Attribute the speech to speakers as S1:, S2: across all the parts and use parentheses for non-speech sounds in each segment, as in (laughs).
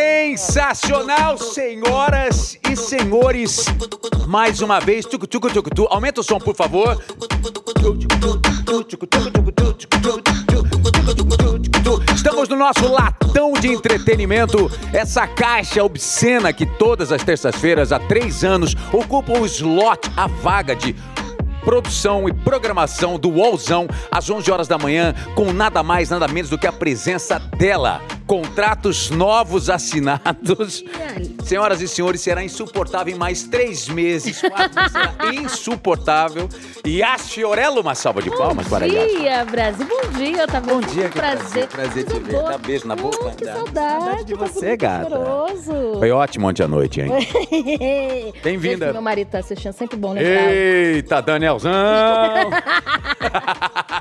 S1: Sensacional, senhoras e senhores. Mais uma vez, tucu, tucu, tucu, tu. aumenta o som, por favor. Estamos no nosso latão de entretenimento, essa caixa obscena que todas as terças-feiras há três anos ocupa o slot, a vaga de produção e programação do Wallzão às 11 horas da manhã, com nada mais, nada menos do que a presença dela. Contratos novos assinados. Senhoras e senhores, será insuportável em mais três meses. Quatro, será insuportável. E a Fiorello, uma salva de palmas para a
S2: Bom
S1: Yas.
S2: dia, Brasil. Bom dia, Otávio.
S1: Bom dia,
S2: que
S1: que prazer,
S2: prazer.
S1: prazer te
S2: Tudo
S1: ver.
S2: bom?
S1: Dá beijo na boca,
S2: Hum, que
S1: dá.
S2: saudade.
S1: Saudade de
S2: tá
S1: você,
S2: tudo
S1: gata.
S2: caloroso.
S1: Foi ótimo ontem à noite, hein? Bem-vinda.
S2: Meu marido tá assistindo, sempre bom lembrar.
S1: Eita, Danielzão! (laughs)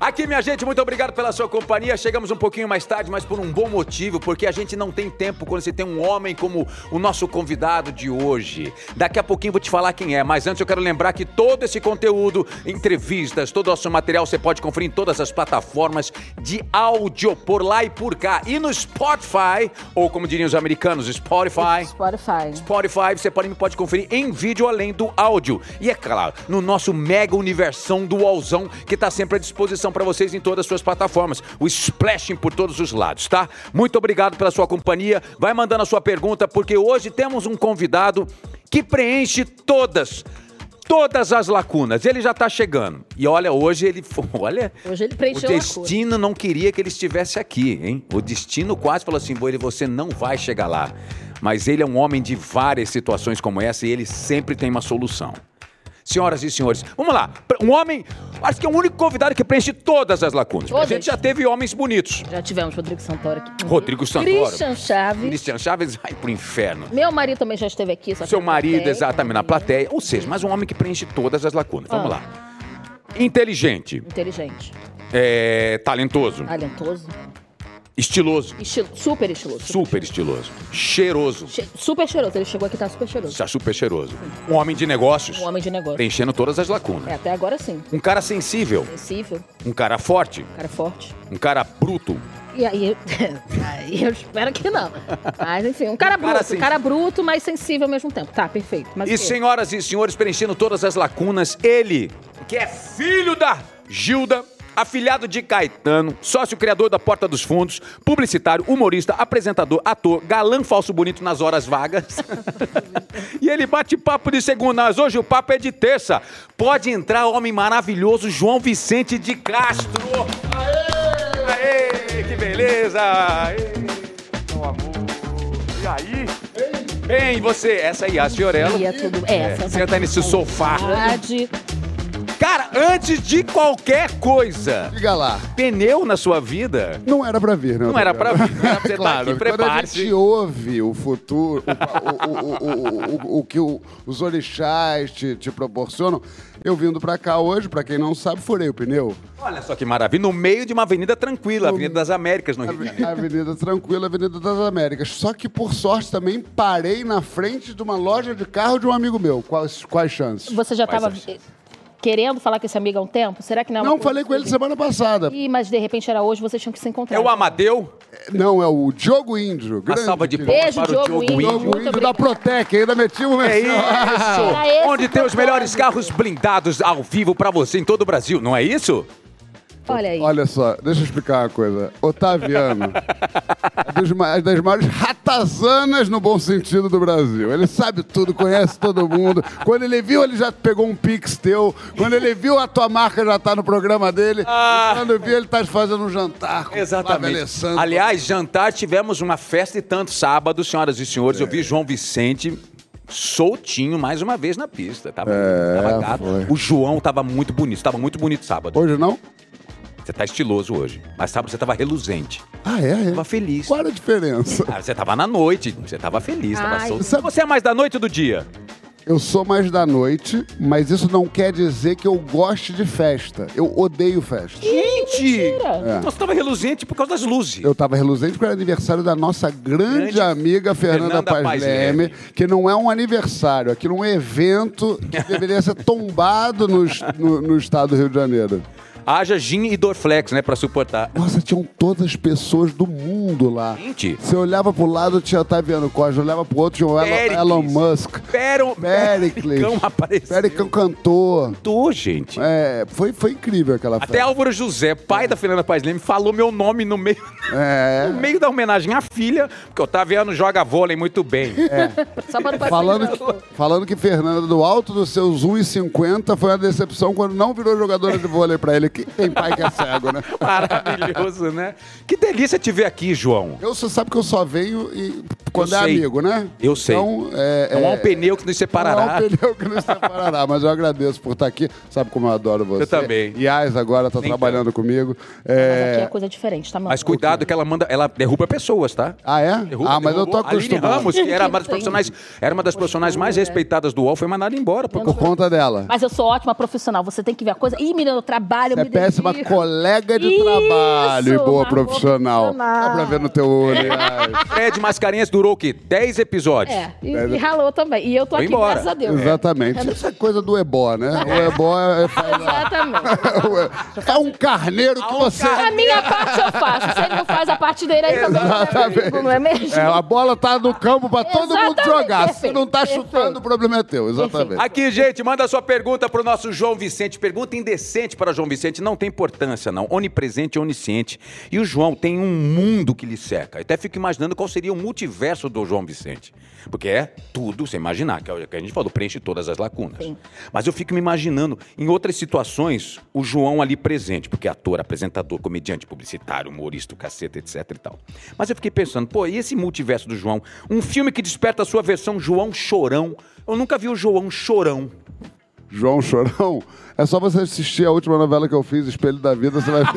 S1: Aqui, minha gente, muito obrigado pela sua companhia. Chegamos um pouquinho mais tarde, mas por um bom motivo, porque a gente não tem tempo quando você tem um homem como o nosso convidado de hoje. Daqui a pouquinho eu vou te falar quem é, mas antes eu quero lembrar que todo esse conteúdo, entrevistas, todo o nosso material você pode conferir em todas as plataformas de áudio por lá e por cá. E no Spotify, ou como diriam os americanos, Spotify.
S2: Spotify.
S1: Spotify, você pode, pode conferir em vídeo além do áudio. E é claro, no nosso mega universão do Alzão, que está sempre à disposição para vocês em todas as suas plataformas. O splashing por todos os lados, tá? Muito obrigado pela sua companhia. Vai mandando a sua pergunta, porque hoje temos um convidado que preenche todas. Todas as lacunas, ele já tá chegando. E olha, hoje ele. (laughs) Olha.
S2: Hoje ele
S1: O
S2: preencheu a cor.
S1: destino não queria que ele estivesse aqui, hein? O destino quase falou assim: Boire, você não vai chegar lá. Mas ele é um homem de várias situações como essa e ele sempre tem uma solução. Senhoras e senhores, vamos lá. Um homem, acho que é o único convidado que preenche todas as lacunas. Porque A
S2: Todas.
S1: gente já teve homens bonitos.
S2: Já tivemos Rodrigo Santoro aqui.
S1: Rodrigo Santoro.
S2: Christian Chaves.
S1: Cristian Chaves, vai pro inferno.
S2: Meu marido também já esteve aqui. Só que é
S1: Seu
S2: na
S1: marido,
S2: Hum, plateia.
S1: exatamente, na plateia. Ou seja, mas um homem que preenche todas as lacunas. Vamos
S2: Ah.
S1: lá. Inteligente,
S2: Inteligente,
S1: é, talentoso,
S2: Ah. talentoso,
S1: estiloso.
S2: estilo- super estiloso.
S1: Super estiloso. Cheiroso.
S2: Che- super cheiroso. Ele chegou aqui tá super cheiroso.
S1: Está super cheiroso. Um homem de negócios.
S2: Um homem de É. negócio.
S1: Preenchendo todas as
S2: É,
S1: lacunas.
S2: até agora sim.
S1: Um cara sensível.
S2: Sensível,
S1: Um cara forte.
S2: cara forte.
S1: Um cara bruto.
S2: E aí, (laughs) eu- aí eu espero que não. Mas enfim, um cara,
S1: Um cara
S2: bruto,
S1: assim.
S2: um cara bruto, mas sensível ao mesmo tempo. Tá, perfeito. Mas
S1: E
S2: o quê?
S1: senhoras e senhores, preenchendo todas as lacunas, ele, que é filho da Gilda, afilhado de Caetano, sócio criador da Porta dos Fundos, publicitário, humorista, apresentador, ator, galã falso bonito nas horas vagas. e ele bate papo de segunda, mas hoje o papo é de terça. Pode entrar o homem maravilhoso João Vicente de Castro. Aê! Aê! Que beleza! Aê! Meu amor. E aí? Bem, você, essa aí, a Fiorella.
S2: E é tudo. Ah. É,
S1: É,
S2: essa-
S1: senta nesse sofá.
S2: Verdade.
S1: Cara, antes de qualquer coisa,
S3: Diga lá.
S1: pneu na sua vida
S3: Não era pra vir, né?
S1: não era pra vir. Não
S3: (laughs)
S1: era pra você
S3: claro,
S1: estar aqui,
S3: quando a gente
S1: prepare-se.
S3: ouve o futuro, o, o- o- o- o- o que o- os orixás te, te proporcionam, eu vindo pra cá hoje, pra quem não sabe, furei o pneu.
S1: Olha só que maravilha, no meio de uma avenida tranquila, Avenida das Américas, no Rio de Janeiro.
S3: Avenida Tranquila, Avenida das Américas. Só que, por sorte, também parei na frente de uma loja de carro de um amigo meu. Quais, quais chances?
S2: Você já
S1: Quais
S2: tava
S1: as-
S2: eh, querendo falar com esse amigo há um tempo? Será que não é uma
S3: Não,
S2: coisa-
S3: falei com ele semana passada.
S2: Ih, mas de repente era hoje, vocês tinham que se encontrar.
S1: É o Amadeu,
S3: Não, é o Diogo Índio.
S1: a
S3: grande
S1: salva de
S3: Diogo.
S1: palmas
S2: Beijo,
S1: para o
S2: Diogo
S1: Diogo
S2: Índio.
S1: Índio.
S3: Diogo Índio da Protec, ainda meti um assim, o
S1: É
S3: merchan.
S2: Era esse
S1: isso! Onde tem os
S2: propósito.
S1: melhores carros blindados ao vivo pra você em todo o Brasil, não é isso?
S2: Olha
S1: é
S2: aí.
S3: Olha só, deixa eu explicar uma coisa. Otaviano é dos ma- das maiores ratazanas no bom sentido do Brasil. Ele sabe tudo, conhece todo mundo. Quando ele viu, ele já pegou um pix teu. Quando ele viu, a tua marca já tá no programa dele.
S1: Ah.
S3: E quando viu, ele tá fazendo um jantar com o Flávio
S1: Exatamente.
S3: Alessandro.
S1: Aliás, jantar, tivemos uma festa e tanto sábado, senhoras e senhores. Eu
S3: É.
S1: vi João Vicente soltinho mais uma vez na pista. Tava, tava gato.
S3: É, foi.
S1: O João tava muito bonito, tava muito bonito sábado.
S3: Hoje não?
S1: Você tá estiloso hoje, mas sábado você tava reluzente.
S3: Ah, é? é.
S1: Tava feliz.
S3: Qual era a diferença?
S1: Ah, você tava na noite, você tava feliz, tava
S2: Ai.
S1: solto.
S3: Sabe-
S1: Você é mais da noite ou do dia?
S3: Eu sou mais da noite, mas isso não quer dizer que eu goste de festa. Eu odeio festa.
S1: Gente!
S2: Mentira.
S1: Então Você tava reluzente por causa das luzes.
S3: Eu tava reluzente porque era aniversário da nossa grande,
S1: Grande
S3: amiga Fernanda,
S1: Fernanda
S3: Paz,
S1: Paz
S3: Leme, que não é um aniversário, aquilo é um evento que deveria ser tombado no, es- no- no estado do Rio de Janeiro.
S1: Haja gin e Dorflex, né, pra suportar.
S3: Nossa, tinham todas as pessoas do mundo mundo lá.
S1: Gente.
S3: Você olhava pro lado, tinha Otaviano Costa, olhava pro outro, tinha o Elon,
S1: Pericles.
S3: Elon Musk.
S1: Pero, (laughs)
S3: Pericles.
S1: Pericão apareceu.
S3: Pericão cantor.
S1: Pericão, gente.
S3: É, foi, foi incrível aquela
S1: Até
S3: festa.
S1: Álvaro José, pai da Fernanda Paz Leme, falou meu nome no meio, no
S3: É.
S1: meio da homenagem à filha, porque o Otaviano joga vôlei muito bem.
S3: É.
S2: Só para Assim não passar
S3: Falando
S2: de novo.
S3: que, falando que Fernanda, do alto dos seus 1,50, foi uma decepção quando não virou jogadora de vôlei pra ele. Que tem pai que é cego, né?
S1: (laughs) Maravilhoso, né? Que delícia te ver aqui, João.
S3: Eu, você sabe que eu só venho e- quando
S1: Eu
S3: é
S1: sei.
S3: amigo, né?
S1: Eu sei.
S3: Então, é,
S1: Não há
S3: é-
S1: um pneu que nos separará.
S3: Não há um pneu que nos separará, mas eu agradeço por estar aqui. Sabe como eu adoro você.
S1: Eu também. Então.
S3: Yas agora tá
S1: Nem
S3: trabalhando comigo.
S2: Mas
S3: É...
S2: aqui é coisa diferente, tá, mano?
S1: Mas cuidado que ela manda, ela derruba pessoas, tá?
S3: Ah, é?
S1: Derruba,
S3: ah, mas eu tô
S1: derrubou. Aline
S3: acostumado.
S1: Ramos, que era uma das
S2: Sim.
S1: profissionais, era uma das profissionais mais respeitadas do UOL, foi mandada embora. por-
S3: Por conta dela.
S2: Mas eu sou ótima profissional, você tem que ver a coisa. Ih, menina, eu trabalho, eu
S3: Você é
S2: me dedico.
S3: péssima colega de
S2: Isso,
S3: trabalho e boa
S2: uma boa
S3: profissional.
S2: profissional.
S3: Dá pra ver no teu
S2: (laughs)
S3: olho, Yas.
S1: Fred Mascarenhas durou o quê? 10 episódios.
S2: É, e, e ralou também. E eu tô
S1: Foi
S2: aqui,
S1: embora.
S2: graças a Deus.
S3: Exatamente. Isso é coisa do ebó, né? O ebó é...
S2: Exatamente.
S3: É um carneiro que você...
S2: A minha parte eu faço. Se ele não faz a parte dele, aí também não é perigo, não é mesmo?
S3: É, a bola tá no campo pra todo mundo
S2: Exatamente,
S3: jogar. Se
S2: perfeito,
S3: não tá
S2: perfeito.
S3: chutando, o problema é teu. Exatamente.
S1: Aqui, gente, manda sua pergunta pro nosso João Vicente. Pergunta indecente para João Vicente, não tem importância, não. Onipresente, onisciente. E o João tem um mundo que lhe cerca. Eu até fico imaginando qual seria o multiverso do João Vicente. Porque é tudo, sem imaginar, que é o que a gente falou, preenche todas as lacunas. Mas eu fico me imaginando, em outras situações, o João ali presente, porque é ator, apresentador, comediante, publicitário, humorista, o caceta, etc e tal. Mas eu fiquei pensando, pô, e esse multiverso do João? Um filme que desperta a sua versão João Chorão. Eu nunca vi o João Chorão.
S3: João Chorão, é só você assistir a última novela que eu fiz, Espelho da Vida, você vai ver.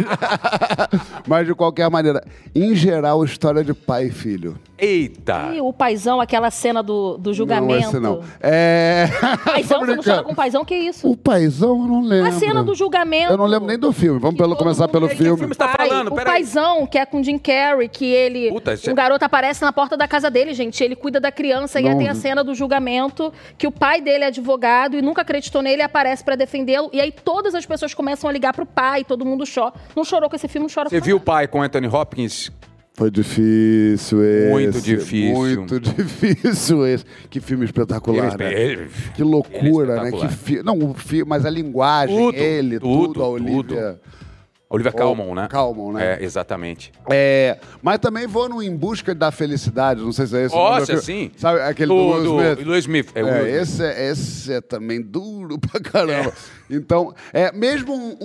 S3: (laughs) Mas, mas de qualquer maneira, em geral, história de pai e filho.
S1: Eita!
S2: Ih, o paizão, aquela cena do, do
S3: Não,
S2: julgamento.
S3: esse não. É. (laughs)
S2: Paizão,
S3: Tô
S2: você não chama
S3: brincando.
S2: com paizão, que isso?
S3: O paizão, eu não lembro.
S2: A cena do julgamento.
S3: Eu não lembro nem do filme. Vamos
S2: Que
S3: pelo,
S2: todo
S3: começar
S2: mundo-
S3: pelo
S1: Que
S3: filme.
S1: filme você tá
S2: Pai,
S1: falando?
S2: o
S1: Peraí.
S2: paizão, que é com Jim Carrey, que ele.
S1: Puta, isso é-
S2: um garoto aparece na porta da casa dele, gente. Ele cuida da criança e
S3: Não
S2: aí tem a
S3: vi.
S2: cena do julgamento que o pai dele é advogado e nunca acreditou nele e aparece pra defendê-lo. E aí todas as pessoas começam a ligar pro pai, todo mundo chora. Não chorou com esse filme, não chora
S1: Você
S2: com
S1: viu o pai com Anthony Hopkins?
S3: Foi difícil esse.
S1: Muito difícil.
S3: Muito (laughs) difícil esse. Que filme espetacular,
S1: Ele-
S3: né?
S1: ele-
S3: Que loucura,
S1: ele é
S3: né? Que
S1: espetacular.
S3: fi... Não, o filme, mas a linguagem,
S1: Tudo,
S3: ele, tudo,
S1: tudo,
S3: a
S1: tudo.
S3: Olivia.
S1: Olivia Calmon, né?
S3: Calmon, né?
S1: É, exatamente.
S3: É, mas também vou no Em Busca da Felicidade, não sei se é esse. o nome do
S1: Nossa,
S3: filme.
S1: sim.
S3: Sabe aquele do, Will Smith?
S1: Will Smith. É, o Will
S3: É,
S1: Smith.
S3: esse, é, esse é também duro (laughs) pra caramba. Então, é, mesmo um,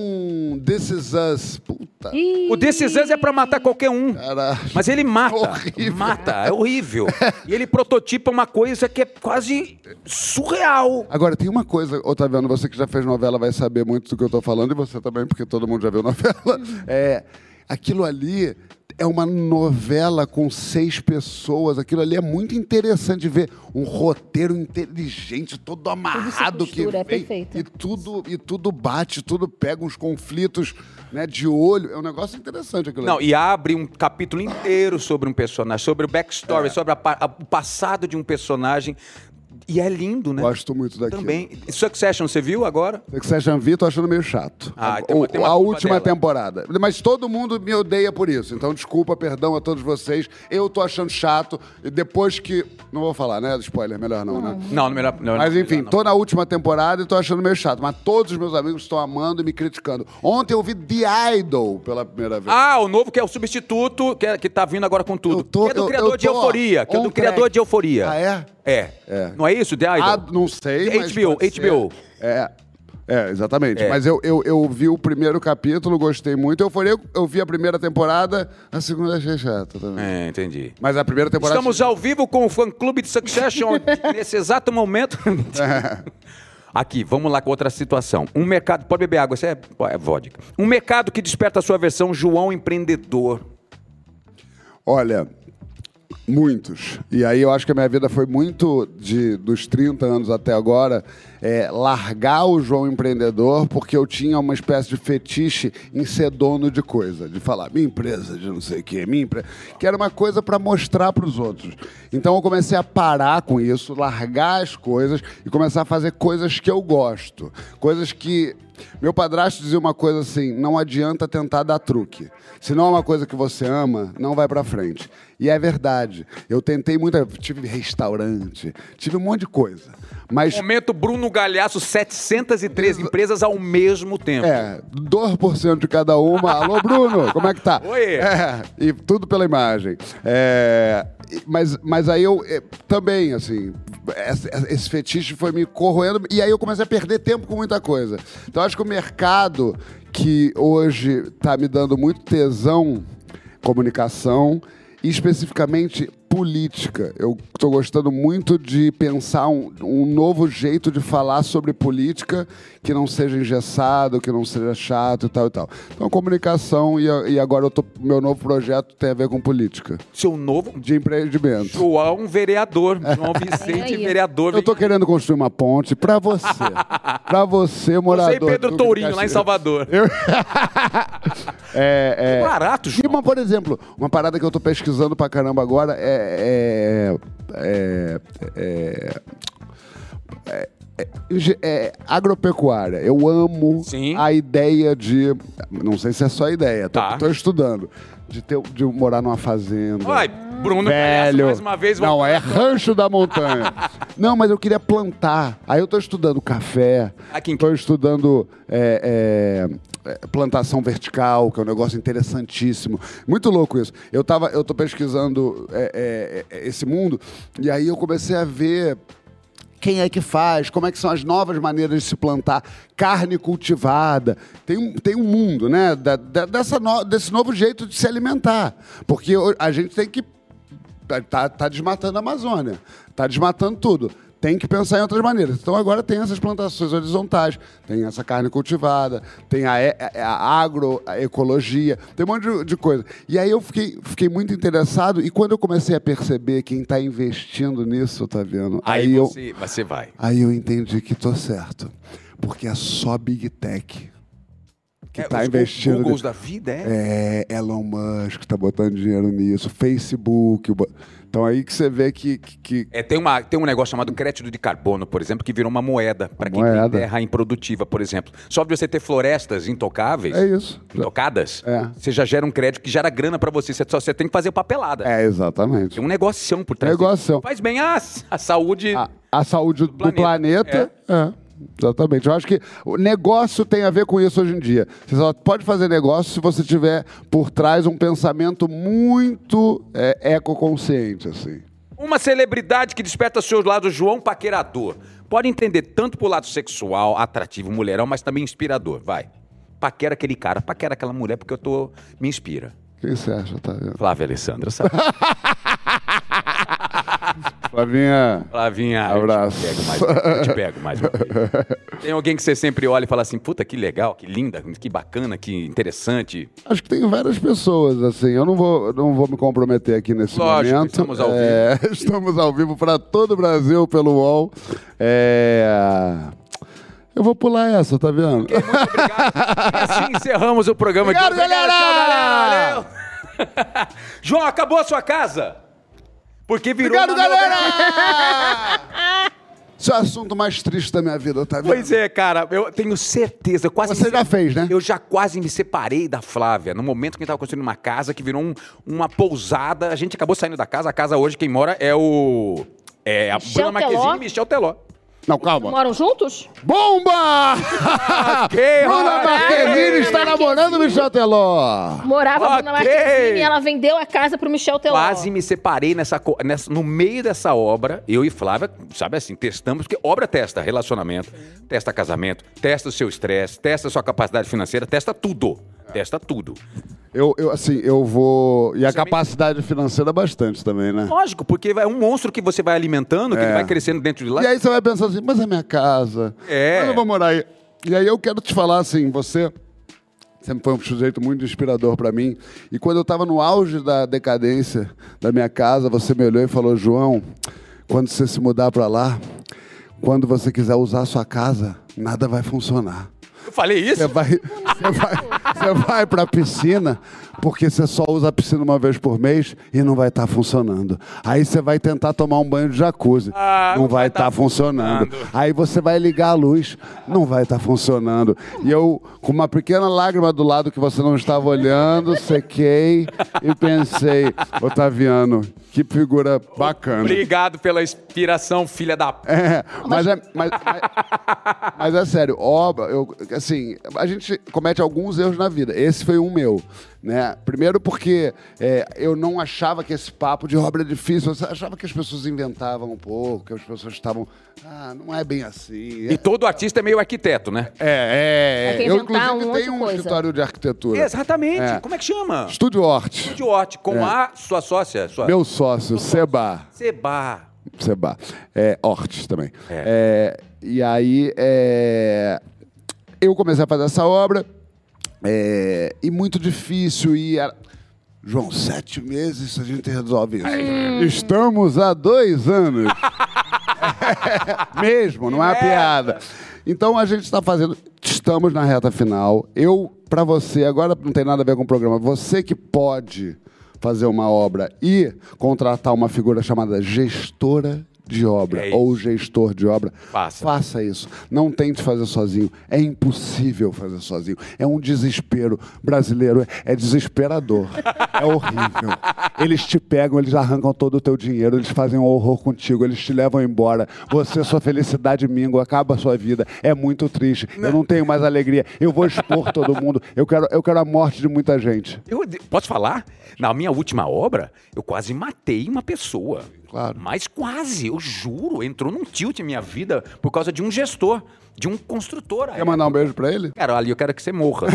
S3: um This Is Us, puta,
S1: O This Is Us é pra matar qualquer um.
S3: caralho.
S1: Mas ele mata.
S3: Horrível.
S1: Mata, é (laughs) horrível. e ele prototipa uma coisa que é quase surreal.
S3: Agora, tem uma coisa, Otaviano, você que já fez novela vai saber muito do que eu tô falando, e você também, porque todo mundo já viu (laughs) novela. É, aquilo ali é uma novela com seis pessoas. Aquilo ali é muito interessante de ver. Um roteiro inteligente, todo amarrado que
S2: costura, é
S3: vem,
S2: perfeito.
S3: E tudo, e tudo bate, tudo pega uns conflitos né, de olho. É um negócio interessante aquilo
S1: Não,
S3: ali.
S1: e abre um capítulo inteiro sobre um personagem, sobre o backstory, sobre a pa- a- o passado de um personagem. E é lindo, né?
S3: Gosto muito daquilo.
S1: Também. é Succession, você viu agora?
S3: Succession V, tô achando meio chato.
S1: Ah,
S3: A-
S1: tem uma-
S3: o-
S1: tem uma
S3: a
S1: culpa
S3: última
S1: dela.
S3: temporada. Mas todo mundo me odeia por isso. Então, desculpa, perdão a todos vocês. Eu tô achando chato. E depois que. Não vou falar, né? Spoiler, melhor não, né?
S1: Não, no melhor. não,
S3: Mas
S1: não,
S3: enfim,
S1: melhor não.
S3: tô na última temporada e tô achando meio chato. Mas todos os meus amigos estão amando e me criticando. Ontem eu vi The Idol pela primeira vez.
S1: Ah, o novo que é o substituto, que, é, que tá vindo agora com tudo.
S3: Eu tô-
S1: que é do
S3: eu-
S1: criador
S3: eu
S1: de
S3: tô
S1: Euforia. Que é
S3: on
S1: do criador
S3: track.
S1: de Euforia.
S3: Ah, é?
S1: É.
S3: É.
S1: Não é isso, The Idol?
S3: Ah, não sei. mas
S1: HBO,
S3: pode ser.
S1: HBO.
S3: É. É, exatamente.
S1: É.
S3: Mas eu, eu, eu vi o primeiro capítulo, gostei muito. Eu, falei, eu vi a primeira temporada, a segunda achei chata também.
S1: É, entendi.
S3: Mas a primeira temporada.
S1: Estamos ao vivo com o fã-clube
S3: (laughs)
S1: de Succession nesse exato momento. Aqui, vamos lá com outra situação. Um mercado... Pode beber água, isso é, é vodka. Um mercado que desperta a sua versão João Empreendedor.
S3: Olha, muitos. E aí eu acho que a minha vida foi muito de dos 30 anos até agora é, largar o João empreendedor porque eu tinha uma espécie de fetiche em ser dono de coisa, de falar minha empresa de não sei o quê, minha empresa, que era uma coisa para mostrar para os outros. Então eu comecei a parar com isso, largar as coisas e começar a fazer coisas que eu gosto, coisas que Meu padrasto dizia uma coisa assim: não adianta tentar dar truque. Se não é uma coisa que você ama, não vai pra frente. E é verdade. Eu tentei muita. Tive restaurante, tive um monte de coisa. Mas
S1: Momento Bruno Galhaço, 703 empresas ao mesmo tempo.
S3: É, 2% de cada uma. Alô, Bruno, como é que tá?
S1: Oi.
S3: É, e tudo pela imagem. É, e- mas, mas aí eu eh, também, assim, esse, esse fetiche foi me corroendo e aí eu comecei a perder tempo com muita coisa. Então acho que o mercado que hoje tá me dando muito tesão, comunicação, e especificamente política. Eu estou gostando muito de pensar um, um novo jeito de falar sobre política que não seja engessado, que não seja chato e tal e tal. Então, comunicação e, a- e agora eu tô, meu novo projeto tem a ver com política,
S1: Seu novo
S3: de empreendimento.
S1: João Vereador, João Vicente
S2: Olha aí.
S1: Vereador.
S3: É. Eu tô querendo construir uma ponte para
S1: (laughs)
S3: você, para você, morador.
S1: Você e Pedro
S3: do
S1: Tourinho, lá em
S3: Caxias.
S1: Salvador.
S3: (laughs) É, é,
S1: Barato,
S3: E
S1: João.
S3: uma, por exemplo, uma parada que eu tô pesquisando pra caramba agora é. É. É. é, é, é, enge- é, agropecuária. Eu amo
S1: Sim.
S3: a ideia de. Não sei se é só ideia, tô,
S1: Tá.
S3: tô estudando. De, ter, de morar numa fazenda.
S1: Ai, Bruno Galhaço,
S3: Velho.
S1: mais uma vez.
S3: Não, é rancho da
S1: (laughs)
S3: montanha. não, mas eu queria plantar. Aí eu tô estudando café.
S1: Aqui em-
S3: Tô estudando é, é, é, plantação vertical, que é um negócio interessantíssimo. Muito louco isso. Eu, tava, eu tô pesquisando é, é, é, esse mundo e aí eu comecei a ver quem é que faz, como é que são as novas maneiras de se plantar, carne cultivada. Tem um, tem um mundo, né? da- da- dessa no- desse novo jeito de se alimentar. Porque o- a gente tem que. Tá, tá desmatando a Amazônia, tá desmatando tudo. Tem que pensar em outras maneiras. Então agora tem essas plantações horizontais, tem essa carne cultivada, tem a, e- a- a agroecologia, tem um monte de, de coisa. E aí eu fiquei, fiquei muito interessado, e quando eu comecei a perceber quem está investindo nisso, Otaviano,
S1: Aí,
S3: eu.
S1: você, você vai.
S3: Aí eu entendi que tô certo. Porque é só Big Tech. Que
S1: É,
S3: tá
S1: os
S3: investindo.
S1: Googles da vida, é?
S3: É, Elon Musk tá botando dinheiro nisso, Facebook. bo- Então aí que você vê que. que, que-
S1: É, tem, uma, tem um negócio chamado crédito de carbono, por exemplo, que virou uma moeda para quem
S3: moeda.
S1: tem terra improdutiva, por exemplo. Só de você ter florestas intocáveis,
S3: É isso.
S1: intocadas,
S3: É.
S1: você já gera um crédito que gera grana para você. Você só você tem que fazer papelada.
S3: É, exatamente.
S1: Tem um negocião por trás.
S3: Negocião.
S1: Faz bem a, a saúde.
S3: A, a saúde do
S1: planeta.
S3: planeta. é, Exatamente. Eu acho que o negócio tem a ver com isso hoje em dia. Você só pode fazer negócio se você tiver por trás um pensamento muito é, ecoconsciente, assim.
S1: Uma celebridade que desperta seus lados, João Paquerador. Pode entender tanto pro lado sexual, atrativo, mulherão, mas também inspirador. Vai. Paquera aquele cara, paquera aquela mulher, porque eu tô. Me inspira.
S3: Quem você acha, tá vendo?
S1: Flávia
S3: (laughs)
S1: Alessandra, sabe?
S3: Flavinha.
S1: Flavinha,
S3: Abraço.
S1: eu te pego mais, uma vez, eu te pego mais
S3: (laughs)
S1: uma vez. Tem alguém que você sempre olha e fala assim, puta, que legal, que linda, que bacana, que interessante.
S3: Acho que tem várias pessoas, assim. Eu não vou, não vou me comprometer aqui nesse
S1: Lógico,
S3: momento.
S1: estamos ao
S3: É, (laughs) estamos ao vivo para todo o Brasil pelo UOL. É, Eu vou pular essa, tá vendo?
S1: E assim encerramos o programa
S3: Obrigado,
S1: de hoje.
S3: galera!
S1: Obrigado, tchau, galera! Valeu! (laughs) João, acabou a sua casa? Porque virou
S3: Obrigado,
S1: uma novela.
S3: galera! (laughs) Esse é o assunto mais triste da minha vida, tá vendo?
S1: Pois é, cara, eu tenho certeza. eu quase
S3: Você
S1: me
S3: já
S1: se-
S3: fez, né?
S1: Eu já quase me separei da Flávia. No momento que a gente tava construindo uma casa que virou um- uma pousada, a gente acabou saindo da casa. A casa hoje, quem mora é o. É a
S2: Michel
S1: Bruna Marquezine
S2: Teló.
S1: e Michel Teló.
S3: Não, calma.
S2: Moram juntos?
S3: Bomba!
S1: (laughs) Ok,
S3: Bruna
S1: Roberto.
S3: Marquezine está namorando Michel Teló.
S2: Morava
S1: Ok.
S2: na Marquezine e ela vendeu a casa pro Michel Teló.
S1: Quase me separei nessa, co- nessa- no meio dessa obra. Eu e Flávia, sabe assim, testamos, porque obra testa relacionamento, testa casamento, testa o seu estresse, testa a sua capacidade financeira, testa tudo. Testa tudo.
S3: Eu, eu, assim, eu vou... E a
S1: Você me-
S3: capacidade financeira é bastante também, né?
S1: Lógico, porque é um monstro que você vai alimentando, que ele vai crescendo dentro de lá.
S3: É. E aí você vai pensar assim, mas é minha casa.
S1: É.
S3: Mas eu vou morar aí. E aí eu quero te falar assim, você sempre foi um sujeito muito inspirador pra mim. E quando eu tava no auge da decadência da minha casa, você me olhou e falou, João, quando você se mudar pra lá, quando você quiser usar a sua casa, nada vai funcionar.
S1: Eu falei
S3: Você
S1: isso?
S3: vai, você vai, você vai pra piscina, porque você só usa a piscina uma vez por mês e não vai estar funcionando. Aí você vai tentar tomar um banho de jacuzzi.
S1: Ah,
S3: não, vai estar funcionando. Aí você vai ligar a luz. Não vai estar funcionando. E eu, com uma pequena lágrima do lado que você não estava olhando, sequei e pensei, Otaviano, que figura bacana.
S1: Obrigado pela inspiração, filha da. p.
S3: É, (laughs) mas é, mas, mas- mas é sério, obra, eu, assim, a gente comete alguns erros na vida. Esse foi um meu, né? Primeiro porque é, eu não achava que esse papo de obra é difícil, eu achava que as pessoas inventavam um pouco, que as pessoas estavam, ah, não é bem assim.
S1: E todo artista é meio arquiteto, né?
S3: É,
S2: É
S3: é,
S2: que
S3: Eu,
S2: inventar
S3: inclusive,
S2: um monte de
S3: tenho um
S2: coisa.
S3: escritório de arquitetura.
S1: Exatamente.
S3: É.
S1: Como é que chama?
S3: Estúdio Horte.
S1: Estúdio Horte, com a sua sócia, sua.
S3: Meu
S2: Uhum.
S3: sócio, Seba.
S1: Seba.
S3: Seba. É, Hortes também. É, e aí, é, eu comecei a fazer essa obra, é, e muito difícil, e era- João, sete meses a gente resolve isso. Estamos há dois (laughs) anos. Mesmo, não é uma
S1: merda.
S3: piada. Então a gente está fazendo. Estamos na reta final. Eu, para você, agora não tem nada a ver com o programa. Você que pode fazer uma obra e contratar uma figura chamada gestora de obra
S1: É isso.
S3: ou gestor de obra,
S1: Faça.
S3: faça isso. Não tente fazer sozinho. É impossível fazer sozinho. É um desespero brasileiro. É desesperador. É horrível. Eles te pegam, eles arrancam todo o teu dinheiro, eles fazem um horror contigo, eles te levam embora. Você, sua felicidade mingua, acaba a sua vida. É muito triste. Eu não tenho mais alegria. Eu vou expor todo mundo. Eu quero, eu quero a morte de muita gente.
S1: Eu, posso falar? Na minha última obra, eu quase matei uma pessoa.
S3: Claro.
S1: Mas quase, eu juro. Entrou num tilt minha vida por causa de um gestor, de um construtor.
S3: Quer mandar um beijo pra ele?
S1: Cara, ali eu quero que você
S3: (laughs)
S1: morra.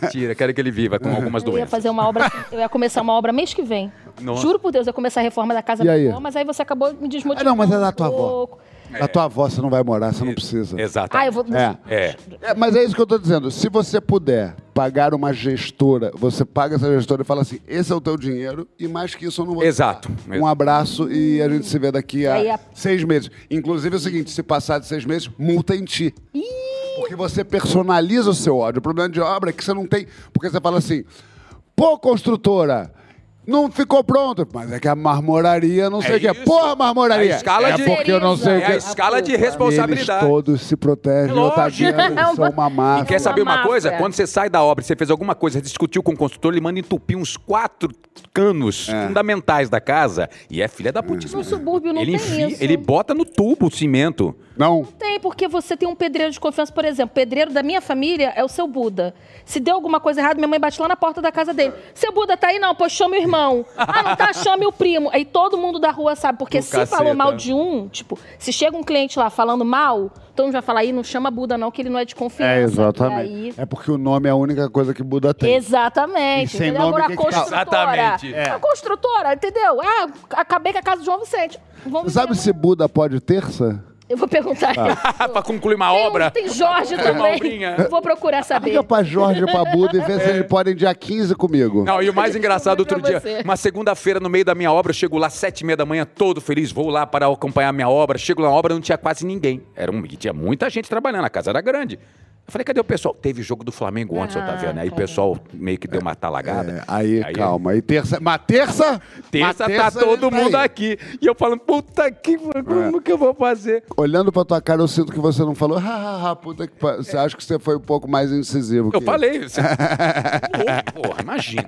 S1: Mentira, quero que ele viva
S3: É.
S1: com algumas
S2: Eu ia
S1: doenças.
S2: fazer
S1: (laughs)
S2: uma obra, eu ia começar uma obra mês que vem.
S1: Nossa.
S2: Juro por Deus, eu ia começar a reforma da casa
S3: E
S2: da
S3: aí?
S2: minha avó, mas aí você acabou me
S3: Ah,
S2: desmotivando.
S3: não, mas é da tua
S2: um
S3: avó.
S2: pouco.
S3: A tua avó, você não vai morar, você não precisa.
S1: Exato.
S2: Ah, eu vou.
S3: É.
S1: É.
S3: É, mas é isso que eu tô dizendo. Se você puder pagar uma gestora, você paga essa gestora e fala assim: esse é o teu dinheiro e mais que isso eu não vou. te
S1: Exato.
S3: dar. Um abraço e a gente se vê daqui
S2: Aí
S3: a
S2: a-
S3: seis meses. Inclusive é o seguinte: se passar de seis meses, multa em ti. Porque você personaliza o seu ódio. O problema de obra é que você não tem. Porque você fala assim: pô, construtora. Não ficou pronto. Mas é que a marmoraria, não sei
S1: É
S3: o quê.
S1: isso.
S3: Porra, marmoraria.
S1: A escala
S3: é
S1: de-
S3: porque eu não sei o
S1: É
S3: quê.
S1: a escala de
S3: Eles
S1: responsabilidade.
S3: todos se protegem.
S1: É
S3: Otaviano,
S2: lógico.
S3: são uma máfia.
S1: (laughs) E quer saber uma
S2: máfia.
S1: coisa? Quando você sai da obra, você fez alguma coisa, discutiu com o construtor, ele manda entupir uns quatro canos fundamentais da casa e é filha da putíssima.
S2: No subúrbio não
S1: ele,
S2: tem isso.
S1: ele bota no tubo o cimento.
S3: Não.
S2: Tem, porque você tem um pedreiro de confiança, por exemplo. Pedreiro da minha família é o seu Buda. Se deu alguma coisa errada, minha mãe bate lá na porta da casa dele. Seu Buda tá aí? Não, pois chame o irmão. Ah, não tá? Chame o primo. Aí todo mundo da rua sabe, porque
S1: Do
S2: se
S1: caceta.
S2: falou mal de um, tipo, se chega um cliente lá falando mal, todo mundo vai falar, aí não chama Buda não, que ele não é de confiança.
S3: É,
S2: E aí-
S3: exatamente. É porque o nome é a única coisa que Buda tem.
S2: Exatamente.
S3: E sem
S2: entendeu?
S3: nome,
S2: Agora,
S3: o
S2: a
S3: que tá? que causa?
S2: construtora.
S1: Exatamente. É.
S2: A construtora, entendeu? Ah, acabei com a casa do João Vicente. Vamos
S3: Você sabe se Ah. Buda pode terça?
S2: Eu vou perguntar.
S1: pra concluir uma
S2: Tem um-
S1: obra.
S2: Tem Jorge
S1: uma
S2: também.
S1: obrinha.
S2: (laughs) Vou procurar
S3: Liga
S2: saber.
S3: pra Jorge e pra Buda e vê se eles podem dia 15 comigo.
S1: É. Não, e o mais engraçado, outro
S2: um Pra
S1: dia,
S2: você.
S1: uma segunda-feira, no meio da minha obra, eu chego lá sete e meia da manhã, todo feliz, vou lá para acompanhar a minha obra. Chego na obra, não tinha quase ninguém. Era um, tinha muita gente trabalhando, a casa era grande. Eu falei, cadê o pessoal? Teve jogo do Flamengo ontem,
S2: Ah,
S1: Otaviano. Aí o
S2: cara.
S1: pessoal meio que deu uma talagada.
S3: É, aí, calma. E terça. Mas terça?
S1: Terça,
S3: Mas
S1: tá todo
S3: ele
S1: mundo
S3: aí. É.
S1: aqui. E eu falando, puta que como que eu vou fazer?
S3: Olhando pra tua cara, eu sinto que você não falou. Ha, ha, ha, puta que pa... Você acha que você foi um pouco mais incisivo.
S1: É. Eu
S3: que
S1: falei.
S3: (laughs)
S1: Você... Louco, porra, imagina.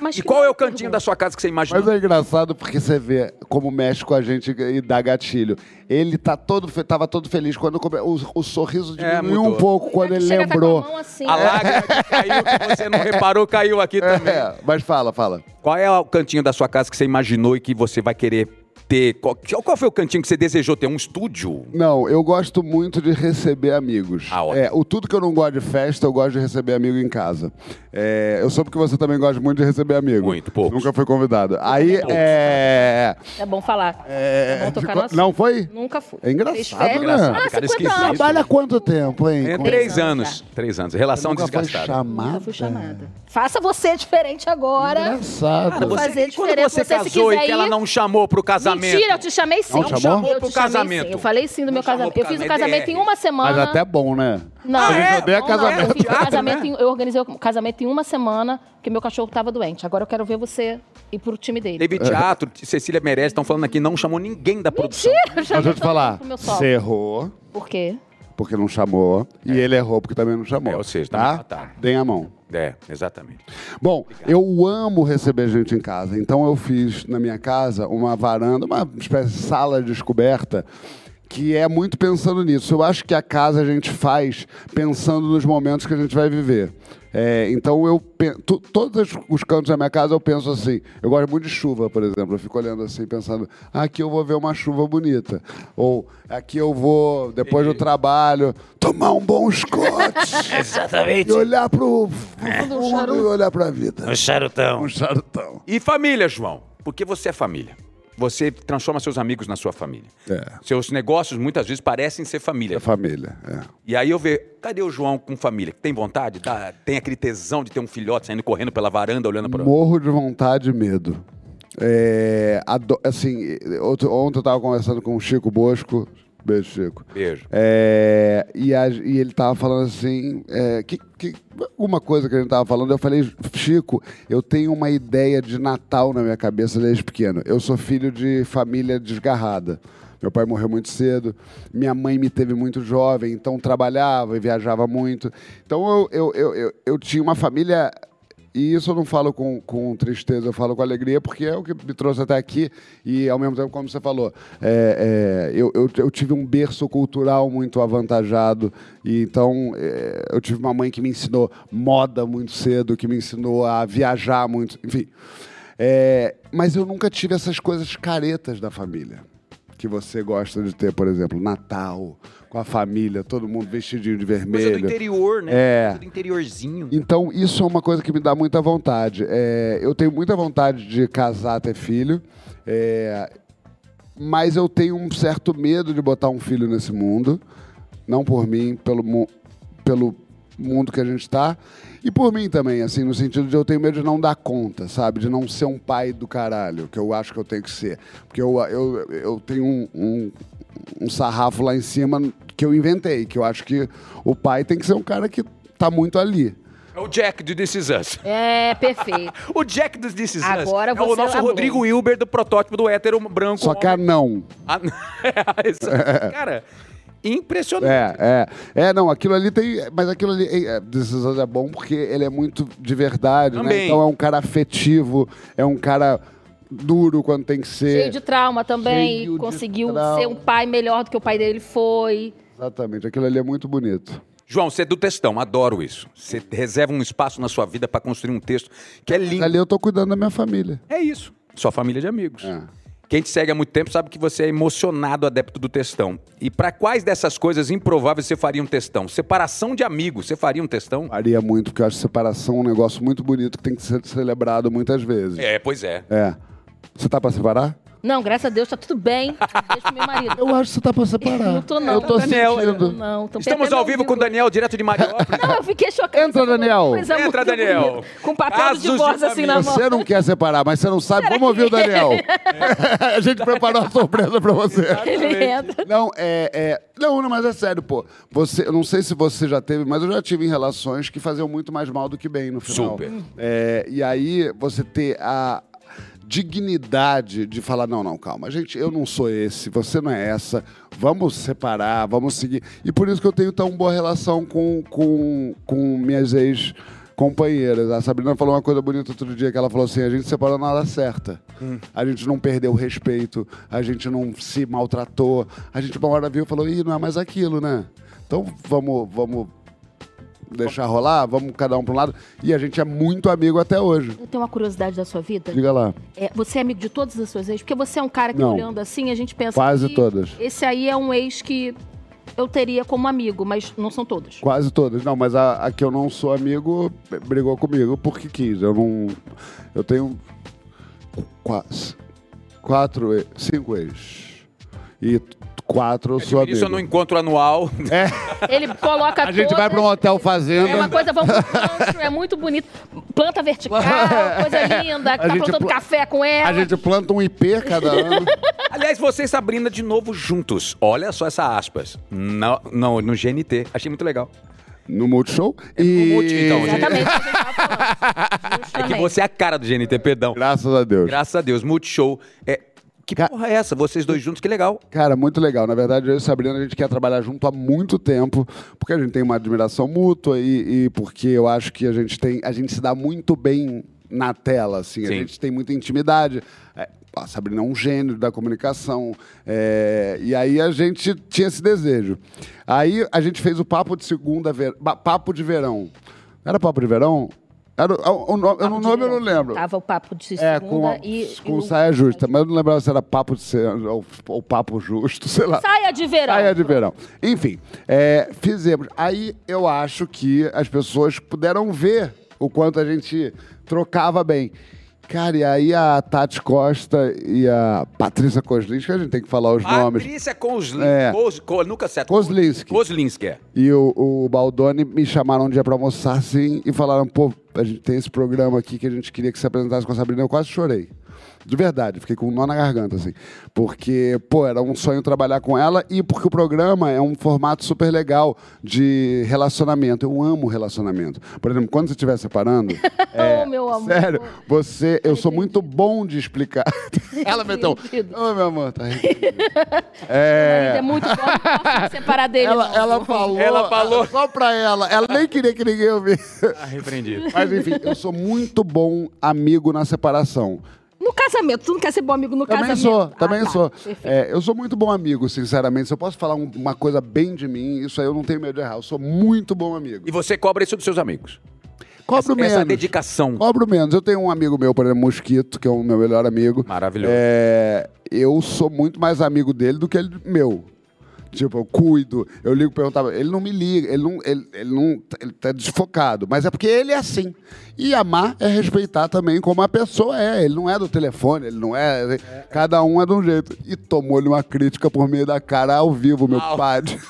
S2: Mas
S1: e
S2: que
S1: qual é o
S2: loucura.
S1: cantinho da sua casa que você imagina?
S3: Mas é engraçado porque você vê como mexe com a gente e dá gatilho. Ele tá todo, fe- tava todo feliz quando come- o, o sorriso
S1: É,
S3: diminuiu
S1: mudou.
S3: um pouco quando ele
S2: Chega, tá com a
S3: lembrou.
S2: mão assim.
S1: A lágrima que caiu, que
S3: (laughs)
S1: você não reparou, caiu aqui também.
S3: É, mas fala, fala.
S1: Qual é o cantinho da sua casa que você imaginou e que você vai querer ter? Qual, qual foi o cantinho que você desejou ter? Um estúdio?
S3: Não, eu gosto muito de receber amigos.
S1: Ah, ótimo.
S3: é, o tudo que eu não gosto de festa, eu gosto de receber amigo em casa. É, eu soube que você também gosta muito de receber amigo.
S1: Muito, poucos.
S3: Nunca foi convidado. Aí,
S1: poucos.
S3: é...
S2: É bom falar.
S3: é,
S2: É bom tocar
S3: de-
S2: no assunto.
S3: Não foi?
S2: Nunca fui.
S3: É engraçado,
S2: Fiz férias.
S3: né?
S1: Engraçado, cara,
S2: Ah, 50
S1: esquisito.
S2: anos.
S3: Trabalha há quanto tempo, hein?
S1: É,
S3: Com-
S1: três
S2: Três anos
S1: anos. Três anos. Relação
S3: Nunca foi
S1: desgastada.
S2: Nunca
S3: chamada.
S2: fui chamada. Faça você diferente agora.
S3: Engraçado.
S2: Fazer
S1: quando
S2: diferença.
S1: você
S2: Você, se
S1: casou e
S2: quiser
S1: que ela
S2: ir-
S1: não chamou pro casamento, casamento.
S2: Mentira, eu te chamei sim.
S3: Não, chamou?
S2: Eu
S1: Pro
S2: te chamei
S1: casamento.
S2: sim. Eu falei sim do
S1: Não
S2: meu
S1: chamou
S2: casamento.
S1: pro
S2: Eu fiz o
S1: casamento,
S2: casamento em
S1: DR.
S2: uma semana.
S3: Mas até bom, né?
S2: Não,
S1: Ah,
S2: não,
S1: é?
S3: odeia
S2: não,
S3: casamento.
S2: Eu, fiz o
S1: Teatro,
S2: casamento
S1: né?
S2: em- eu organizei o casamento em uma semana, porque meu cachorro tava doente. Agora eu quero ver você ir pro time dele.
S1: Teve teatro, Cecília merece, estão falando aqui, não chamou ninguém da produção.
S2: Eu já
S3: Mas
S2: tô
S3: eu te falar,
S2: pro meu solo.
S3: você errou
S2: Por quê?
S3: porque não chamou e ele errou porque também não chamou.
S1: É, ou seja, tá
S3: tá?
S1: empatado.
S3: Dêem a mão.
S1: É, exatamente.
S3: Bom, eu amo receber gente em casa. Então eu fiz na minha casa uma varanda, uma espécie de sala descoberta, que é muito pensando nisso. Eu acho que a casa a gente faz pensando nos momentos que a gente vai viver. É, então eu pe- to- todos os cantos da minha casa eu penso assim. Eu gosto muito de chuva, por exemplo. Eu fico olhando assim pensando, "Ah, aqui eu vou ver uma chuva bonita, ou aqui eu vou depois do trabalho tomar um bom Scott.
S1: Exatamente.
S3: E olhar pro pro mundo e olhar pra vida.
S1: charutão.
S3: Um charutão.
S1: E família, João? Porque você é família. Você transforma seus amigos na sua família.
S3: É.
S1: Seus negócios muitas vezes parecem ser família.
S3: É família, é.
S1: E aí eu vejo, cadê o João com família? Tem vontade? Dá- tem aquele tesão de ter um filhote saindo correndo pela varanda, olhando para
S3: Morro de vontade e medo. É, ado- assim, outro- ontem eu tava conversando com o Chico Bosco. Beijo, Chico.
S1: Beijo.
S3: É, e, a- e ele tava falando assim, é, que, que- uma coisa que a gente tava falando, eu falei, Chico, eu tenho uma ideia de Natal na minha cabeça desde pequeno. Eu sou filho de família desgarrada. Meu pai morreu muito cedo, minha mãe me teve muito jovem, então trabalhava e viajava muito. Então eu, eu, eu, eu, eu tinha uma família e isso eu não falo com, com tristeza, eu falo com alegria, porque é o que me trouxe até aqui. E ao mesmo tempo, como você falou, é, é, eu, eu, eu tive um berço cultural muito avantajado. E então é, eu tive uma mãe que me ensinou moda muito cedo, que me ensinou a viajar muito, enfim. É, mas eu nunca tive essas coisas caretas da família que você gosta de ter, por exemplo, Natal, com a família, todo mundo vestidinho de vermelho.
S1: Coisa do interior, né?
S3: É.
S1: Coisa do interiorzinho.
S3: Então, isso é uma coisa que me dá muita vontade. É, eu tenho muita vontade de casar, ter filho. é, mas eu tenho um certo medo de botar um filho nesse mundo. Não por mim, pelo, mu- pelo mundo que a gente está. E por mim também, assim, no sentido de eu tenho medo de não dar conta, sabe? De não ser um pai do caralho, que eu acho que eu tenho que ser. Porque eu, eu, eu tenho um, um, um sarrafo lá em cima que eu inventei, que eu acho que o pai tem que ser um cara que tá muito ali.
S1: É o Jack do This Is Us.
S2: É, perfeito.
S1: O Jack dos This Is Us
S2: Agora
S1: é o
S2: você
S1: nosso
S2: abriu.
S1: Rodrigo Wilber do protótipo do hétero branco.
S3: Só que
S1: homem.
S3: anão.
S1: Ah, (laughs) é, (laughs) exato. Cara, impressionante.
S3: É, é. É, não, aquilo ali tem. Mas aquilo ali. É, é, This Is Us é bom porque ele é muito de verdade, né?
S1: Também.
S3: Então é um cara afetivo, é um cara duro quando tem que ser.
S2: Cheio de trauma também.
S3: Cheio de
S2: e conseguiu
S3: trauma.
S2: ser um pai melhor do que o pai dele foi.
S3: Exatamente, aquilo ali é muito bonito.
S1: João, você é do textão, adoro isso. Você reserva um espaço na sua vida pra construir um texto que é lindo.
S3: Ali eu tô cuidando da minha família.
S1: É isso. Sua família de amigos.
S3: É.
S1: Quem te segue há muito tempo sabe que você é emocionado adepto do textão. E pra quais dessas coisas improváveis você faria um textão? Separação de amigos, você faria um textão?
S3: Varia muito, porque eu acho separação um negócio muito bonito que tem que ser celebrado muitas vezes.
S1: É, pois é.
S3: É. Você tá pra separar?
S2: Não, graças a Deus, tá
S3: (laughs)
S2: tudo bem. Deixa meu marido.
S3: Eu acho que você tá pra separar.
S2: Não tô, não.
S3: Eu tô
S1: Daniel,
S3: sentindo.
S2: Não, tô
S1: Estamos
S2: perdendo
S1: ao vivo com o Daniel, direto de Mariópolis. (laughs)
S2: Não, eu fiquei chocada.
S3: Entra, Daniel.
S2: Coisa muito
S1: Entra, Daniel.
S2: bonita. Com papel
S1: Casos
S2: de
S1: de
S2: divórcio assim na mão.
S3: Você não quer separar, mas você não sabe. Vamos ouvir o Daniel. (laughs) a gente preparou uma surpresa pra você.
S2: Ele entra.
S3: Não, é, é- Não, não, mas é sério, pô. Você, eu não sei se você já teve, mas eu já tive em relações que faziam muito mais mal do que bem no final.
S1: Super.
S3: É, e aí você ter a dignidade de falar não, não, calma, gente, eu não sou esse, você não é essa, vamos separar, vamos seguir. E por isso que eu tenho tão boa relação com com, com minhas ex companheiras. A Sabrina falou uma coisa bonita outro dia que ela falou assim: a gente separou na hora certa. A gente não perdeu o respeito, a gente não se maltratou. A gente uma hora viu e falou: "Ih, não é mais aquilo, né? Então vamos, vamos deixar rolar, vamos cada um para um lado. E a gente é muito amigo até hoje.
S2: Eu tenho uma curiosidade da sua vida.
S3: Diga lá.
S2: É, você é amigo de todas as suas ex? Porque você é um cara que
S3: Não.
S2: olhando assim, a gente pensa.
S3: Quase
S2: "Ih,
S3: todas.
S2: Esse aí é um ex que eu teria como amigo, mas não são todos.
S3: Quase todas. Não, mas a, a que eu não sou amigo b- brigou comigo porque quis. Eu não. Eu tenho. Quase. Quatro. e- Cinco ex. E t- Quatro, É eu sou amigo.
S1: Isso eu não encontro anual.
S2: Ele coloca
S3: A gente vai pra um hotel fazenda.
S2: É uma coisa,
S3: (laughs)
S2: vamos pro country, é muito bonito. Planta vertical, coisa linda, tá
S3: gente
S2: plantando
S3: pla-
S2: café com ela.
S3: A gente planta um IP cada ano.
S1: Aliás, você e Sabrina de novo juntos. Olha só essa aspas. Não, não, no GNT. Achei muito legal.
S3: É No Multishow. E...
S1: no Multi, então, gente.
S2: Exatamente, a gente tava
S3: (laughs)
S1: É
S2: falando.
S1: que
S2: Justamente.
S1: você é a cara do GNT, perdão.
S3: Graças a Deus.
S1: Graças a Deus, Multishow. É, que
S3: Ca-
S1: porra é essa? Vocês dois juntos, que legal.
S3: Cara, muito legal. Na verdade, eu e Sabrina, a gente quer trabalhar junto há muito tempo, porque a gente tem uma admiração mútua e, e porque eu acho que a gente tem. A gente se dá muito bem na tela, assim.
S1: Sim.
S3: A gente tem muita intimidade. É, a Sabrina é um gênio da comunicação. é, e aí a gente tinha esse desejo. Aí a gente fez o papo de segunda ver, ba- papo de verão. Era papo de verão? Era, o, o, no- eu não-
S2: Papo de
S3: nome eu não
S2: verão. Tá,
S3: lembro.
S2: Tava o papo de segunda
S3: É, com, a-
S2: e.
S3: com
S2: e o-
S3: saia justa. Mas eu não lembrava se era papo de ser, ou, ou papo justo, (laughs) sei lá.
S2: Saia de verão.
S3: Saia de verão. Enfim, é, fizemos. Aí eu acho que as pessoas puderam ver o quanto a gente trocava bem. Cara, e aí a Tati Costa e a Patrícia Koslins, que a gente tem que falar os nomes.
S1: Patrícia Kosli...
S3: É.
S1: Kos... Ko- Nunca certo.
S3: Koslinski.
S1: Koslinski, é.
S3: E o, o Baldoni me chamaram um dia pra almoçar, assim, e falaram, pô, a gente tem esse programa aqui que a gente queria que você apresentasse com a Sabrina. Eu quase chorei. De verdade, fiquei com um nó na garganta, assim. Porque, pô, era um sonho trabalhar com ela e porque o programa é um formato super legal de relacionamento. Eu amo relacionamento. Por exemplo, quando você estiver separando,
S2: oh, (laughs) meu amor.
S3: É, sério, você, eu sou muito bom de
S2: (laughs)
S3: explicar. ela meteu, um, ô
S2: Entendido.
S3: meu amor, tá
S2: (laughs)
S3: arrependido."
S2: É muito bom. Não posso me separar dele.
S3: Ela,
S2: não.
S3: ela falou.
S1: Ela
S3: (laughs)
S1: falou.
S3: Só pra ela. Ela nem queria que ninguém ouvisse.
S1: Ah, repreendido.
S3: Mas enfim, eu sou muito bom amigo na separação.
S2: No casamento, tu não quer ser bom amigo no
S3: Também
S2: casamento?
S3: sou, também
S2: Ah, tá.
S3: sou.
S2: Perfeito.
S3: É, eu sou muito bom amigo, sinceramente. Se eu posso falar um- uma coisa bem de mim, isso aí eu não tenho medo de errar. Eu sou muito bom amigo.
S1: E você cobra isso dos seus amigos.
S3: Cobro menos.
S1: Essa dedicação.
S3: Cobro menos. Eu tenho um amigo meu, por exemplo, Mosquito, que é o meu melhor amigo.
S1: Maravilhoso.
S3: É, eu sou muito mais amigo dele do que ele meu. Tipo, eu cuido, eu ligo perguntava. Ele não me liga, ele não, ele, ele não. Ele tá desfocado. Mas é porque ele é assim. E amar é respeitar também como a pessoa é. Ele não é do telefone, ele não é. Cada um é de um jeito. E tomou-lhe uma crítica por meio da cara ao vivo, meu
S1: Au.
S3: padre. (laughs)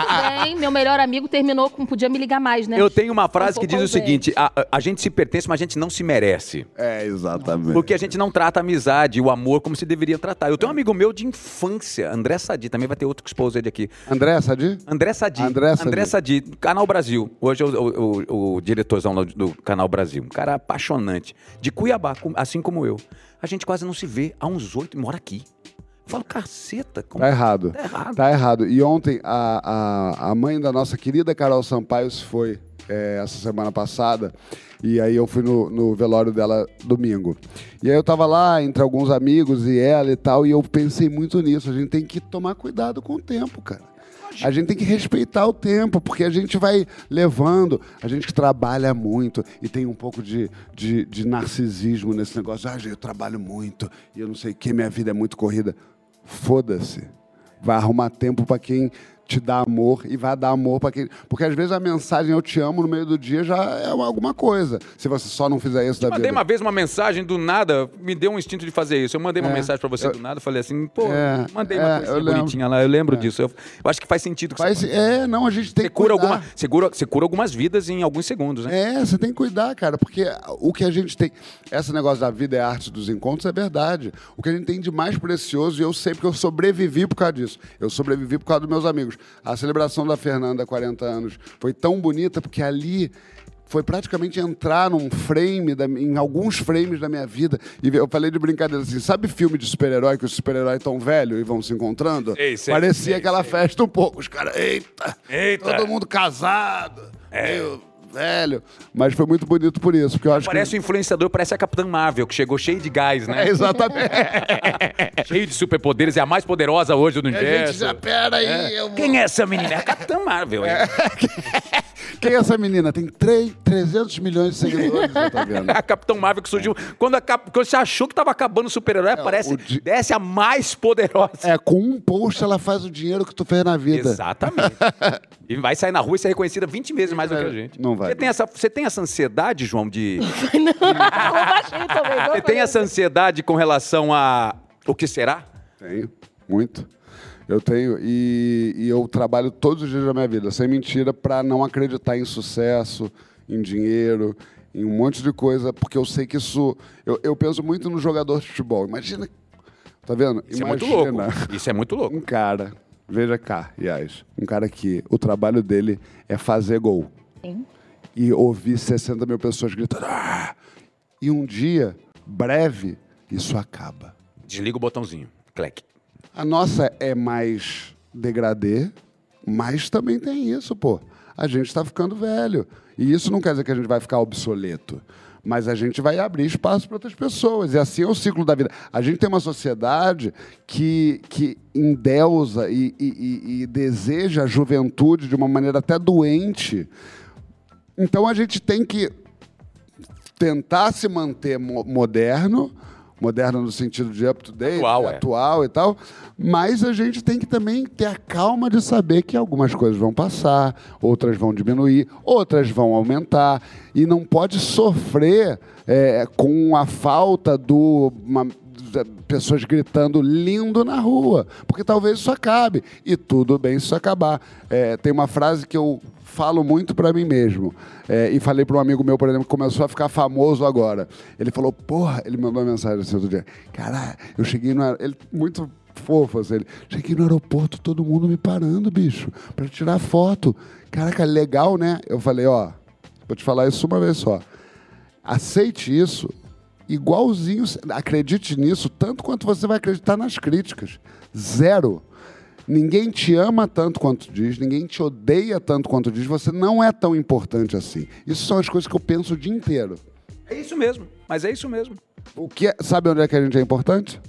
S2: Tudo bem, meu melhor amigo terminou com podia me ligar mais, né?
S1: Eu
S2: (laughs)
S1: tenho uma frase que
S2: pouco
S1: diz o
S2: ausente.
S1: seguinte: a, a- a gente se pertence, mas a gente não se merece.
S3: É, exatamente.
S1: Porque a gente não trata a amizade, e o amor, como se deveria tratar. Eu tenho um amigo meu de infância, André Sadi, também vai ter outro expose ele aqui.
S3: André, Sadi?
S1: André Sadi.
S3: André Sadi.
S1: Sadi, Canal Brasil. Hoje é o, o, o- o diretorzão lá do Canal Brasil. Um cara apaixonante. De Cuiabá, com- assim como eu. A gente quase não se vê há uns oito e mora aqui. Eu falo, caceta, como
S3: Tá errado.
S1: Tá errado.
S3: Tá errado. E ontem a, a, a mãe da nossa querida Carol Sampaio se foi é, essa semana passada. E aí eu fui no, no velório dela domingo. E aí eu tava lá entre alguns amigos e ela e tal. E eu pensei muito nisso. A gente tem que tomar cuidado com o tempo, cara. A gente tem que respeitar o tempo, porque a gente vai levando. A gente que trabalha muito e tem um pouco de, de, de narcisismo nesse negócio. Ah, eu trabalho muito e eu não sei o que, minha vida é muito corrida. Foda-se. Vai arrumar tempo pra quem te dá amor e vai dar amor pra quem. Porque às vezes a mensagem eu te amo no meio do dia já é alguma coisa. Se você só não fizer isso da
S1: Mandei
S3: vida.
S1: Tipo, ah, uma vez uma mensagem do nada, me deu um instinto de fazer isso. Eu mandei uma
S3: É.
S1: mensagem pra você do nada, falei assim, pô,
S3: É,
S1: mandei
S3: é,
S1: uma
S3: eu
S1: coisinha
S3: lembro. É.
S1: bonitinha lá, eu lembro disso. Eu, eu acho que faz sentido. Que
S3: Mas,
S1: você, tá
S3: é, não, a gente tem
S1: você
S3: que.
S1: cura
S3: cuidar.
S1: alguma, você, cura, você cura algumas vidas em alguns segundos, né?
S3: É, você tem que cuidar, cara, porque o que a gente tem. Esse negócio da vida é arte dos encontros é verdade. O que a gente tem de mais precioso, e eu sei porque eu sobrevivi por causa disso. Eu sobrevivi por causa dos meus amigos. A celebração da Fernanda, 40 anos, foi tão bonita, porque ali. Foi praticamente entrar num frame, da- em alguns frames da minha vida. E eu falei de brincadeira assim: sabe filme de super-herói que os super-heróis tão velhos e vão se encontrando?
S1: Sei, sei,
S3: Parecia
S1: sei,
S3: aquela festa um pouco. Os caras, eita,
S1: Eita.
S3: todo mundo casado,
S1: É.
S3: meio velho. Mas foi muito bonito por isso, porque eu acho
S1: Parece
S3: que.
S1: o influenciador, parece a Capitã Marvel, que chegou cheio de gás,
S3: (laughs) É,
S1: né?
S3: exatamente.
S1: (laughs) cheio de superpoderes, é a mais poderosa hoje do
S3: a gente
S1: universo.
S3: já, pera aí. eu vou-
S1: Quem é essa menina? É a Capitã Marvel. É.
S3: Quem é essa menina? Tem três- 300 milhões de seguidores, você tá
S1: (laughs)
S3: vendo?
S1: É A Capitã Marvel que surgiu. Quando, a Cap- quando você achou que tava acabando o super-herói, parece
S3: o di-
S1: desce a mais poderosa.
S3: É, com um post ela faz o dinheiro que tu fez na (laughs) vida.
S1: Exatamente. e vai sair na rua e ser reconhecida 20 vezes mais do que a gente.
S3: É, Não vai.
S1: Você tem essa, você tem essa ansiedade,
S3: (laughs)
S1: João, de.
S2: Não, baixei também. não
S1: Você
S2: falei.
S1: tem essa ansiedade com relação a o que será?
S3: Tenho, muito. Eu tenho. E, e eu trabalho todos os dias da minha vida, sem mentira, para não acreditar em sucesso, em dinheiro, em um monte de coisa, porque eu sei que isso. Eu, eu penso muito no jogador de futebol. Imagina. Tá vendo?
S1: Isso é muito
S3: Imagina
S1: louco. Isso é muito louco.
S3: um cara, veja cá, Yas, um cara que o trabalho dele é fazer gol.
S2: Sim.
S3: E ouvir 60 mil pessoas gritando. "Ah!" E um dia, breve, isso acaba.
S1: Desliga o botãozinho. Clec.
S3: A nossa é mais degradê, mas também tem isso, pô. A gente tá ficando velho. E isso não quer dizer que a gente vai ficar obsoleto. Mas a gente vai abrir espaço para outras pessoas. E assim é o ciclo da vida. A gente tem uma sociedade que, que endeusa e, e- e- e deseja a juventude de uma maneira até doente. Então a gente tem que tentar se manter mo- moderno, moderno no sentido de up to date,
S1: Atual, é.
S3: atual e tal, mas a gente tem que também ter a calma de saber que algumas coisas vão passar, outras vão diminuir, outras vão aumentar e não pode sofrer é, com a falta do uma- da- pessoas gritando lindo na rua, porque talvez isso acabe e tudo bem se isso acabar. É, tem uma frase que eu falo muito pra mim mesmo. É, e falei pra um amigo meu, por exemplo, que começou a ficar famoso agora. Ele falou, porra, ele mandou uma mensagem assim outro dia. Cara, eu cheguei no aer- ele Muito fofo, assim, ele. Cheguei no aeroporto, todo mundo me parando, bicho, pra tirar foto. Caraca, legal, né? Eu falei, ó, vou te falar isso uma vez só. Aceite isso igualzinho, acredite nisso tanto quanto você vai acreditar nas críticas. Zero. Ninguém te ama tanto quanto diz, ninguém te odeia tanto quanto diz, você não é tão importante assim. Isso são as coisas que eu penso o dia inteiro.
S1: É isso mesmo. Mas é isso mesmo.
S3: O que é- sabe onde é que a gente é importante?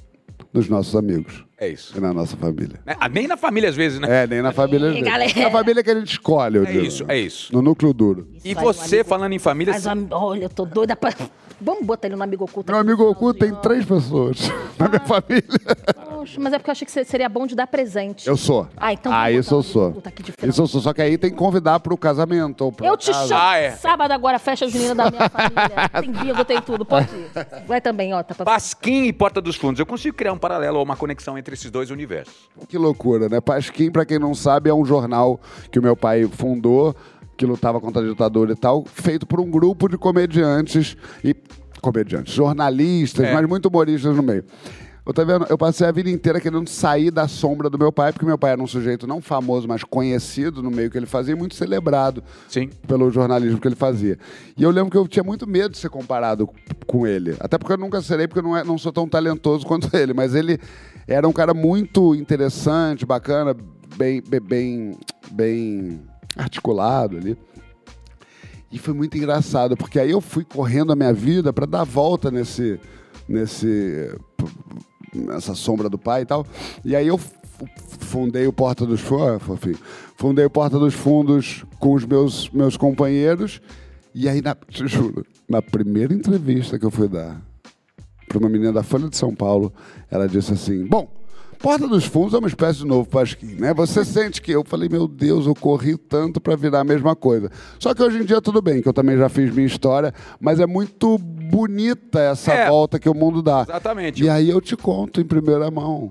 S3: Nos nossos amigos
S1: É
S3: e
S1: isso.
S3: na nossa família.
S1: É, nem na família, às vezes, né?
S3: É, nem na família.
S2: Ei, galera.
S3: Na família que a gente escolhe, eu
S1: É
S3: digo.
S1: isso, é isso.
S3: No núcleo duro.
S1: E
S2: Vai, um
S1: você,
S2: amigo-
S1: falando em família,
S2: Mas, am- olha, eu tô doida pra. Vamos botar ele no amigo oculto.
S3: Meu amigo oculto tem três pessoas (laughs) na minha família.
S2: Poxa, mas é porque eu achei que você- seria bom de dar presente.
S3: Eu sou.
S2: Ah, então
S3: Ah,
S2: vamos
S3: isso eu
S2: botar um
S3: sou.
S2: puta aqui de frente.
S3: Isso eu sou. Só que aí tem que convidar pro casamento. Ou pro
S2: Eu te chamo.
S1: Ah, é.
S2: Sábado agora, festa junina da
S3: (laughs)
S2: minha família. Tem bingo, tem tudo. Pode ir. Vai também, ó. Tá pra...
S1: Pasquim e Porta dos Fundos. Eu consigo criar um paralelo ou uma conexão entre esses dois universos.
S3: Que loucura, né? Pasquim, pra quem não sabe, é um jornal que o meu pai fundou, que lutava contra a ditadura e tal, feito por um grupo de comediantes e. comediantes, jornalistas,
S1: É.
S3: mas muito humoristas no meio. Eu, tá vendo? eu passei a vida inteira querendo sair da sombra do meu pai, porque meu pai era um sujeito não famoso, mas conhecido no meio que ele fazia e muito celebrado
S1: Sim.
S3: pelo jornalismo que ele fazia. E eu lembro que eu tinha muito medo de ser comparado com ele. Até porque eu nunca serei, porque eu não, é- não sou tão talentoso quanto (laughs) ele. Mas ele era um cara muito interessante, bacana, bem, bem, bem, bem articulado ali. E foi muito engraçado, porque aí eu fui correndo a minha vida para dar volta nesse, nesse, nessa sombra do pai e tal. E aí eu f- fundei o Porta dos Fundos, fofinho, fundei o Porta dos Fundos com os meus, meus companheiros. E aí, na, (laughs) te juro, na primeira entrevista que eu fui dar para uma menina da Folha de São Paulo, ela disse assim: Bom, Porta dos Fundos é uma espécie de novo Pasquim, né? Você sente que eu falei, meu Deus, eu corri tanto para virar a mesma coisa. Só que hoje em dia tudo bem, que eu também já fiz minha história, mas é muito bonita essa
S1: É.
S3: volta que o mundo dá.
S1: Exatamente.
S3: E aí eu te conto em primeira mão.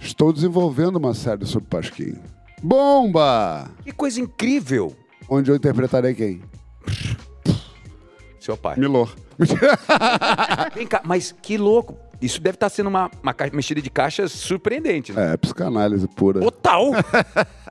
S3: Estou desenvolvendo uma série sobre Pasquim. Bomba!
S1: Que coisa incrível.
S3: Onde eu interpretarei quem?
S1: Seu pai.
S3: Milor.
S1: Vem cá, mas que louco. Isso deve estar sendo uma, uma ca- mexida de caixa surpreendente, né?
S3: (laughs) É, psicanálise pura.
S1: (laughs) Total!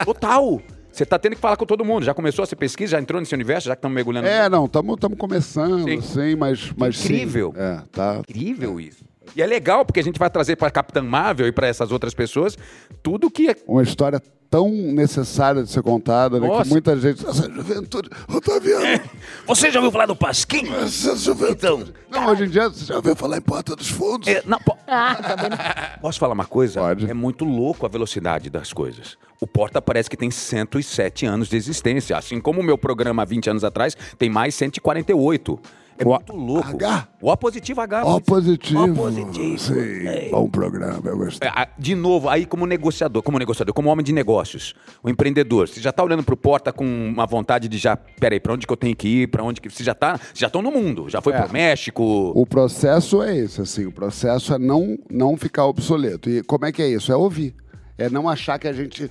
S1: Total! Você tá tendo que falar com todo mundo. Já começou essa pesquisa? Já entrou nesse universo? Já que estamos mergulhando?
S3: É, não, estamos começando,
S1: Sim.
S3: sim, mas, mas sim.
S1: Incrível.
S3: É, tá.
S1: Incrível isso. E é legal, porque a gente vai trazer para Capitã Marvel e para essas outras pessoas tudo que é
S3: Uma história tão necessária de ser contada, né?
S1: Nossa. É.
S3: Que muita gente. Essa juventude. Otaviano!
S1: Você já ouviu falar do Pasquim?
S3: Essa juventude. não, hoje em dia você já ouviu falar em Porta dos Fundos.
S1: Então. É, não, po-
S2: Ah, também não.
S1: (laughs) Posso falar uma coisa?
S3: Pode.
S1: É muito louco a velocidade das coisas. O Porta parece que tem 107 anos de existência, assim como o meu programa há 20 anos atrás tem mais 148. É
S3: O A-
S1: muito louco.
S3: H?
S1: O A positivo H. é.
S3: Ó, positivo.
S1: Ó positivo.
S3: Sim,
S1: É.
S3: bom programa, eu gostei.
S1: É, a- De novo, aí como negociador, como negociador, como homem de negócios, o empreendedor, você já está olhando para o porta com uma vontade de já, peraí, para onde que eu tenho que ir, para onde que... Você já está, já estão no mundo, já foi
S3: É.
S1: para o México,
S3: O processo é esse, assim, o processo é não, não ficar obsoleto. E como é que é isso? É ouvir. é não achar que a gente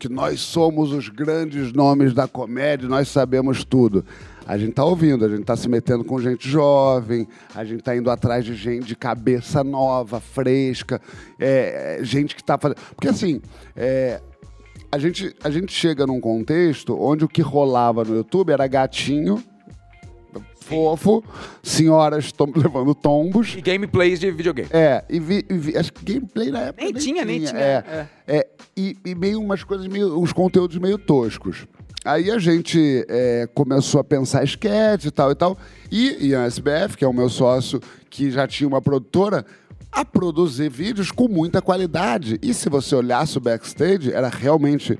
S3: que nós somos os grandes nomes da comédia, nós sabemos tudo. A gente tá ouvindo, a gente tá se metendo com gente jovem, a gente tá indo atrás de gente de cabeça nova, fresca, é, gente que tá fazendo. Porque assim, é, a, gente, a gente chega num contexto onde o que rolava no YouTube era gatinho, fofo, senhoras tom- (laughs) levando tombos.
S1: E gameplays de videogame.
S3: É, e vi, e vi- acho que gameplay na época.
S1: Nem tinha, nem tinha,
S3: É, é, e, e meio umas coisas, meio, uns conteúdos meio toscos. Aí a gente é, começou a pensar sketch e tal e tal. E Ian SBF, que é o meu sócio, que já tinha uma produtora, a produzir vídeos com muita qualidade. E se você olhasse o backstage, era realmente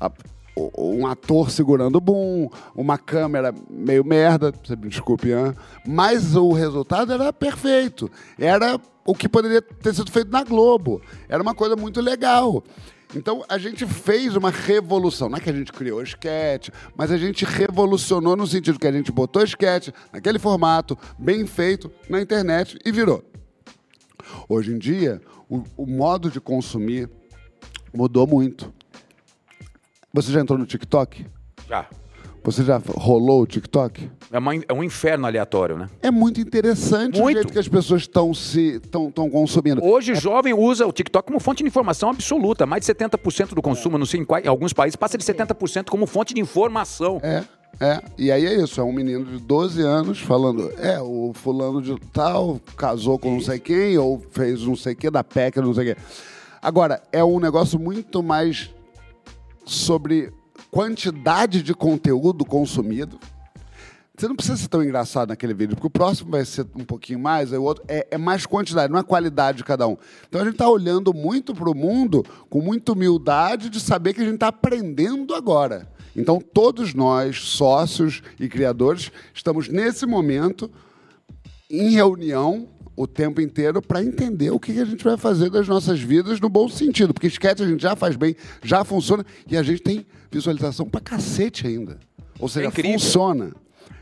S3: a- o- um ator segurando o boom, uma câmera meio merda, você me desculpe, Ian, mas o resultado era perfeito. Era o que poderia ter sido feito na Globo. Era uma coisa muito legal. Então a gente fez uma revolução. Não é que a gente criou esquete, mas a gente revolucionou no sentido que a gente botou esquete naquele formato, bem feito, na internet e virou. Hoje em dia, o, o modo de consumir mudou muito. Você já entrou no TikTok?
S1: Já.
S3: Você já rolou o TikTok?
S1: É, uma in- é um inferno aleatório, né?
S3: É muito interessante
S1: Muito.
S3: o jeito que as pessoas estão se tão, tão consumindo.
S1: Hoje o jovem usa o TikTok como fonte de informação absoluta. Mais de 70% do consumo, não sei em, quais, em alguns países, passa de 70% como fonte de informação.
S3: É, é. E aí é isso, é um menino de 12 anos falando, é, o fulano de tal casou com não sei quem, ou fez não sei o que, da PEC, não sei o quê. Agora, é um negócio muito mais sobre quantidade de conteúdo consumido. Você não precisa ser tão engraçado naquele vídeo, porque o próximo vai ser um pouquinho mais, aí o outro. É, é mais quantidade, não é qualidade de cada um. Então a gente está olhando muito para o mundo com muita humildade de saber que a gente está aprendendo agora. Então todos nós, sócios e criadores, estamos nesse momento em reunião o tempo inteiro para entender o que que a gente vai fazer das nossas vidas no bom sentido. Porque esquete a gente já faz bem, já funciona e a gente tem visualização pra cacete ainda. Ou seja,
S1: incrível.
S3: funciona.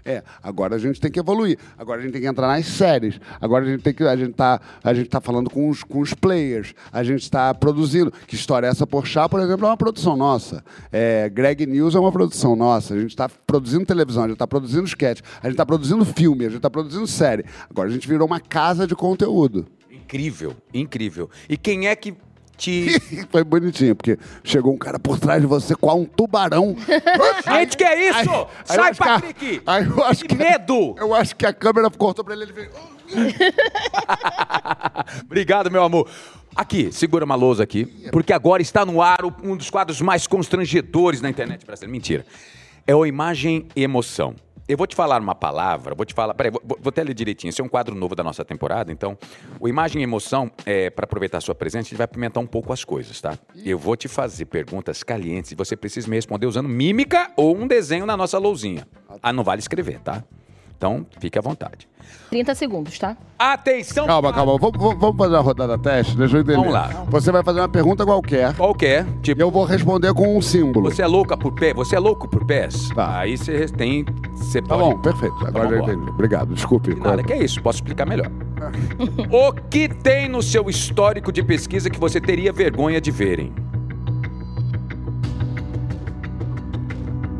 S3: É, agora a gente tem que evoluir. Agora a gente tem que entrar nas séries. Agora a gente tem que. A gente tá, a gente tá falando com os, com os players. A gente está produzindo. Que história é essa por chá, por exemplo, é uma produção nossa. É, Greg News é uma produção nossa. A gente está produzindo televisão, a gente está produzindo sketch, a gente está produzindo filme, a gente está produzindo série. Agora a gente virou uma casa de conteúdo.
S1: Incrível, incrível. E quem é que
S3: (laughs)
S1: te.
S3: Foi bonitinho, porque chegou um cara por trás de você com um (laughs) tubarão.
S1: Gente, que é isso?
S3: Aí- aí eu
S1: Sai,
S3: acho que a-
S1: Patrick!
S3: aí eu acho
S1: Que medo!
S3: Eu acho que a câmera cortou pra ele, ele veio.
S1: (laughs) Obrigado, meu amor. Aqui, segura uma lousa aqui, porque agora está no ar o- um dos quadros mais constrangedores na internet brasileira. Mentira. É o Imagem e Emoção. Eu vou te falar uma palavra, vou te falar. Peraí, vou, vou vou até ler direitinho. Esse é um quadro novo da nossa temporada, então. O Imagem e Emoção, é, para aproveitar a sua presença, a gente vai pimentar um pouco as coisas, tá? Eu vou te fazer perguntas calientes e você precisa me responder usando mímica ou um desenho na nossa lousinha. Ah, não vale escrever, tá? Então, fique à vontade.
S2: 30 segundos, tá?
S1: Atenção!
S3: Calma, calma. Vamos, vamos- vamos fazer uma rodada teste? Deixa eu entender.
S1: Vamos lá.
S3: Você vai fazer uma pergunta qualquer
S1: Qualquer, tipo.
S3: e eu vou responder com um símbolo.
S1: Você é louca por pé? Você é louco por pés?
S3: Tá.
S1: Aí você tem. Você
S3: Tá
S1: pode.
S3: bom, perfeito. Agora
S1: Então
S3: já
S1: vambora.
S3: entendi. Obrigado. Desculpe.
S1: Nada, que é isso, posso explicar melhor.
S3: Ah.
S1: o que tem no seu histórico de pesquisa que você teria vergonha de verem?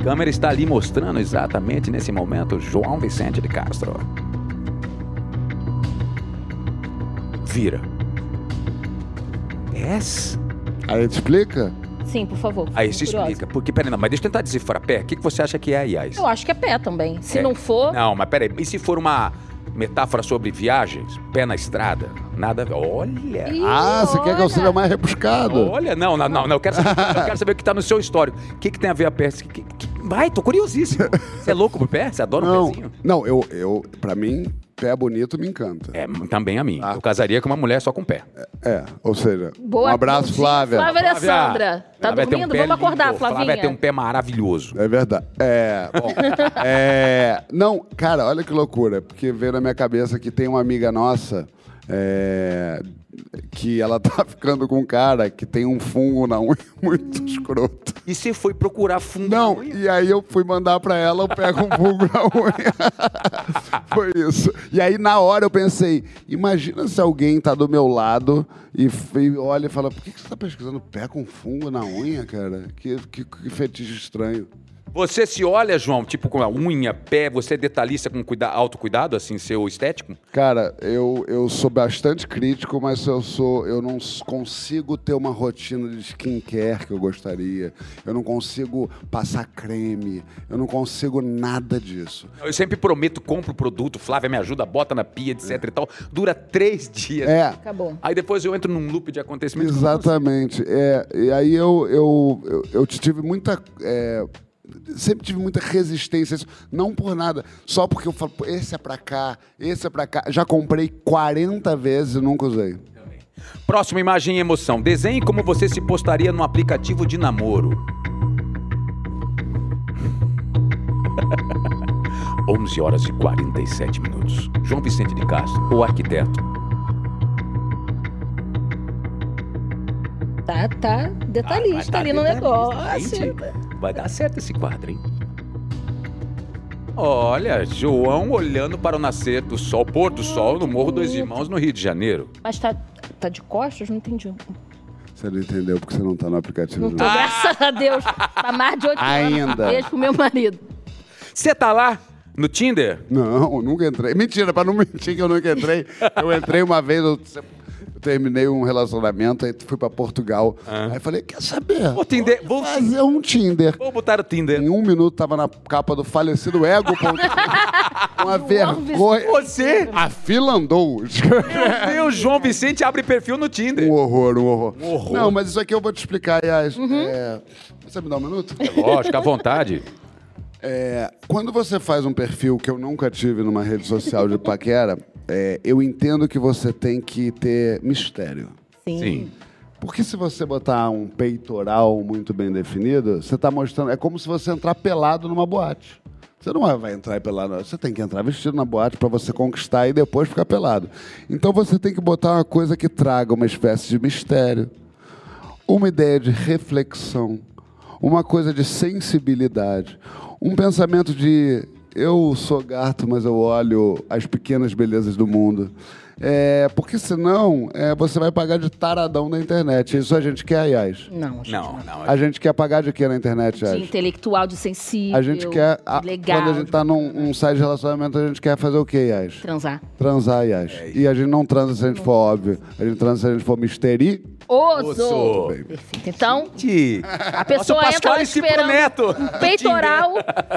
S1: A câmera está ali mostrando exatamente nesse momento João Vicente de Castro. Vira. Yes?
S3: Aí te explica?
S2: Sim, por favor.
S1: Aí
S2: Fico
S1: se
S2: curiosa.
S1: explica. Porque, peraí, não, mas deixa eu tentar decifrar pé. O que, que você acha que é, aliás?
S2: Eu acho que é pé também. Se
S1: É.
S2: não for,
S1: Não, mas peraí, e se for uma metáfora sobre viagens, pé na estrada, nada. a ver. Olha!
S2: Ih,
S3: ah, você quer que eu
S2: olha.
S3: seja mais rebuscado?
S1: Olha, não, não, não, não, eu quero saber, eu quero saber o que tá no seu histórico. O que, que tem a ver a pé? Que- que- que- Vai, tô curiosíssimo. Você é louco por pé? Você adora um
S3: não,
S1: pezinho?
S3: não eu, eu, pra mim, pé bonito me encanta.
S1: É, m- também a mim.
S3: Ah.
S1: Eu casaria com uma mulher só com pé.
S3: É, ou seja,
S2: boa.
S3: um abraço,
S2: bom dia,
S3: Flávia.
S2: Flávia Alessandra. Tá
S1: Flávia tem um
S2: dormindo?
S1: pé
S2: Vamos acordar,
S1: lindo. Flávia
S2: Flavinha.
S1: tem um pé maravilhoso.
S3: É verdade. É, bom. é, não, cara, olha que loucura, porque veio na minha cabeça que tem uma amiga nossa é, que ela (laughs) tá ficando com um cara que tem um fungo na unha (laughs) muito escroto.
S1: E você foi procurar fundo
S3: Não, e aí eu fui mandar pra ela, eu pego um vulgo na unha. (laughs) Foi isso. E aí, na hora, eu pensei, imagina se alguém tá do meu lado e, f- e olha e fala, por que, que você tá pesquisando pé com fungo na unha, cara? Que, que, que fetiche estranho.
S1: Você se olha, João, tipo com a unha, pé, você é detalhista com cuida... autocuidado, assim, seu estético?
S3: Cara, eu, eu sou bastante crítico, mas eu sou eu não s- consigo ter uma rotina de skincare que eu gostaria. Eu não consigo passar creme, eu não consigo nada disso.
S1: Eu sempre prometo, compro o produto, Flávia me ajuda, bota na pia, etc e tal. Dura três dias.
S3: É,
S2: Acabou.
S1: Aí depois eu entro num loop de acontecimentos.
S3: Exatamente. É, e aí eu, eu, eu, eu tive muita. é, sempre tive muita resistência. a isso. Não por nada. Só porque eu falo, "Pô, esse é pra cá, esse é pra cá. Já comprei 40 vezes e nunca usei.
S1: Próxima imagem e emoção. Desenhe como você se postaria num aplicativo de namoro. (laughs) 11 horas e 47 minutos. João Vicente de Castro, o arquiteto.
S2: Tá, tá detalhista
S1: Ah, vai
S2: ali
S1: dar
S2: no
S1: detalhista,
S2: negócio.
S1: gente. Vai dar certo esse quadro, hein? Olha, João olhando para o nascer do sol, pôr do sol no Morro dos Irmãos, no Rio de Janeiro.
S2: Mas tá, tá de costas? Não entendi.
S1: Ah.
S3: Você não entendeu porque você não tá no aplicativo.
S2: Não
S3: de
S2: tô,
S3: namoro.
S2: graças a Deus. Tá mais de oito anos.
S3: Ainda.
S2: Beijo pro meu marido.
S1: Você tá lá no Tinder?
S3: Não, nunca entrei. Mentira, pra não mentir que eu nunca entrei. Eu entrei uma vez, eu, eu terminei um relacionamento, aí fui pra Portugal.
S1: Ah.
S3: Aí falei, quer saber?
S1: Vou Tinder, vou,
S3: Fazer um Tinder.
S1: vou botar o Tinder.
S3: Em um minuto tava na capa do falecido ego.
S1: (laughs)
S3: Uma vergonha.
S1: Você?
S3: A fila andou.
S1: Meu Deus, João Vicente abre perfil no Tinder.
S3: (laughs) Um horror, um horror.
S1: Um horror. Uhum.
S3: Não, mas isso aqui eu vou te explicar, Yas. É, Você me dá um
S1: (laughs)
S3: minuto?
S1: Lógico, à vontade.
S3: É, quando você faz um perfil que eu nunca tive numa rede social de paquera, é, eu entendo que você tem que ter mistério.
S2: Sim.
S1: Sim.
S3: Porque se você botar um peitoral muito bem definido, você tá mostrando. É como se você entrar pelado numa boate. Você não vai entrar pelado, você tem que entrar vestido na boate para você conquistar e depois ficar pelado. Então você tem que botar uma coisa que traga uma espécie de mistério, uma ideia de reflexão, uma coisa de sensibilidade, um pensamento de eu sou gato, mas eu olho as pequenas belezas do mundo. É, porque senão é, você vai pagar de taradão na internet. Isso a gente quer, aliás.
S2: Não, gente.
S1: Não, não.
S3: A gente quer pagar de quê na internet,
S2: De
S3: Yas?
S2: intelectual, de sensível.
S3: A gente quer. a-
S2: legal.
S3: Quando a gente tá num num site de relacionamento, a gente quer fazer o quê, Yas?
S2: Transar.
S3: Transar, Yas. E a gente não transa se a gente for óbvio. A gente transa se a gente for misteri.
S2: Oso.
S1: Oso.
S2: Perfeito. Então,
S1: Gente,
S2: a pessoa
S1: nosso
S2: entra lá
S1: Pasquale se
S2: esperando
S1: prometo.
S2: um peitoral.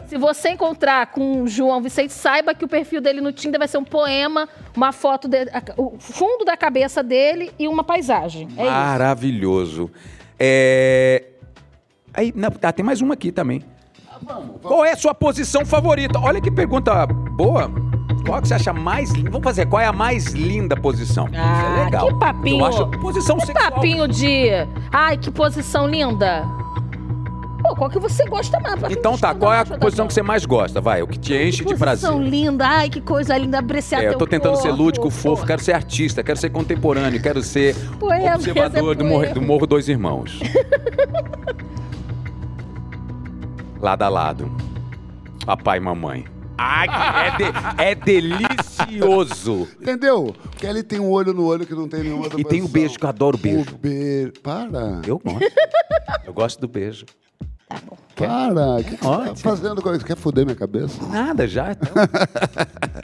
S2: Se você encontrar com o João Vicente, saiba que o perfil dele no Tinder vai ser um poema, uma foto, de, a- o fundo da cabeça dele e uma paisagem. É
S1: Ah.
S2: isso.
S1: Maravilhoso. É... Aí, não, tá, tem mais uma aqui também. Qual é a sua posição favorita? Olha que pergunta boa. Qual que você acha mais linda? Vamos fazer, qual é a mais linda posição? Isso é
S2: Ah,
S1: legal.
S2: que papinho.
S1: Eu acho posição
S2: Que
S1: sexual.
S2: Um papinho de. Ai, que posição linda. Pô, qual que você gosta mais? Pra que
S1: Então tá,
S2: responder
S1: qual é a
S2: mais,
S1: posição
S2: Jadão?
S1: que você mais gosta? Vai, o que te enche de prazer.
S2: Posição linda, ai, que coisa linda, apreciar
S1: É, eu
S2: teu
S1: tô tentando ser
S2: corpo,
S1: lúdico, fofo,
S2: pô.
S1: quero ser artista, quero ser contemporâneo, quero ser
S2: Poema,
S1: observador
S2: esse é
S1: do, Morro,
S2: poema.
S1: do Morro Dois
S2: (laughs)
S1: Irmãos. lado a lado. Papai e mamãe. Ai, que é, de- é delicioso.
S3: Entendeu? Porque ele tem um olho no olho que não tem nenhuma outra
S1: E tem o
S3: posição.
S1: beijo, que eu adoro beijo.
S3: O beijo. Para.
S1: Eu gosto. Eu gosto do beijo.
S3: Para. O que, que você tá
S1: Ótimo.
S3: fazendo com isso? Quer foder minha cabeça?
S1: Nada, já. então.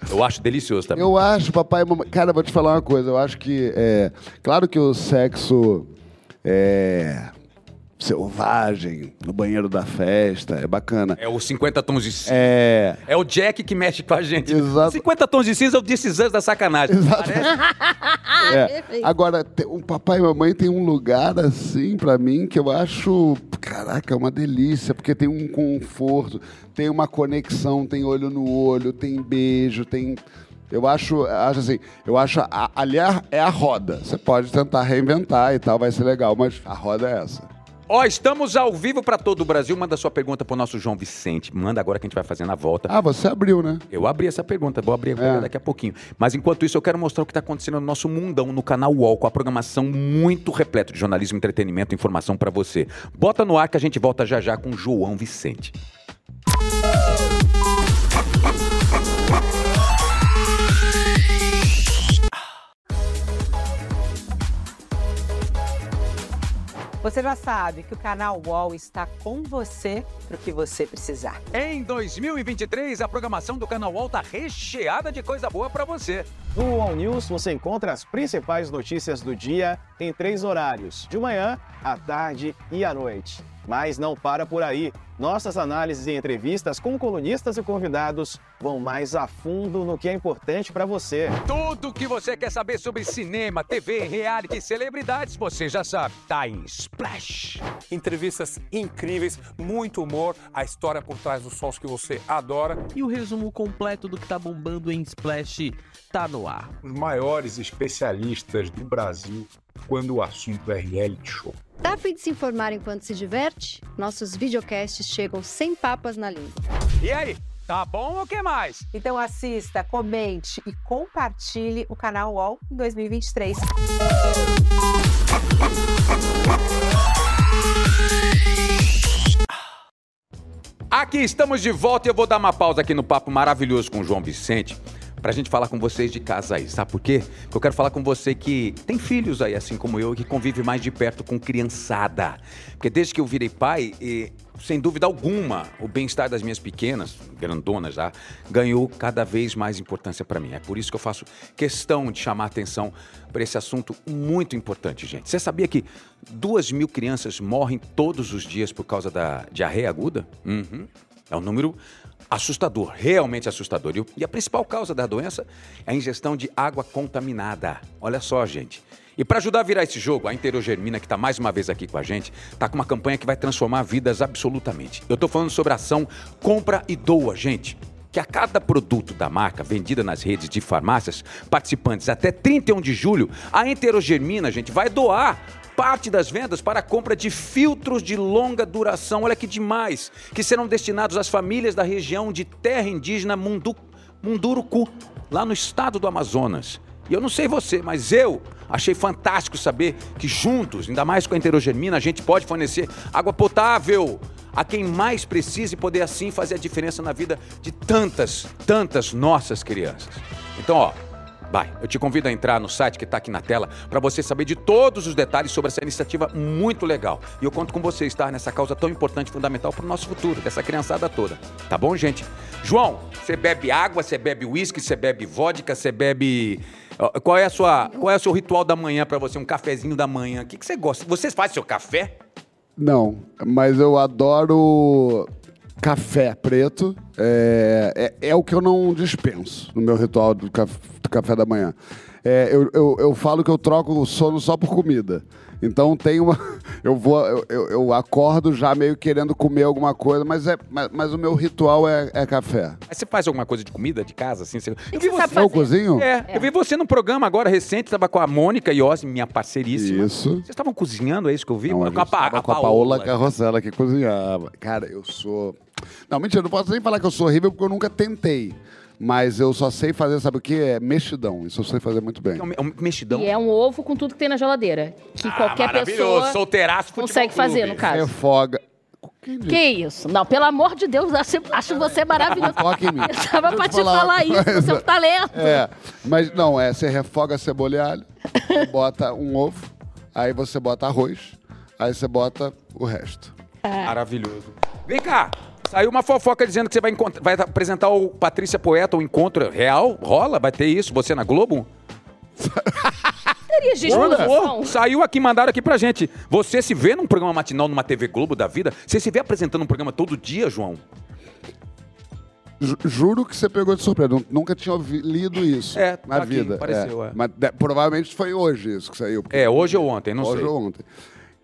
S1: Eu acho delicioso também.
S3: Eu acho, papai e mamãe. Cara, vou te falar uma coisa. Eu acho que. É, claro que o sexo. É. Selvagem, no banheiro da festa, é bacana.
S1: É o 50 tons de cinza.
S3: É.
S1: É o Jack que mexe com a gente.
S3: Exato.
S1: 50 tons de cinza é o decisão da sacanagem.
S3: É. Agora, te- o papai e mamãe tem um lugar assim pra mim que eu acho, caraca, é uma delícia, porque tem um conforto, tem uma conexão, tem olho no olho, tem beijo, tem eu acho, acho assim, eu acho a- ali é a- é a roda. Você pode tentar reinventar e tal, vai ser legal, mas a roda é essa.
S1: Ó, estamos ao vivo para todo o Brasil. Manda sua pergunta pro nosso João Vicente. Manda agora que a gente vai fazer na volta.
S3: Ah, você abriu, né?
S1: Eu abri essa pergunta, vou abrir agora
S3: É.
S1: daqui a pouquinho. Mas enquanto isso, eu quero mostrar o que está acontecendo no nosso mundão, no canal UOL, com a programação muito repleta de jornalismo, entretenimento e informação para você. Bota no ar que a gente volta já já com João Vicente.
S4: Você já sabe que o canal UOL está com você para o que você precisar.
S1: Em 2023, a programação do canal UOL está recheada de coisa boa para você.
S5: No UOL News você encontra as principais notícias do dia em três horários: de manhã, à tarde e à noite. Mas não para por aí. Nossas análises e entrevistas com colunistas e convidados vão mais a fundo no que é importante para você.
S1: Tudo o que você quer saber sobre cinema, TV, reality, celebridades, você já sabe. Tá em Splash.
S6: entrevistas incríveis, muito humor, a história por trás dos sons que você adora.
S7: E o resumo completo do que tá bombando em Splash tá no ar.
S8: os maiores especialistas do Brasil quando o assunto é reality show.
S9: Tá a fim de se informar enquanto se diverte? Nossos videocasts chegam sem papas na língua.
S1: E aí, tá bom ou o que mais?
S4: Então assista, comente e compartilhe o canal UOL em 2023.
S1: Aqui estamos de volta e eu vou dar uma pausa aqui no papo maravilhoso com o João Vicente pra gente falar com vocês de casa aí, sabe por quê? Porque eu quero falar com você que tem filhos aí, assim como eu, e que convive mais de perto com criançada. Porque desde que eu virei pai, e, sem dúvida alguma, o bem-estar das minhas pequenas, grandonas já, ganhou cada vez mais importância pra mim. É por isso que eu faço questão de chamar a atenção pra esse assunto muito importante, gente. Você sabia que duas mil crianças morrem todos os dias por causa da diarreia aguda? Uhum. É um número assustador, realmente assustador. E o- E a principal causa da doença é a ingestão de água contaminada. Olha só, gente. E para ajudar a virar esse jogo, a Interogermina, que está mais uma vez aqui com a gente, está com uma campanha que vai transformar vidas absolutamente. Eu estou falando sobre a ação Compra e Doa, gente que a cada produto da marca vendida nas redes de farmácias participantes até 31 de julho, a Enterogermina, gente, vai doar parte das vendas para a compra de filtros de longa duração, olha que demais, que serão destinados às famílias da região de terra indígena Mundu, Munduruku, lá no estado do Amazonas. E eu não sei você, mas eu achei fantástico saber que juntos, ainda mais com a enterogermina, a gente pode fornecer água potável a quem mais precisa e poder assim fazer a diferença na vida de tantas, tantas nossas crianças. Então, ó, Vai, eu te convido a entrar no site que está aqui na tela para você saber de todos os detalhes sobre essa iniciativa muito legal. E eu conto com você estar nessa causa tão importante e fundamental para o nosso futuro, dessa criançada toda. Tá bom, gente? João, você bebe água, você bebe uísque, você bebe vodka, você bebe. Ó, Qual é, a sua, qual é o seu ritual da manhã para você? Um cafezinho da manhã? O que, que você gosta? Você faz seu café?
S3: Não, mas eu adoro café preto. É, é, é o que eu não dispenso no meu ritual do, caf- do café da manhã. É, eu, eu, eu falo que eu troco o sono só por comida. Então tem uma. (laughs) Eu vou. Eu, eu, eu acordo já meio querendo comer alguma coisa, mas, é, mas, mas o meu ritual é, é café.
S1: Aí Você faz alguma coisa de comida, de casa, assim? Você... Eu
S2: você
S3: Eu
S2: sabe Fazer.
S3: cozinho?
S1: É, eu vi você num programa agora recente, estava com a Mônica Iose, minha parceiríssima.
S3: Isso.
S1: Vocês estavam cozinhando, é isso que eu vi?
S3: Não, a
S1: com a,
S3: gente
S1: Pa-
S3: tava com a Paola Carrossela que cozinhava. Cara, eu sou. Não, mentira, eu não posso nem falar que eu sou horrível porque eu nunca tentei. Mas eu só sei fazer, sabe o que? É mexidão. Isso eu sei fazer muito bem.
S1: É um, é um mexidão. Ah,
S2: E é um ovo com tudo que tem na geladeira. Que qualquer pessoa
S1: solteiraço, futebol
S2: consegue fazer,
S1: clube.
S2: no
S3: É,
S2: caso.
S3: Refoga. Quem disse?
S2: Que isso? Não, pelo amor de Deus, acho, acho você maravilhoso.
S3: Toca em mim.
S2: Eu
S3: Deixa
S2: tava
S3: eu
S2: pra
S3: te
S2: te
S3: falar
S2: falar,
S3: uma
S2: isso, tá
S3: coisa.
S2: do seu talento.
S3: É, mas não, é, você refoga a cebola e alho, você bota um ovo, aí você bota arroz, aí você bota o resto.
S1: Maravilhoso. Vem cá. Saiu uma fofoca dizendo que você vai, encont- vai apresentar o Patrícia Poeta, o encontro real? Rola? Vai ter isso? Você na Globo?
S2: Teria discussão.
S1: Ô, Saiu aqui, mandaram aqui pra gente. Você se vê num programa matinal numa TV Globo da vida? Você se vê apresentando um programa todo dia, João?
S3: Ju- Juro que você pegou de surpresa. Nun- Nunca tinha ouvi- lido isso
S1: É,
S3: na
S1: aqui,
S3: vida.
S1: apareceu, é.
S3: Mas de- provavelmente foi hoje isso que saiu. porque
S1: É, hoje ou ontem, não
S3: hoje
S1: sei.
S3: ou ontem.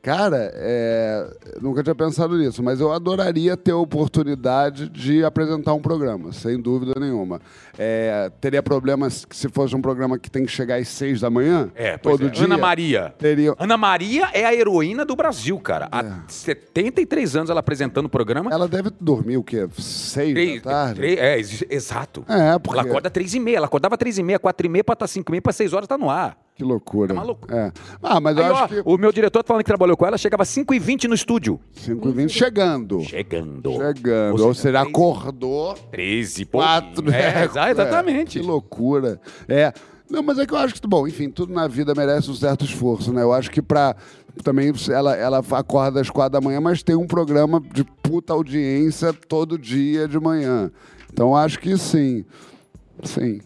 S3: Cara, é, nunca tinha pensado nisso, mas eu adoraria ter a oportunidade de apresentar um programa, sem dúvida nenhuma. É, teria problemas que se fosse um programa que tem que chegar às seis da manhã,
S1: É, pois
S3: todo
S1: é.
S3: dia.
S1: Ana Maria.
S3: Teria, um-
S1: Ana Maria é a heroína do Brasil, cara. Há 73 anos ela apresentando o programa.
S3: É. ela deve dormir o quê? Seis
S1: Três-
S3: da tarde?
S1: três- é, ex- exato.
S3: É, porque...
S1: Ela acorda três e meia. Ela acordava três e meia, quatro e meia, pra estar cinco e meia, pra seis horas tá no ar.
S3: Que loucura.
S1: É uma loucura.
S3: É. Ah, mas eu
S1: Aí,
S3: acho
S1: ó,
S3: que...
S1: O meu diretor tá falando que trabalhou com ela, chegava às 5 e 20 no estúdio.
S3: 5 e 20 chegando.
S1: Chegando.
S3: Chegando.
S1: Ou
S3: Ou seja,
S1: seja, três-
S3: acordou...
S1: 13 e
S3: Quatro, né?
S1: pouquinho. É, exa- exatamente.
S3: Que loucura. É. Não, mas é que eu acho que, bom, enfim, tudo na vida merece um certo esforço, né? Eu acho que pra. Também ela, ela acorda às quatro da manhã, mas tem um programa de puta audiência todo dia de manhã. Então acho que sim. Sim.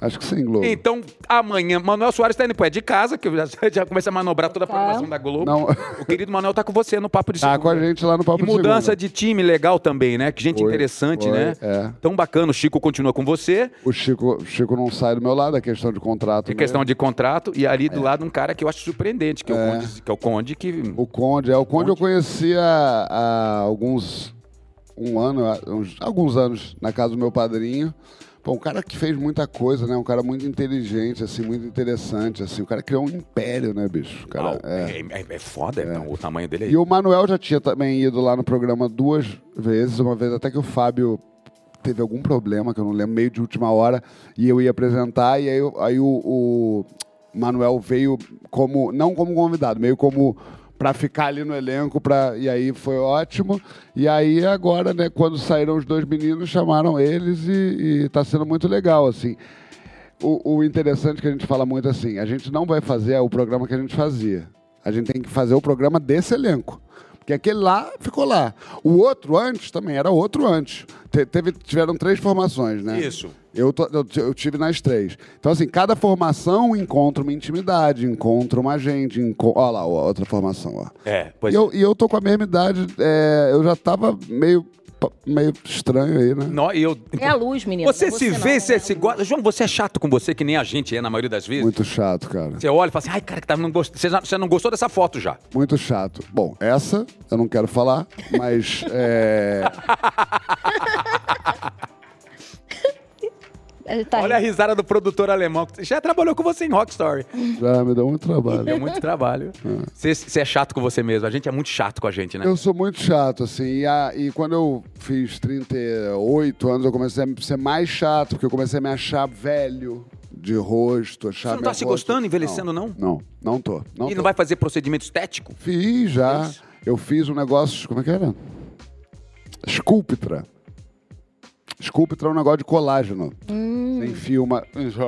S3: Acho que sim, Globo.
S1: Então, amanhã, Manuel Soares tá indo pro É de Casa, que eu já, (laughs) já começa a manobrar toda a programação da Globo.
S3: Não. (laughs)
S1: O querido Manuel tá com você no Papo de
S3: Tá
S1: Segunda.
S3: com a gente lá no Papo
S1: E
S3: de
S1: mudança
S3: Segunda.
S1: de time legal também, né? Que gente
S3: Foi,
S1: interessante,
S3: foi,
S1: né?
S3: é.
S1: Tão bacana. O Chico continua com você.
S3: O Chico, o Chico não sai do meu lado, é questão de contrato.
S1: É
S3: mesmo.
S1: questão de contrato. E ali do lado um cara que eu acho surpreendente, que é, o, Conde, que é o Conde, que...
S3: É. O Conde, é. O Conde eu conhecia há alguns. Um ano, há uns- alguns anos, na casa do meu padrinho. Pô, um cara que fez muita coisa, né? Um cara muito inteligente, assim, muito interessante, assim. O cara criou um império, né, bicho? O cara,
S1: Uau,
S3: é.
S1: é, é- é foda não, o tamanho dele. é-
S3: E o Manuel já tinha também ido lá no programa duas vezes. Uma vez até que o Fábio teve algum problema, que eu não lembro, meio de última hora, e eu ia apresentar, e aí, eu- aí o, o Manuel veio como, não como convidado, meio como pra ficar ali no elenco, pra, e aí foi ótimo. E aí agora, né, quando saíram os dois meninos, chamaram eles e, e tá sendo muito legal, assim. O, o interessante é que a gente fala muito assim, a gente não vai fazer o programa que a gente fazia. A gente tem que fazer o programa desse elenco. Porque aquele lá ficou lá. O outro antes também era outro antes. Te- teve, tiveram três formações, né?
S1: Isso.
S3: Eu, tô- eu, ti- eu tive nas três. Então, assim, cada formação encontra uma intimidade, encontra uma gente. Enco... Olha lá, ó, outra formação, ó.
S1: É, pois
S3: E eu, e eu tô com a mesma idade, é, eu já tava meio, pa- meio estranho aí, né?
S1: Nó- e eu...
S2: É a luz, menino.
S1: Você, se
S2: não. né?
S1: vê, você se gosta. João, você é chato com você, que nem a gente é na maioria das vezes.
S3: Muito chato, cara.
S1: Você olha e fala assim, ai, cara, que tá- não gost- você, já- você não gostou dessa foto já.
S3: Muito chato. Bom, essa eu não quero falar, mas (laughs) é,
S9: Ele tá
S1: Olha a risada do produtor alemão. que Já trabalhou com você em Rock Story.
S3: já me deu muito
S1: Deu
S3: trabalho.
S2: (laughs)
S1: muito trabalho. Você, você é chato com você mesmo. A gente é muito chato com a gente, né?
S3: Ah. Eu sou muito chato, assim, e, a- e quando eu fiz 38 anos, eu comecei a ser mais chato, porque eu comecei a me achar velho de rosto, achar
S1: Você não tá
S3: meu
S1: se
S3: rosto-
S1: gostando, envelhecendo, não?
S3: Não, não, não tô. Não
S1: e
S3: tô.
S1: não vai fazer procedimento estético?
S3: Fiz já.
S1: Fez?
S3: Eu fiz um negócio, como é que era? Sculptra. Sculptra é um negócio de colágeno. Você enfia uma inje-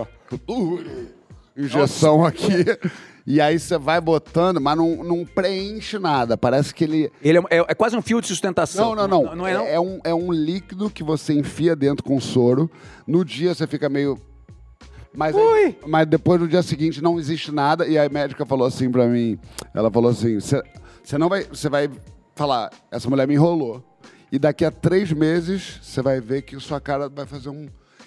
S3: injeção aqui. (laughs) E aí você vai botando, mas não, não preenche nada. Parece que ele.
S1: Ele é, é- é quase um fio de
S3: Não,
S1: sustentação.
S3: não, não.
S1: é, não?
S3: É, um, é um líquido que você enfia dentro com soro. No dia você fica meio. Mas, aí-
S1: Ui!
S3: mas depois no dia seguinte não existe nada. E a médica falou assim pra mim: ela falou assim, você não vai. Você vai falar, essa mulher me enrolou. E daqui a três meses você vai ver que sua cara vai fazer um.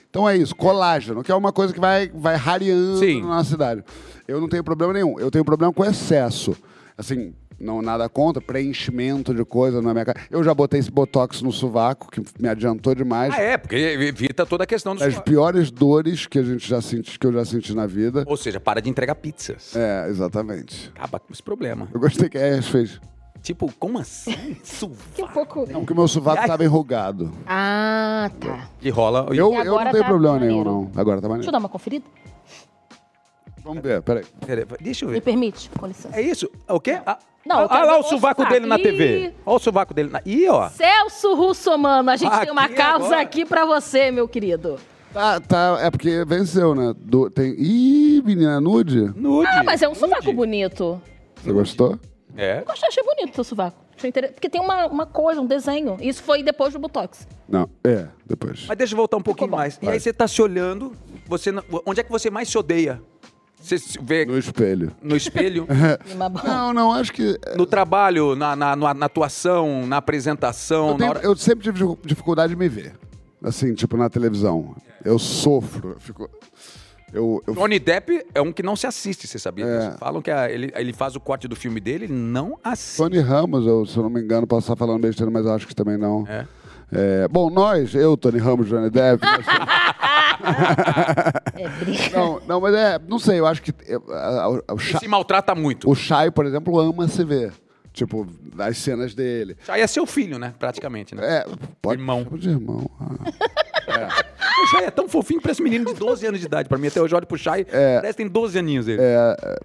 S3: Então é isso, colágeno, que é uma coisa que vai, vai rareando
S1: Sim.
S3: na nossa idade. Eu não tenho problema nenhum. Eu tenho problema com excesso. Assim, não nada contra, preenchimento de coisa na minha cara. Eu já botei esse botox no sovaco, que me adiantou demais. É
S1: Ah, é, porque evita toda a questão
S2: é
S1: dos...
S3: As piores dores que a gente já senti, que eu já senti na vida.
S1: Ou seja, para de entregar pizzas.
S3: É, exatamente.
S1: Acaba com esse problema.
S3: Eu gostei que a Ayers fez.
S1: Tipo, como assim?
S3: (laughs)
S1: Suvaco.
S9: pouco.
S3: Não, porque o meu sovaco tava enrugado.
S2: um Ah, tá.
S1: E rola... e-
S3: Eu,
S2: E
S3: eu
S2: agora
S3: não tenho
S2: tá
S3: problema nenhum,
S2: maneiro.
S3: não. Agora tá
S2: Deixa
S3: maneiro.
S2: eu dar uma conferida.
S3: Vamos ver, peraí.
S1: Pera- Deixa eu
S2: Me
S1: ver.
S2: permite? Com licença.
S1: É isso? O quê? Ah,
S2: Não, eu
S1: ah,
S2: quero
S1: lá
S2: ver
S1: o
S2: o
S1: sovaco
S2: sovaco.
S1: dele na
S2: Ih.
S1: TV. Olha o sovaco dele na... Ih, ó.
S2: Celso Russo, mano, a gente tem uma
S1: Aqui
S2: causa
S1: agora.
S2: aqui pra você, meu querido.
S3: Tá, tá, é porque venceu, né? Do- tem... Ih, menina nude.
S1: Nude.
S2: Ah, mas é um sovaco
S1: nude.
S2: bonito.
S3: Você gostou?
S1: É.
S2: Eu achei, achei bonito o seu sovaco. Achei inter- Porque tem uma, uma coisa, um desenho. Isso foi depois do Botox.
S3: Não, é, depois.
S1: Mas deixa eu voltar um pouquinho mais. E aí você tá se olhando, você não- onde é que você mais se odeia? Você se vê
S3: No
S1: no,
S3: espelho. (laughs)
S1: espelho,
S2: Uma boa.
S3: Não, não, acho que. é,
S1: no trabalho, na, na, na- na atuação, na apresentação,
S3: Eu, tenho-
S1: na hora...
S3: eu sempre tive dificuldade de me ver. Assim, tipo, na televisão. Eu sofro. eu fico. Eu, eu
S1: Johnny Depp é um que não se assiste, você sabia
S3: É.
S1: disso? Falam que a- ele, ele faz o corte do filme dele, ele não assiste.
S3: Tony Ramos, eu, se eu não me engano, posso estar falando besteira, mas eu acho que também não.
S1: É.
S3: É, bom, nós, eu, Tony Ramos, Johnny Depp. nós somos-
S2: É brinca.
S3: não, não, mas é, não sei, eu acho que é, a- a- o,
S1: Ele
S3: Cha-
S1: se maltrata muito.
S3: o Chay, por exemplo, ama se ver. Tipo, as cenas dele.
S1: Aí é seu filho, né? Praticamente, né?
S3: É, pode
S1: Irmão.
S3: chamar de irmão. ah.
S1: O Chay é tão fofinho que parece um menino de 12 anos de idade. Pra mim, até hoje eu olho pro Chay,
S3: É.
S1: parece que tem 12 aninhos ele.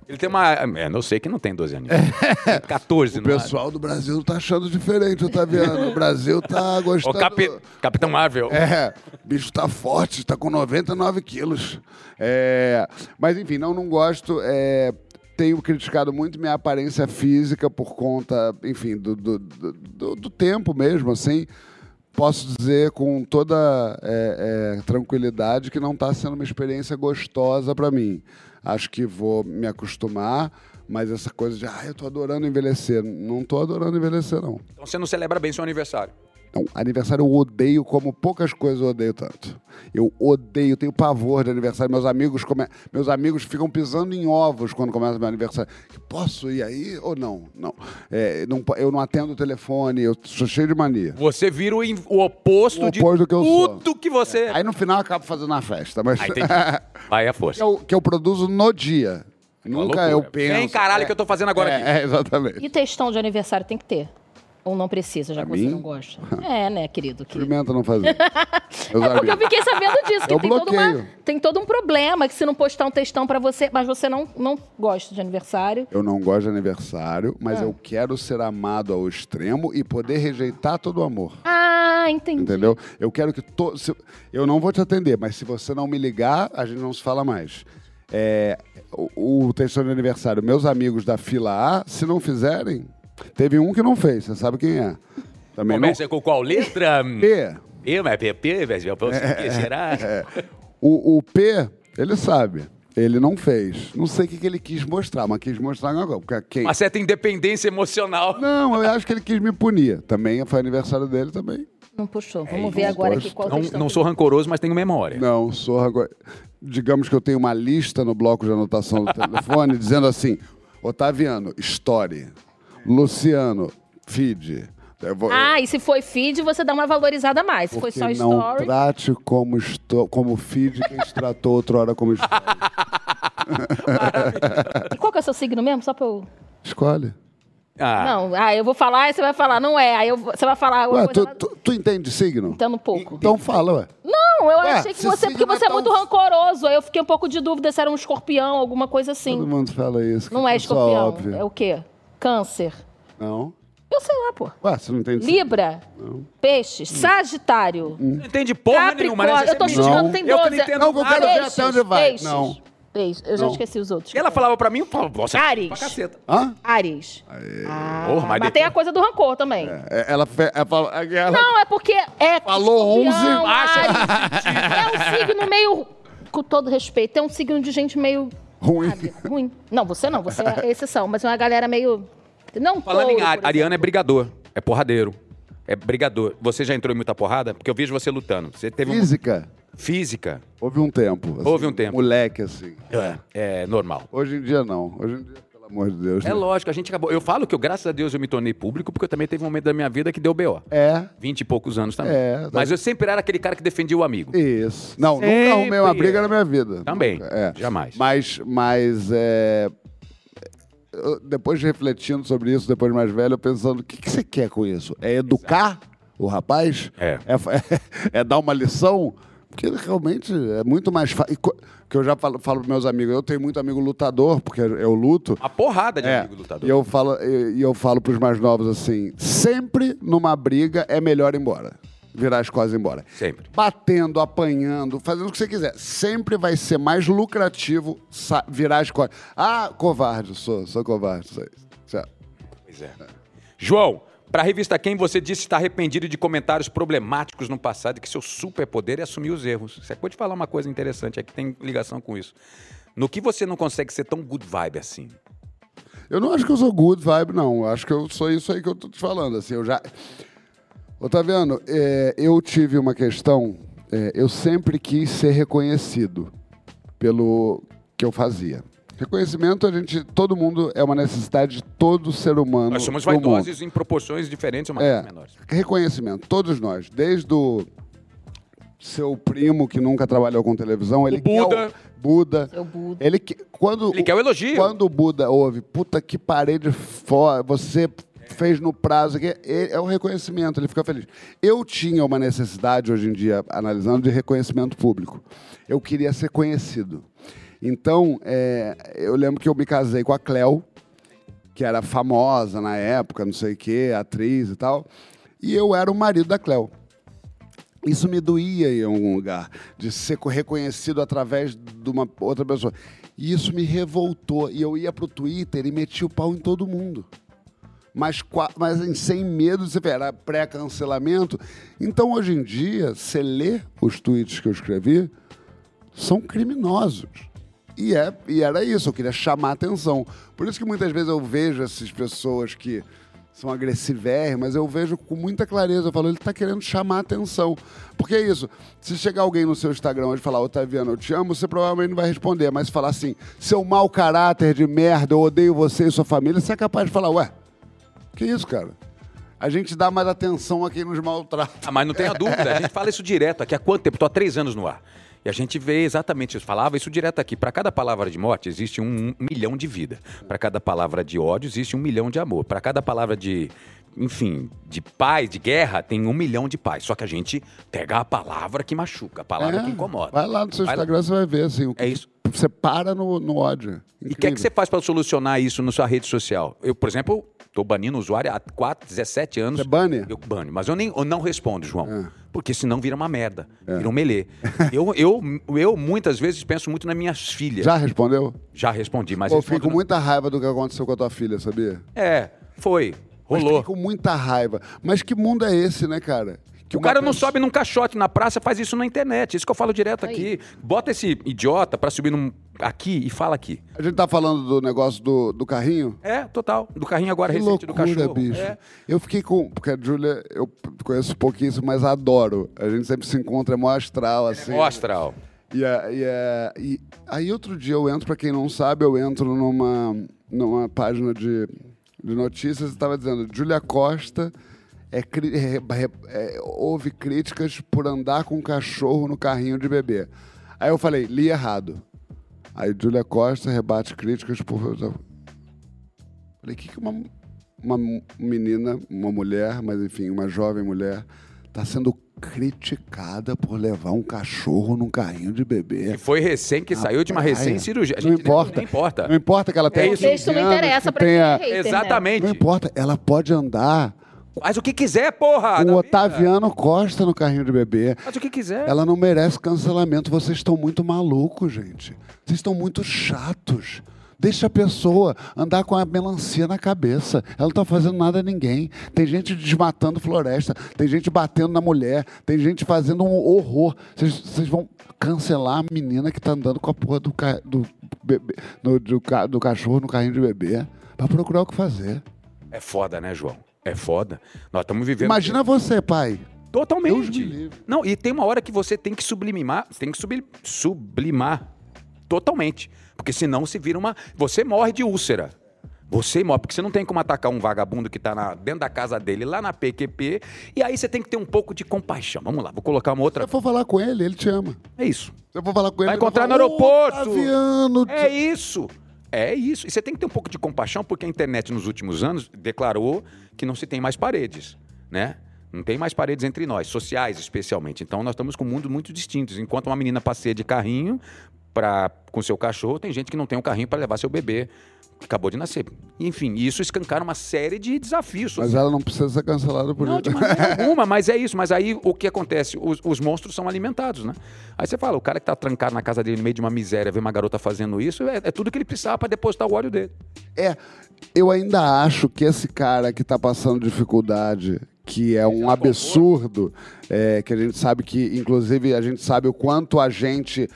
S1: Ele tem uma... É, não sei que não tem 12 aninhos. Tem 14,
S3: O
S1: não é?
S3: pessoal do Brasil tá achando diferente, Otaviano. O Brasil tá
S1: Ô,
S3: gostando.
S1: Capi- Capitão Marvel.
S3: É, o bicho tá forte, tá com 99 quilos. É, mas enfim, não, não gosto. é, tenho criticado muito minha aparência física por conta, enfim, do, do, do- do- do tempo mesmo, assim. Posso dizer com toda é, é, tranquilidade que não está sendo uma experiência gostosa para mim. Acho que vou me acostumar, mas essa coisa de, ah, eu tô adorando envelhecer. Não tô adorando envelhecer, não.
S1: Então você não celebra bem seu aniversário.
S3: Não, Então, aniversário eu odeio como poucas coisas eu odeio tanto. Eu odeio, tenho pavor de aniversário. Meus amigos, come... meus amigos ficam pisando em ovos quando começa meu aniversário. Que Posso ir aí ou não? Não. É, não po- eu não atendo o telefone, eu sou cheio de mania.
S1: Você vira o, in- o oposto
S3: O
S1: de
S3: oposto do que eu
S1: tudo
S3: sou. É.
S1: que você...
S3: Aí no final eu acabo fazendo a festa, mas
S1: Ah,
S3: que,
S1: entendi. Vai a força.
S3: eu, (laughs) que eu produzo no dia.
S1: É Uma
S3: Nunca eu
S1: loucura.
S3: penso.
S1: Vem, caralho,
S3: é,
S1: que eu tô fazendo agora aqui.
S3: é, é, exatamente.
S2: E tá textão de aniversário tem que ter? Ou não precisa, já que
S3: Pra
S2: você
S3: mim? (laughs)
S2: não gosta? É, né, querido? que-
S3: Experimenta não
S2: (laughs)
S3: fazer. Meus
S2: É porque eu
S3: amigos.
S2: fiquei sabendo disso, que
S3: Eu
S2: tem, todo uma-
S3: bloqueio.
S2: tem todo um problema que se não postar um textão pra você, mas você não, não gosta de aniversário.
S3: Eu não gosto de aniversário, mas eu quero ser amado ao extremo e poder rejeitar todo o amor.
S2: Ah, entendi.
S3: Entendeu? Eu quero que todo. se- Eu não vou te atender, mas se você não me ligar, a gente não se fala mais. É, o, o texto de aniversário, meus amigos da fila A, se não fizerem, teve um que não fez, você sabe quem é. Também não.
S1: Começa com
S3: (laughs)
S1: qual letra?
S3: P.
S1: P, mas PP, velho.
S3: É,
S1: Será?
S3: O, o P, ele sabe. Ele não fez. Não sei o que, que ele quis mostrar, mas quis mostrar agora. porque Quem...
S1: Uma certa independência emocional.
S3: Não, eu acho que ele quis me punir. Também foi aniversário dele também.
S2: Não puxou. Vamos ver agora aqui qual
S1: Não,
S2: textão.
S1: não
S2: que-
S1: sou rancoroso, mas tenho memória.
S3: Não, sou agora. Digamos que eu tenho uma lista no bloco de anotação do telefone dizendo assim: Otaviano, story. Luciano, feed. Eu vou-
S2: Ah, e se foi feed, você dá uma valorizada a mais. Se foi
S3: porque
S2: só
S3: não
S2: story.
S3: trate como, esto- como feed quem te tratou outrora como story.
S2: E qual que é o seu signo mesmo? Só pra eu.
S3: Escolhe.
S1: Ah,
S2: Não, ah, eu vou falar e você vai falar, não é. Aí eu vou- você vai falar. uma
S3: Ué, tu,
S2: coisa
S3: tu, tu entende signo?
S2: Então, um pouco.
S3: Então fala, ué.
S2: Não, eu
S3: Ué,
S2: achei que
S3: se
S2: você. Porque
S3: signo é
S2: você é
S3: tão-
S2: muito rancoroso. Aí eu fiquei um pouco de dúvida se era um escorpião, alguma coisa assim.
S3: Todo mundo fala isso. que
S2: Não é
S3: isso
S2: escorpião.
S3: óbvio.
S2: É o quê? Câncer.
S3: Não.
S2: Eu sei lá, pô.
S3: Ué, você não entende signo?
S2: Libra. Peixes. Sagitário.
S1: não entende Hum. porra nenhuma, né?
S2: Capricórnio.
S1: Você
S2: Eu tô
S1: me-
S2: chutando,
S3: Não.
S2: tem
S1: Eu
S2: 12.
S1: que não entendo
S3: Não, eu quero
S1: nada.
S3: ver até onde vai.
S2: Peixes.
S3: Não.
S2: Peixes. Eu já
S3: Não.
S2: esqueci os outros.
S1: E Ela falava pra mim, pô, você é
S2: Ares.
S1: pra caceta.
S3: Hã?
S2: Ares. Ah,
S1: Porra, mas
S2: mas
S1: depois-
S2: tem a coisa do rancor também.
S3: É, Ela, fe- ela, fala- ela-
S2: Não, é porque é
S3: Falou
S2: escorpião,
S3: 11,
S1: acha- (laughs)
S2: Ares. É um signo meio, com todo respeito, é um signo de gente meio
S3: Ruim.
S2: sabe, ruim. Não, você não, você é exceção, mas é uma galera meio não
S1: Falando em
S2: touro,
S1: Ari,
S2: por
S1: Ariana é
S2: exemplo.
S1: brigador, é porradeiro. É brigador. Você já entrou em muita porrada? Porque eu vejo você lutando. Você teve um...
S3: Física.
S1: física.
S3: Houve um tempo. assim,
S1: Houve um tempo.
S3: Moleque, assim.
S1: É, é normal.
S3: Hoje em dia, não. Hoje em dia, pelo amor de Deus. né?
S1: É lógico, a gente acabou. Eu falo que eu, graças a Deus, eu me tornei público, porque eu também teve um momento da minha vida que deu B.O.
S3: É,
S1: 20 e poucos anos também.
S3: É, tá-
S1: Mas eu sempre era aquele cara que defendia o amigo.
S3: isso. Não, nunca arrumei uma briga na minha vida.
S1: Também,
S3: Nunca, é.
S1: jamais.
S3: Mas, mas é... eu- depois de refletindo sobre isso, depois de mais velho, eu pensando, o que, que você quer com isso? É educar o rapaz?
S1: É.
S3: fa- (laughs) é dar uma lição? Porque realmente é muito mais fácil. Que eu já falo, falo para meus amigos, eu tenho muito amigo lutador, porque eu luto.
S1: Uma porrada de
S3: É,
S1: amigo lutador.
S3: E eu falo, e, e eu falo pros mais novos assim: sempre numa briga é melhor ir embora. Virar as costas e ir embora.
S1: Sempre.
S3: Batendo, apanhando, fazendo o que você quiser. Sempre vai ser mais lucrativo sa- virar as costas. Ah, covarde, sou, sou covarde. Sou. Tchau.
S1: Pois é. João, pra revista Quem você disse estar arrependido de comentários problemáticos no passado e que seu superpoder é assumir os erros. Você acabou de falar uma coisa interessante aqui, tem ligação com isso. No que você não consegue ser tão good vibe assim?
S3: Eu não acho que eu sou good vibe, não. Eu acho que eu sou isso aí que eu tô te falando. Assim, eu já. tá Otaviano, é, eu tive uma questão. é, eu sempre quis ser reconhecido. pelo que eu fazia. Reconhecimento, a gente, todo mundo, é uma necessidade de todo ser humano.
S6: Nós somos
S3: no mundo.
S6: vaidosos em proporções diferentes, mas
S3: É.
S6: menores.
S3: Reconhecimento, todos nós, desde o seu primo que nunca trabalhou com televisão, ele
S6: Buda.
S3: quer o Buda.
S2: Seu Buda.
S3: Ele que, quando
S6: Ele quer o elogio.
S3: Quando o Buda ouve, puta que parede fora, você fez no prazo, que é, é o reconhecimento, ele fica feliz. Eu tinha uma necessidade hoje em dia, analisando, de reconhecimento público. Eu queria ser conhecido. Então, é, eu lembro que eu me casei com a Cleo, que era famosa na época, não sei o quê, atriz e tal. E eu era o marido da Cleo. Isso me doía em algum lugar, de ser co- reconhecido através de uma outra pessoa. E isso me revoltou. E eu ia pro Twitter e metia o pau em todo mundo. Mas, qua- mas em- sem medo de você ver, era pré-cancelamento. Então, hoje em dia, você lê os tweets que eu escrevi, são criminosos. E, é, e era isso, eu queria chamar a atenção. Por isso que muitas vezes eu vejo essas pessoas que são agressivérrimas, eu vejo com muita clareza, eu falo, ele tá querendo chamar a atenção. Porque é isso, se chegar alguém no seu Instagram hoje e falar, Otaviano, eu te amo, você provavelmente não vai responder, mas se falar assim, seu mau caráter de merda, eu odeio você e sua família, você é capaz de falar, ué, que isso, cara? A gente dá mais atenção a quem nos maltrata.
S1: Ah, mas não tenha dúvida, a gente fala isso direto aqui há quanto tempo? Estou há três anos no ar. E a gente vê exatamente isso. Falava isso direto aqui. Para cada palavra de morte existe um milhão de vida. Para cada palavra de ódio existe um milhão de amor. Para cada palavra de, enfim, de paz, de guerra, tem um milhão de paz. Só que a gente pega a palavra que machuca, a palavra
S3: É,
S1: que incomoda.
S3: Vai lá no seu
S1: Vai lá.
S3: Instagram, você vai ver, assim, o que
S1: É isso.
S3: você para no, no ódio.
S1: E o que, é que você faz para solucionar isso na sua rede social? Eu, por exemplo, estou banindo o usuário há 4, 17 anos.
S3: Você bane?
S1: Eu bane, mas eu, nem, eu não respondo, João.
S3: É.
S1: Porque senão vira uma merda, vira
S3: (laughs)
S1: um melê. eu, eu, eu muitas vezes penso muito nas minhas filhas.
S3: Já respondeu?
S1: Já respondi, mas
S3: Eu
S1: respondo
S3: fico com
S1: não.
S3: muita raiva do que aconteceu com a tua filha, sabia?
S1: É, foi, rolou.
S3: Fico com muita raiva. Mas que mundo é esse, né, cara? Que
S1: O
S3: uma
S1: cara não
S3: pessoa-
S1: sobe num caixote na praça, faz isso na internet. Isso que eu falo direto aqui. Bota esse idiota pra subir num, aqui e fala aqui.
S3: A gente tá falando do negócio do, do carrinho?
S1: É, total. Do carrinho agora
S3: que
S1: recente
S3: loucura,
S1: do cachorro.
S3: bicho.
S1: É.
S3: Eu fiquei com... Porque a Júlia, eu conheço pouquíssimo, mas adoro. A gente sempre se encontra, é mó astral, assim.
S1: Mostra, ó.
S3: E, é- e, é- e aí outro dia eu entro, pra quem não sabe, eu entro numa, numa página de, de notícias e estava dizendo, Júlia Costa é, cri- é- é- é- houve críticas por andar com um cachorro no carrinho de bebê. Aí eu falei, li errado. Aí Júlia Costa rebate críticas por... Falei, o que, que uma, uma menina, uma mulher, mas enfim, uma jovem mulher, está sendo criticada por levar um cachorro num carrinho de bebê?
S1: E foi recém que saiu de uma
S3: praia.
S1: recém cirurgia. A gente
S3: Não importa.
S1: Nem importa.
S3: Não importa que ela tenha.
S1: É isso. O
S2: texto não
S3: 15 anos, que
S2: interessa pra quem é
S3: tenha-
S2: hater, né?
S1: Exatamente.
S3: Não importa, ela pode andar
S1: Faz o que quiser, porra.
S3: com
S1: da
S3: o
S1: vida.
S3: Otaviano Costa no carrinho de bebê.
S1: Faz o que quiser.
S3: Ela não merece cancelamento. Vocês estão muito malucos, gente. Vocês estão muito chatos. Deixa a pessoa andar com a melancia na cabeça. Ela não está fazendo nada a ninguém. Tem gente desmatando floresta, tem gente batendo na mulher, tem gente fazendo um horror. Vocês vocês vão cancelar a menina que está andando com a porra do, ca- do, bebê- no- do ca- do cachorro no carrinho de bebê para procurar o que fazer.
S1: É foda, né, João? É foda. Nós estamos vivendo.
S3: Imagina você, pai. Deus me
S1: Totalmente.
S3: livre.
S1: Não, e tem uma hora que você tem que sublimar, tem que subli- sublimar totalmente, porque senão se vira uma, você morre de úlcera. Você morre, porque você não tem como atacar um vagabundo que está dentro da casa dele, lá na PQP, e aí você tem que ter um pouco de compaixão. Vamos lá, vou colocar uma
S3: Se
S1: outra.
S3: eu for falar com ele, ele te ama.
S1: É isso.
S3: Se eu for falar com ele,
S1: Vai
S3: ele
S1: encontrar
S3: falar, "Ô,
S1: no aeroporto."
S3: Otaviano,
S1: É isso. É isso. E você tem que ter um pouco de compaixão, porque a internet nos últimos anos declarou que não se tem mais paredes, né? Não tem mais paredes entre nós, sociais especialmente. Então nós estamos com mundos muito distintos. Enquanto uma menina passeia de carrinho pra, com seu cachorro, tem gente que não tem um carrinho para levar seu bebê que acabou de nascer. Enfim, isso escancara uma série de desafios
S3: Mas ela não precisa ser cancelada por
S1: não,
S3: isso. (laughs)
S1: de maneira alguma, mas é isso. Mas aí o que acontece? Os, os monstros são alimentados, né? Aí você fala, o cara que tá trancado na casa dele no meio de uma miséria, vê uma garota fazendo isso, é, é tudo que ele precisava para depositar o óleo dele.
S3: É, eu ainda acho que esse cara que tá passando dificuldade, que é um absurdo, é, que a gente sabe que, inclusive, a gente sabe o quanto a gente,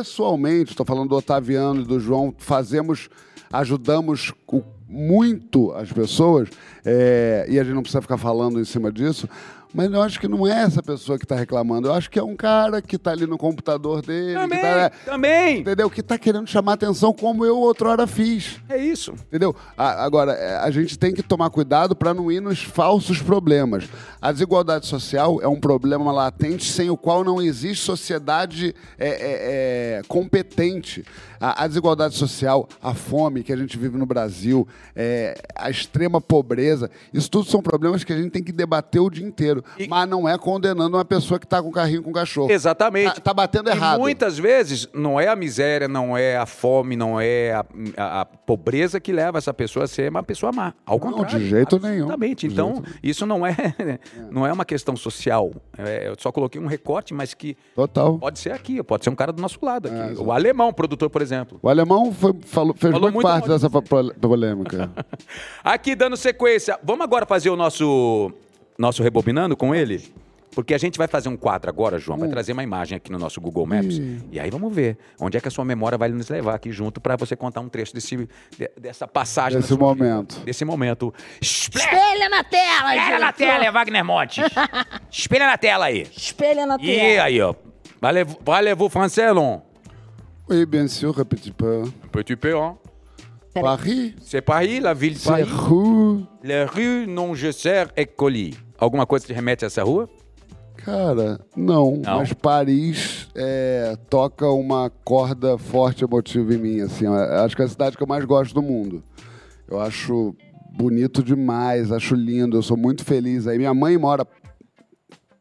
S3: pessoalmente, estou falando do Otaviano e do João, fazemos, ajudamos o- muito as pessoas, é, e a gente não precisa ficar falando em cima disso, Mas eu acho que não é essa pessoa que tá reclamando. Eu acho que é um cara que tá ali no computador dele.
S1: Também,
S3: Que tá,
S1: também.
S3: entendeu? Que tá querendo chamar atenção como eu outrora fiz.
S1: É isso.
S3: Entendeu? A- agora, é, a gente tem que tomar cuidado para não ir nos falsos problemas. A desigualdade social é um problema latente sem o qual não existe sociedade é, é, é, competente. A, a desigualdade social, a fome que a gente vive no Brasil, é, a extrema pobreza, isso tudo são problemas que a gente tem que debater o dia inteiro. Mas não é condenando uma pessoa que está com carrinho com cachorro.
S1: Exatamente.
S3: Tá, tá batendo errado.
S1: E muitas vezes não é a miséria, não é a fome, não é a, a- a pobreza que leva essa pessoa a ser uma pessoa má. Ao
S3: Não, de
S1: contrário.
S3: jeito nenhum.
S1: Exatamente.
S3: De
S1: Então,
S3: jeito
S1: isso não é, (laughs) não é uma questão social. É, eu só coloquei um recorte, mas que
S3: Total.
S1: pode ser aqui, pode ser um cara do nosso lado
S3: É,
S1: aqui.
S3: exato.
S1: o alemão, produtor, por exemplo. (laughs)
S3: O alemão foi- falou- fez
S1: Falou
S3: muito,
S1: muito
S3: parte
S1: mal de
S3: dessa po-
S1: (laughs)
S3: polêmica.
S1: Aqui dando sequência, vamos agora fazer o nosso nosso rebobinando com ele, porque a gente vai fazer um quadro agora, João,
S3: Hum.
S1: vai trazer uma imagem aqui no nosso Google Maps e aí vamos ver onde é que a sua memória vai nos levar aqui junto para você contar um trecho desse de- dessa passagem
S3: Nesse
S1: da sua vida,
S3: momento.
S1: desse momento. Espera
S2: Espelha na tela, gente.
S1: na tela, é Wagner
S2: (laughs)
S1: Montes. Espelha na tela aí.
S2: Espelha na tela.
S1: E aí, ó. Valeu, français, long.
S3: Oui, bien sûr, petit peu.
S1: Un petit peu, hein?
S3: Paris,
S1: C'est Paris, la ville de
S3: c'est
S1: Paris.
S3: rue.
S1: La rue non je sers et colis. Alguma coisa te remete a essa rua?
S3: Cara, não,
S1: Não.
S3: mas Paris é, toca uma corda forte emotiva em mim, assim. ó. Acho que é a cidade que eu mais gosto do mundo. Eu acho bonito demais, acho lindo, eu sou muito feliz aí. Minha mãe mora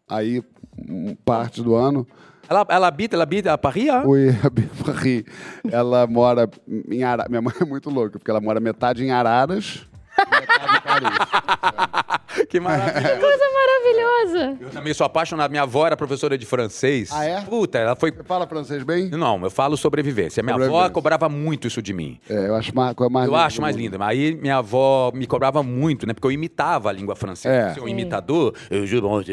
S3: aí um, parte do ano.
S1: Ela, ela habita, ela habita a Paris, hein?
S3: (laughs) Oi, a Bia Farri. Ela mora em Araras. Minha mãe é muito louca, porque ela mora metade em Araras.
S1: que maravilha.
S2: Coisa maravilhosa.
S1: Eu também sou apaixonado. Minha avó era professora de francês.
S3: Ah, é?
S1: Puta, ela foi.
S3: Você fala francês bem?
S1: Não, eu falo sobrevivência. Minha avó
S3: Sobrevivência.
S1: cobrava muito isso de mim.
S3: É, eu acho mais, mais
S1: Eu
S3: linda
S1: acho
S3: do
S1: mais
S3: mundo.
S1: linda. Aí minha avó me cobrava muito, né? Porque eu imitava a língua francesa.
S3: É.
S1: Por ser um imitador. Eu juro.
S3: Oui,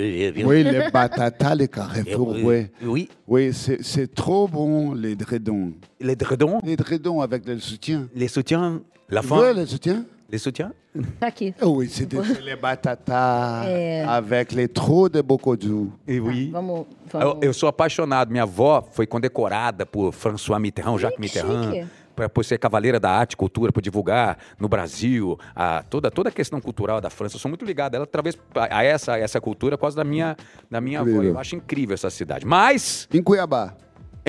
S3: les batata, les carrefour, oui.
S1: Oui,
S3: Oui, c'est c'est trop bon, les dredons.
S1: les dredons,
S3: Les dredons avec le soutien.
S1: les soutiens, la
S3: Tu veux
S1: femme,
S3: le soutien
S1: les soutiens.
S2: Tá aqui.
S3: Ah Oui, c'est des- c'est les batatas
S2: É.
S3: avec les trous de bocodou.
S1: Et oui.
S2: Vamos,
S1: Eu,
S2: vamos.
S1: eu sou apaixonado. Minha avó foi condecorada por François Mitterrand, Jacques
S2: que
S1: Mitterrand,
S2: chique.
S1: pra, por ser cavaleira da arte e cultura, por divulgar no Brasil a, toda, toda a questão cultural da França. Eu sou muito ligado a ela, talvez a a essa, a essa cultura, por causa da minha, da minha avó.
S3: Incrível.
S1: Eu acho incrível essa cidade. Mas,
S3: Em Cuiabá.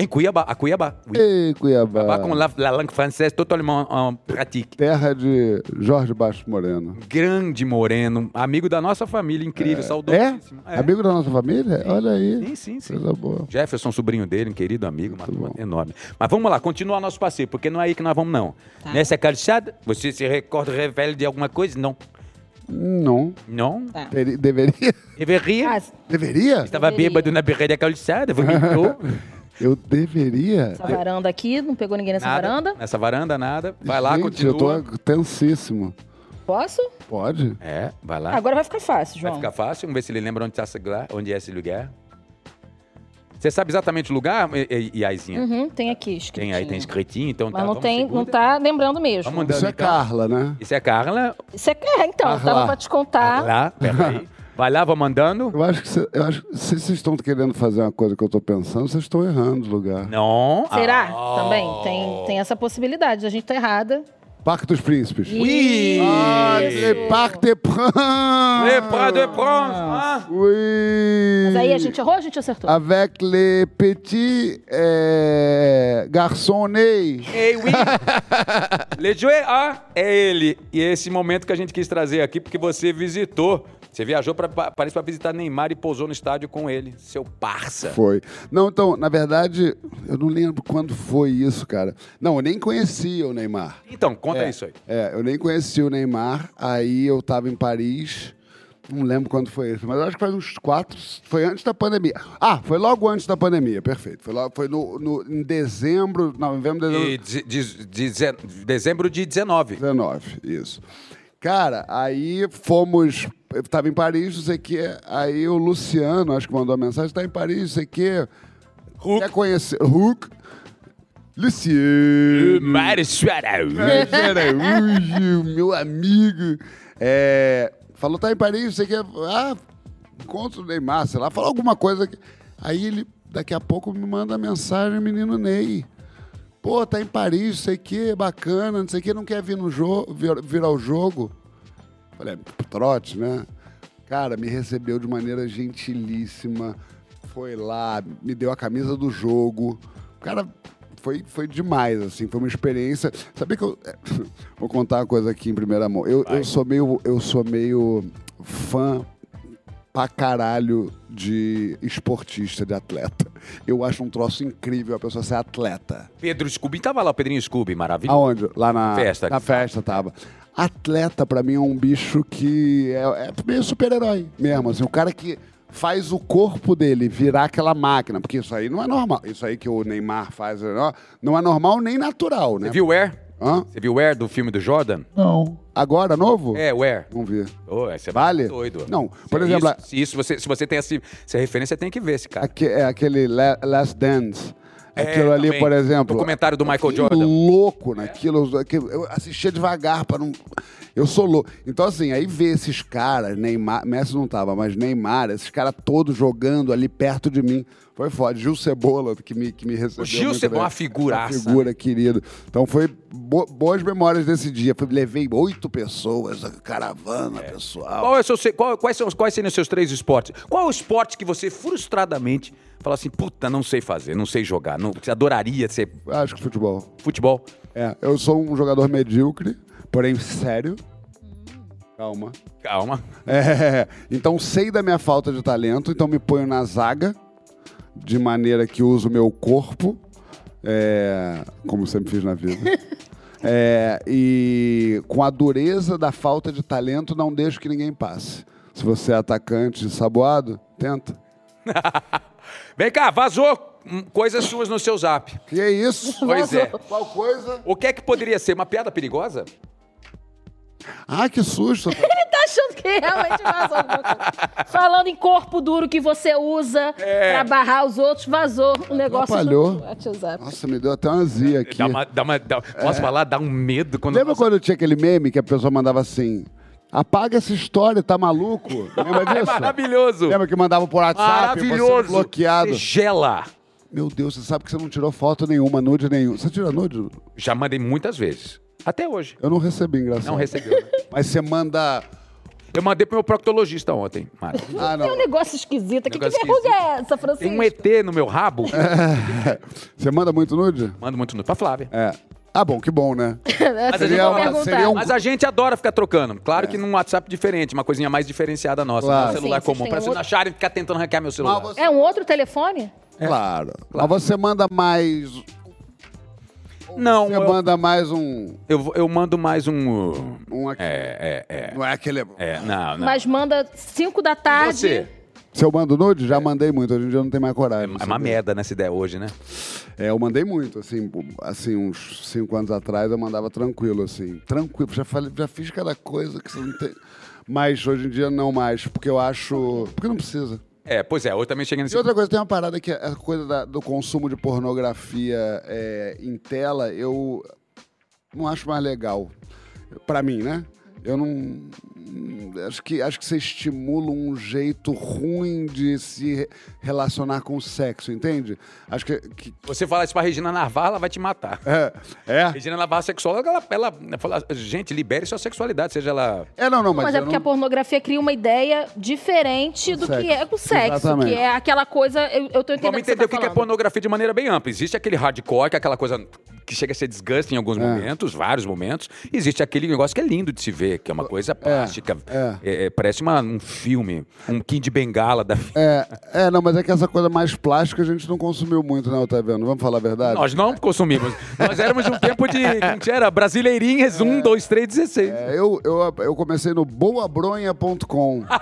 S1: em Cuiabá, a Cuiabá. Oui.
S3: Ei, Cuiabá.
S1: Cuiabá com la, la langue française totalement en pratique.
S3: Terra de Jorge Baixo Moreno.
S1: Grande moreno, amigo da nossa família, incrível, saudosíssimo.
S3: É? Amigo da nossa família? Olha aí.
S1: Sim, sim, sim.
S3: Coisa boa.
S1: Jefferson, sobrinho dele, um querido amigo, uma
S3: Muito
S1: turma
S3: bom.
S1: enorme. Mas vamos lá, continuar nosso passeio, porque não é aí que nós vamos, não.
S2: Tá.
S1: Nessa calçada, você se recorda, revela de alguma coisa? Não.
S3: Não.
S1: Não.
S4: Tá.
S3: Teri- Deveria? (laughs)
S1: Deveria.
S2: Ah,
S3: Deveria?
S1: Estava
S2: deveria.
S1: bêbado na beira da calçada, vomitou.
S3: Eu deveria.
S2: essa varanda aqui, não pegou ninguém (laughs) nessa
S1: Nada.
S2: varanda.
S1: Nessa varanda, nada. Vai lá,
S3: Gente,
S1: continua.
S3: Eu tô tensíssimo.
S2: Posso?
S3: Pode?
S1: É, vai lá.
S2: Agora vai ficar fácil,
S1: Vai
S2: Tá João.
S1: ficar fácil. Vamos ver se ele lembra onde, tá esse lugar, onde é esse lugar. Você sabe exatamente o lugar, e- e- Iaizinha?
S2: Uhum, tem aqui, escrito.
S1: Tem aí, tem escritinho, então tá.
S2: Mas não,
S1: vamos
S2: tem,
S1: segura.
S2: não tá lembrando mesmo.
S1: Vamos andando,
S3: Isso é
S1: então.
S3: Carla, né?
S1: Isso é Carla.
S2: Isso é, é, então,
S3: Ah, lá.
S2: tava pra te contar.
S1: Lá,
S2: (laughs)
S1: peraí. Vai lá, vou mandando.
S3: Eu acho que cê- eu acho, se vocês estão querendo fazer uma coisa que eu estou pensando, vocês estão errando o lugar.
S1: Não.
S2: Será?
S1: Ah.
S2: Também tem, tem essa possibilidade. A gente tá errada.
S3: Parque dos Príncipes.
S1: Oui.
S3: Ah, le Parc des
S1: Le Bras de
S3: Princes.
S1: Bronze, ah.
S3: Oui.
S2: Mas aí a gente errou ou a gente
S3: Ah,
S2: acertou?
S3: Avec les petits eh, garçonnets.
S1: Ei, (laughs) oui. Le Jouet, ah, é ele. E é esse momento que a gente quis trazer aqui, porque você visitou. Você viajou para Paris para visitar Neymar e pousou no estádio com ele, seu parça.
S3: Foi. Não, então, na verdade, eu não lembro quando foi isso, cara. Não, eu nem conhecia o Neymar.
S1: Então, conta isso aí.
S3: É, eu nem conhecia o Neymar, aí eu tava em Paris, não lembro quando foi isso, mas eu acho que faz uns quatro, foi antes da pandemia. Ah, foi logo antes da pandemia, perfeito. Foi, logo, foi no, no- em dezembro, novembro, dezembro,
S1: E de- de- de- dezembro de 19.
S3: 19, isso. Cara, aí fomos. Eu tava em Paris, não sei o quê. Aí o Luciano, acho que mandou a mensagem, tá em Paris, não sei o quê.
S1: Hulk.
S3: Quer conhecer? Hulk. Luciano.
S1: Mário Suarez.
S3: Fred Araújo, meu amigo. É, falou, tá em Paris, você quer. Ah, encontro o Neymar, sei lá, fala alguma coisa. que- Aí ele, daqui a pouco, me manda mensagem, menino Ney. Pô, tá em Paris, sei que, bacana, não sei o que, não quer vir no jogo, vir, vir ao jogo. Falei, "É, trote, né? Cara, me recebeu de maneira gentilíssima. Foi lá, me deu a camisa do jogo. Cara, foi, foi demais, assim. Foi uma experiência. Sabia que eu. é, (laughs) Vou contar uma coisa aqui em primeira mão. Eu, eu sou meio. Eu sou meio fã pra caralho de esportista, de atleta. Eu acho um troço incrível a pessoa ser atleta.
S1: Pedro Scooby, tava lá o Pedrinho Scooby, maravilhoso.
S3: Aonde? Lá na
S1: Festa.
S3: Na festa tava. Atleta, pra mim, é um bicho que é, é meio super-herói mesmo. Assim, o cara que faz o corpo dele virar aquela máquina. Porque isso aí não é normal. Isso aí que o Neymar faz ó, não é normal nem natural, né?
S1: Você viu o Air?
S3: Hã?
S1: Você viu o Air do filme do Jordan?
S8: Não.
S3: Agora, novo?
S1: É, o Air.
S3: Vamos ver.
S1: Ô, esse é
S3: Vale?
S1: doido.
S3: Não, por
S1: Se
S3: exemplo,
S1: isso- se, isso você, se você tem essa, essa referência, tem que ver esse cara.
S3: Aque- é aquele La- Last Dance. Aquilo
S1: É,
S3: ali,
S1: também.
S3: por exemplo.
S1: O comentário do Michael
S3: fiquei
S1: Jordan. É.
S3: louco naquilo. eu- que- Eu assistia devagar para não. Eu sou louco. Então, assim, aí ver esses caras, Neymar, Messi não tava, mas Neymar, esses caras todos jogando ali perto de mim. Foi foda. Gil Cebola, que me, que me recebeu.
S1: O Gil
S3: muito
S1: Cebola é
S3: bem.
S1: uma figuraça,
S3: Uma figura, querido. Então, foi bo- boas memórias desse dia. Foi- Levei oito pessoas, a caravana, pessoal.
S1: Qual é o seu, se- qual- quais, são, os- quais seriam os seus três esportes? Qual é o esporte que você frustradamente fala assim, puta, não sei fazer, não sei jogar, não, você adoraria ser
S3: Acho que futebol.
S1: futebol?
S3: É, eu sou um jogador medíocre, porém sério. Calma.
S1: Calma.
S3: É, então sei da minha falta de talento, então me ponho na zaga, de maneira que uso o meu corpo, é, como sempre fiz na vida. É, e com a dureza da falta de talento, não deixo que ninguém passe. Se você é atacante saboado, tenta.
S1: Vem cá, vazou hum, coisas suas no seu zap.
S3: Que é
S2: (laughs)
S3: isso?
S1: Pois é.
S3: Qual coisa?
S1: O que é que poderia ser? Uma piada perigosa?
S3: Ah, que susto!
S2: Ele tá achando que realmente vazou alguma coisa. Falando em corpo duro que você usa
S1: É.
S2: pra barrar os outros, vazou o negócio É,
S3: Atrapalhou.
S2: do WhatsApp.
S3: Nossa, me deu até uma zia aqui.
S1: Dá uma, dá uma, dá- posso falar? Dá um medo quando...
S3: É. Lembra quando tinha aquele meme que a pessoa mandava assim: apaga essa história, tá maluco? Lembra
S1: (laughs) É
S3: disso?
S1: maravilhoso.
S3: Lembra que mandava por WhatsApp, você
S1: Maravilhoso.
S3: bloqueado.
S1: Você gela.
S3: Meu Deus, você sabe que você não tirou foto nenhuma, nude nenhum. Você tira nude?
S1: Já mandei muitas vezes. Até hoje.
S3: Eu não recebi, engraçado.
S1: Não recebeu. né?
S3: Mas você manda.
S1: Eu mandei pro meu proctologista ontem, Mara.
S3: Ah,
S2: Tem um
S3: não. (laughs)
S2: negócio esquisito aqui.
S1: Negócio
S2: que verruga
S1: esquisito.
S2: é essa,
S1: Tem
S2: Francisco?
S1: um ET no meu rabo.
S3: Você manda muito nude?
S1: Mando muito nude pra Flávia.
S3: É. Ah, bom, que bom, né?
S1: Mas,
S3: Seria
S1: a
S3: uma-
S1: gente,
S3: seria um- É.
S1: mas a gente adora ficar trocando. Claro que num WhatsApp diferente, uma coisinha mais diferenciada nossa.
S3: Claro.
S1: Não é um celular
S2: Sim, vocês
S1: comum.
S2: têm
S1: Pra vocês
S2: outro-
S1: não acharem ficar tentando arrancar meu celular.
S3: Mas você-
S2: É um outro telefone?
S1: É.
S3: Claro. Mas você manda mais.
S1: Não,
S3: Você
S1: eu,
S3: manda mais um.
S1: eu vou- eu mando mais um.
S3: Um aqui.
S1: É, é, é.
S3: Não é aquele.
S1: é não, não.
S2: Mas manda 5 da tarde.
S1: Você.
S3: Se eu mando nude, já mandei muito. Hoje em dia eu não tenho mais coragem.
S1: É uma
S3: sabe?
S1: merda, né, essa ideia hoje, né?
S3: É, eu mandei muito, assim, bu- assim, uns cinco anos atrás eu mandava tranquilo, assim, tranquilo. Já, falei, já fiz cada coisa que você não tem. Mas hoje em dia não mais, porque eu acho. Porque não precisa.
S1: É, pois é, hoje também cheguei nesse.
S3: E outra coisa, tem uma parada que é a coisa da- do consumo de pornografia é, em tela, eu não acho mais legal. Pra mim, né? Eu não. Acho que, acho que você estimula um jeito ruim de se re- relacionar com o sexo, entende? Acho que. que-
S1: Você fala isso pra Regina Navarra, ela vai te matar.
S3: é, é.
S1: Regina Navarra sexóloga, ela, ela, fala, gente, libere sua sexualidade, seja ela.
S3: É, não, não, mas.
S2: Mas é
S3: eu
S2: porque a
S3: não...
S2: pornografia cria uma ideia diferente do
S3: Sexo.
S2: que é o sexo.
S3: Exatamente.
S2: Que é aquela coisa. Eu, eu tô entendendo.
S1: Vamos
S2: que você
S1: entender
S2: tá
S1: o que que é
S2: falando.
S1: pornografia de maneira bem ampla. Existe aquele hardcore, que é aquela coisa que chega a ser desgaste em alguns
S3: É.
S1: momentos, vários momentos. Existe aquele negócio que é lindo de se ver, que é uma coisa plástica.
S3: é.
S1: É, é, parece uma- um filme, um Kim de Bengala da vida.
S3: É, é, não, mas é que essa coisa mais plástica a gente não consumiu muito, né, Otaviano? Vamos falar a verdade?
S1: Nós não consumimos. Nós éramos de um tempo de. Como que era? Brasileirinhas 1, 2, 3, 16.
S3: É, eu, eu, eu comecei no boabronha.com. (laughs)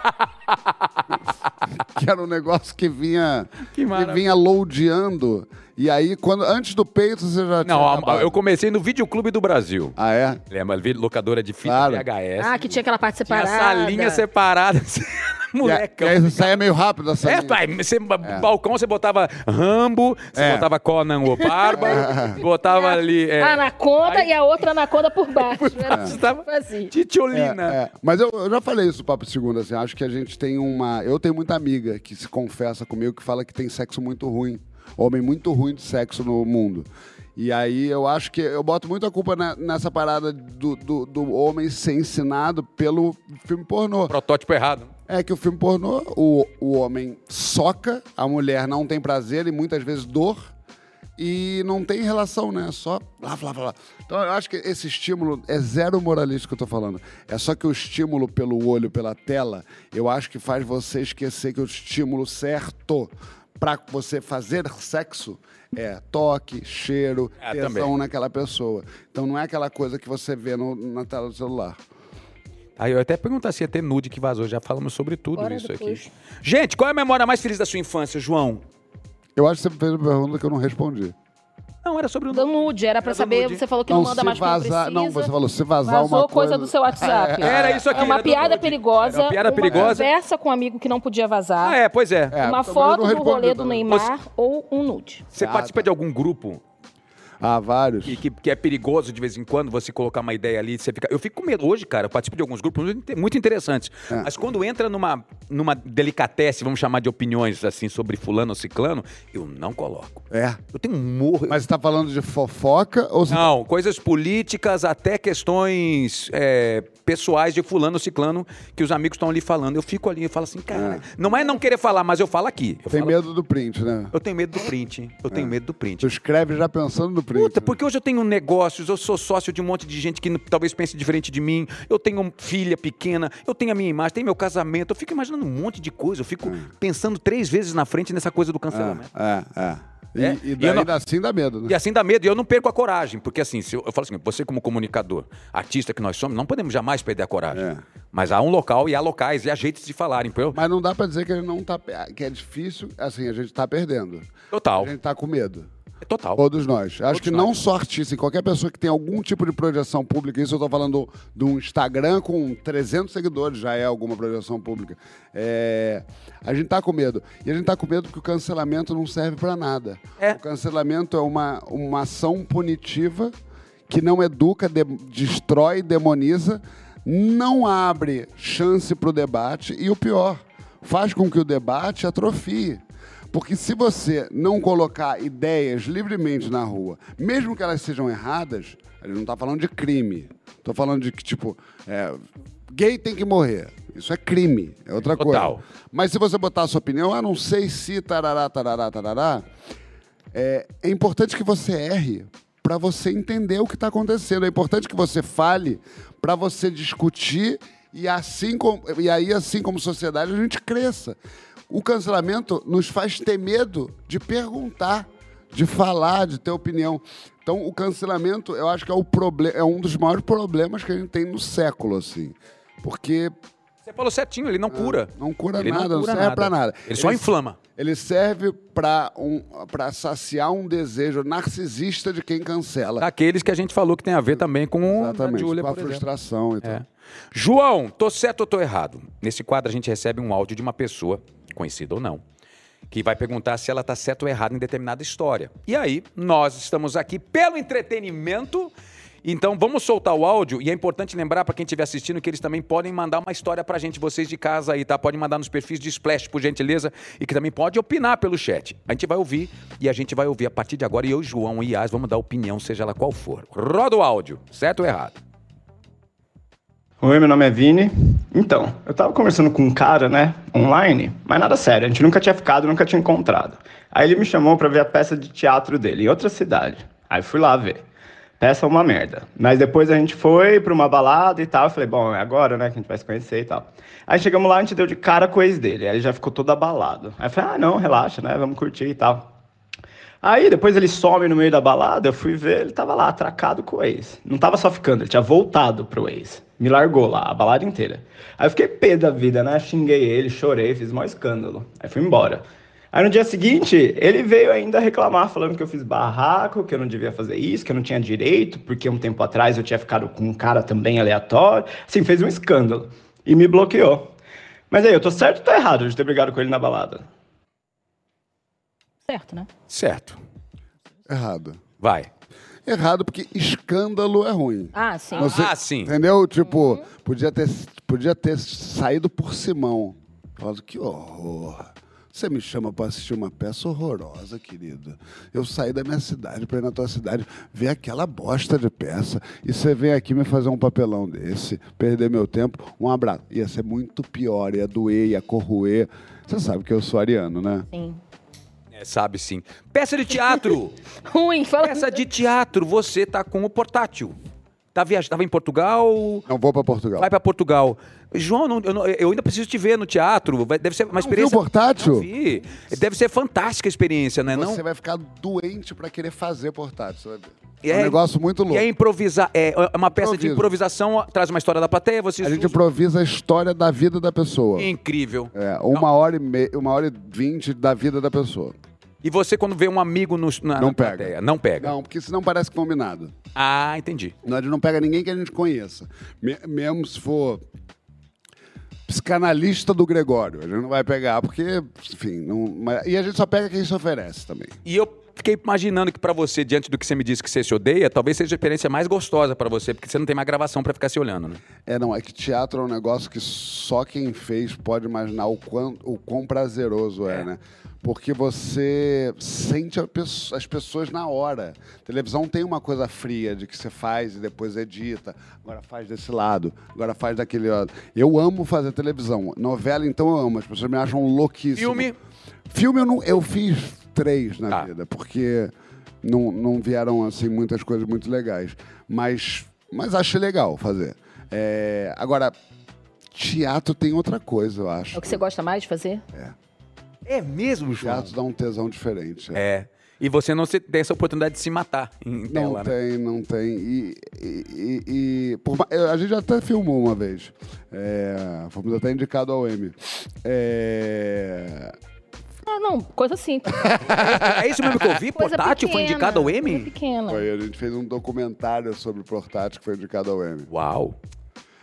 S3: que era um negócio que vinha,
S1: Que
S3: que
S1: maravilha.
S3: vinha loadeando. E aí, quando, antes do peito, você já tinha.
S1: Não, a-
S3: acabado.
S1: eu comecei no Videoclube do Brasil.
S3: Ah, é?
S1: Lembra? Vi- Locadora de fita
S3: Claro.
S1: VHS.
S2: Ah, que tinha aquela parte
S1: Tinha
S2: separada.
S1: essa linha separada. (laughs) assim,
S3: E, a, e aí
S1: Molecão.
S3: você saia meio rápido da
S1: É,
S3: salinha.
S1: pai, você, balcão, você botava Rambo, você
S3: É.
S1: botava Conan
S3: (laughs)
S1: o Barba, botava ali... É,
S2: A anaconda e a outra anaconda por baixo.
S1: (laughs)
S2: Era
S1: você
S2: assim.
S1: tava-
S2: Assim.
S1: Titiolina.
S3: É, é. Mas eu, eu já falei isso no papo de segunda, assim, acho que a gente tem uma. Eu tenho muita amiga que se confessa comigo que fala que tem sexo muito ruim. Homem muito ruim de sexo no mundo. E aí eu acho que eu boto muito a culpa na- nessa parada do, do, do homem ser ensinado pelo filme pornô.
S1: Protótipo errado.
S3: É que o filme pornô, o, o homem soca, a mulher não tem prazer e muitas vezes dor. E não tem relação, né? É Só lá, lá, lá, lá. Então eu acho que esse estímulo é zero moralista que eu tô falando. É só que o estímulo pelo olho, pela tela, eu acho que faz você esquecer que o estímulo certo pra você fazer sexo é toque, cheiro,
S1: É,
S3: tesão
S1: também.
S3: naquela pessoa. Então não é aquela coisa que você vê no- na tela do celular.
S1: Aí eu até perguntar se ia ter nude que vazou. Já falamos sobre tudo
S2: Bora
S1: isso
S2: depois.
S1: aqui. Gente, qual é a memória mais feliz da sua infância, João?
S3: Eu acho que você me fez uma pergunta que eu não respondi.
S1: Não, era sobre o
S2: Do
S1: nude.
S2: nude, era pra
S1: Era do
S2: saber,
S1: nude.
S2: você falou que não, manda
S3: se
S2: mais quando precisa.
S3: vazar- Não, você falou, se vazar
S2: Vazou
S3: uma coisa...
S2: coisa do seu WhatsApp.
S1: Era isso aqui,
S2: É uma
S1: era do
S2: piada
S1: nude.
S2: perigosa.
S1: Era uma piada perigosa.
S2: conversa com um amigo que não podia vazar.
S1: Ah, é, pois é.
S3: É,
S2: uma
S3: também
S2: foto
S3: não né?
S2: do
S3: respondi
S2: rolê do
S3: também.
S2: Neymar ou um nude.
S1: Você
S3: Ah,
S1: participa
S3: tá.
S1: de algum grupo
S3: Ah, vários.
S1: que, que, que é perigoso de vez em quando você colocar uma ideia ali, você fica. Eu fico com medo hoje, cara. Eu participo de alguns grupos muito inte- muito interessantes.
S3: É.
S1: Mas quando entra numa, numa delicatesse, vamos chamar de opiniões assim sobre fulano ou ciclano, eu não coloco.
S3: É.
S1: Eu tenho um morro.
S3: Mas você tá falando de fofoca ou... você-
S1: Não, coisas políticas até questões é, pessoais de fulano, ciclano, que os amigos estão ali falando. Eu fico ali e falo assim, cara, não é não querer falar, mas eu falo aqui. Eu,
S3: Tem
S1: falo-
S3: medo É. do print, né?
S1: eu tenho medo do print. Eu tenho medo do print.
S3: Tu escreve já pensando no print.
S1: Puta,
S3: né?
S1: porque hoje eu tenho negócios, eu sou sócio de um monte de gente que n- talvez pense diferente de mim, eu tenho filha pequena, eu tenho a minha imagem, tenho meu casamento, eu fico imaginando um monte de coisa, eu fico pensando três vezes na frente nessa coisa do cancelamento.
S3: Ah, É, é,
S1: né? É.
S3: E, e
S1: E
S3: daí
S1: eu não-
S3: ainda assim dá medo, né?
S1: E assim dá medo, e eu não perco a coragem, porque assim, se eu, eu falo assim, você como comunicador, artista que nós somos, não podemos jamais perder a coragem.
S3: É.
S1: Mas há um local e há locais e há jeitos de falarem, entendeu?
S3: Mas não dá pra dizer que ele não tá... pe- Que é difícil, assim, a gente tá perdendo.
S1: Total,
S3: A gente tá com medo.
S1: total.
S3: Todos nós. Acho que não só artista, em qualquer pessoa que tem algum tipo de projeção pública, isso eu tô falando de um Instagram com 300 seguidores, já é alguma projeção pública. É, a gente tá com medo. E a gente tá com medo porque o cancelamento não serve para nada.
S1: É.
S3: O cancelamento é uma, uma ação punitiva que não educa, de- destrói, demoniza, não abre chance para o debate e o pior, faz com que o debate atrofie. Porque se você não colocar ideias livremente na rua, mesmo que elas sejam erradas, a gente não tá falando de crime. Tô falando de que, tipo, é, gay tem que morrer. Isso é crime, é outra
S1: Total.
S3: coisa. Mas se você botar a sua opinião, ah, não sei se tarará, tarará, tarará, é, é importante que você erre para você entender o que está acontecendo. É importante que você fale para você discutir e, assim com- e aí, assim como sociedade, a gente cresça. O cancelamento nos faz ter medo de perguntar, de falar, de ter opinião. Então, o cancelamento, eu acho que é, o proble- é um dos maiores problemas que a gente tem no século, assim. Porque
S1: Você falou certinho, ele não cura.
S3: É. não cura
S1: Ele
S3: nada, não,
S1: cura
S3: serve pra nada.
S1: Ele, só inflama.
S3: Ele serve pra um, pra saciar um desejo narcisista de quem cancela.
S1: Daqueles que a gente falou que tem a ver também com a
S3: Exatamente,
S1: Júlia,
S3: com a
S1: por exemplo.
S3: frustração e tal.
S1: É. João, tô certo ou tô errado? Nesse quadro a gente recebe um áudio de uma pessoa, conhecida ou não, que vai perguntar se ela tá certa ou errada em determinada história. E aí, nós estamos aqui pelo entretenimento. Então vamos soltar o áudio e é importante lembrar para quem estiver assistindo que eles também podem mandar uma história pra gente, vocês de casa aí, tá? Podem mandar nos perfis de Splash, por gentileza, e que também pode opinar pelo chat. A gente vai ouvir e a gente vai ouvir a partir de agora e eu, João e Iaz vamos dar opinião, seja ela qual for. Roda o áudio, certo ou errado?
S10: Oi, meu nome é Vini. Então, eu tava conversando com um cara, né, online, mas nada sério, a gente nunca tinha ficado, nunca tinha encontrado. Aí ele me chamou pra ver a peça de teatro dele em outra cidade. Aí fui lá ver. Peça é uma merda. Mas depois a gente foi pra uma balada e tal. Eu falei, bom, é agora, né, que a gente vai se conhecer e tal. Aí chegamos lá, a gente deu de cara com o ex dele. Aí ele já ficou todo abalado. Aí eu falei, ah, não, relaxa, né, vamos curtir e tal. Aí depois ele some no meio da balada, eu fui ver, ele tava lá, atracado com o ex. Não tava só ficando, ele tinha voltado pro ex. Me largou lá, a balada inteira. Aí eu fiquei pé da vida, né? Xinguei ele, chorei, fiz maior escândalo. Aí fui embora. Aí no dia seguinte, ele veio ainda reclamar, falando que eu fiz barraco, que eu não devia fazer isso, que eu não tinha direito, porque um tempo atrás eu tinha ficado com um cara também aleatório. Assim, fez um escândalo e me bloqueou. Mas aí, eu tô certo ou tô errado de ter brigado com ele na balada?
S2: Certo, né?
S1: Certo.
S3: Errado.
S1: Vai.
S3: Errado, porque escândalo é ruim.
S2: Ah, sim.
S3: Você-
S1: Ah, sim.
S3: Entendeu? Tipo, podia, ter, podia ter saído por Simão. Falando, que horror. Você me chama pra assistir uma peça horrorosa, querido. Eu saí da minha cidade pra ir na tua cidade ver aquela bosta de peça. E você vem aqui me fazer um papelão desse, perder meu tempo. Um abraço. Ia ser muito pior, ia doer, ia corroer. Você sabe que eu sou ariano, né?
S2: Sim.
S1: É, sabe sim. Peça de teatro.
S2: (laughs) Ruim, fala.
S1: Peça de teatro. Você tá com o portátil. Tá viajando, tava em Portugal,
S3: Não vou pra Portugal.
S1: vai pra Portugal. João, não- eu, não- eu ainda preciso te ver no teatro. Vai- Deve ser uma
S3: Não viu o
S1: experiência.
S3: portátil?
S1: Não vi. Deve ser fantástica a experiência, né? Não?
S3: Você vai ficar doente pra querer fazer portátil, você vai ver.
S1: E
S3: É um negócio muito louco.
S1: E é improvisar. É é uma peça de
S3: Improviso.
S1: improvisação, ó, traz uma história da plateia, você
S3: A gente improvisa a história da vida da pessoa.
S1: Incrível.
S3: É, uma hora e meia, uma hora e vinte da vida da pessoa.
S1: E você, quando vê um amigo no, na,
S3: Não
S1: na
S3: pega.
S1: plateia, não pega.
S3: Não, porque senão parece combinado.
S1: Ah, entendi.
S3: Não, a gente não pega ninguém que a gente conheça. Me- mesmo se for psicanalista do Gregório. A gente não vai pegar, porque, enfim, não, mas- e a gente só pega quem se oferece também.
S1: E eu fiquei imaginando que pra você, diante do que você me disse que você se odeia, talvez seja a experiência mais gostosa pra você, porque você não tem mais gravação pra ficar se olhando, né?
S3: É, não, é que teatro é um negócio que só quem fez pode imaginar o quão, o quão prazeroso é, né? Porque você sente a pesso- as pessoas na hora. Televisão tem uma coisa fria de que você faz e depois edita. Agora faz desse lado, agora faz daquele lado. Eu amo fazer televisão. Novela, então, eu amo. As pessoas me acham louquíssimo.
S1: Filme?
S3: Filme eu, não, eu fiz três na
S1: Tá.
S3: vida, porque não, não vieram assim muitas coisas muito legais. Mas, mas achei legal fazer. É, agora, teatro tem outra coisa, eu
S2: É
S3: acho.
S2: o que você gosta mais de fazer?
S1: É mesmo,
S3: Teatro dá um tesão diferente.
S1: É. E você não se- tem essa oportunidade de se matar em em
S3: Não
S1: tela, né?
S3: tem, não tem. E, e- e- e- por ma- eu- a gente até filmou uma vez. É, fomos até indicados ao M. É,
S2: Ah, não, coisa assim.
S1: É isso mesmo que eu vi?
S2: (laughs) Coisa
S1: Portátil foi
S2: pequena,
S1: indicado ao
S2: Coisa
S1: Emmy?
S2: pequena.
S3: foi, a gente fez um documentário sobre o portátil que foi indicado ao M.
S1: Uau.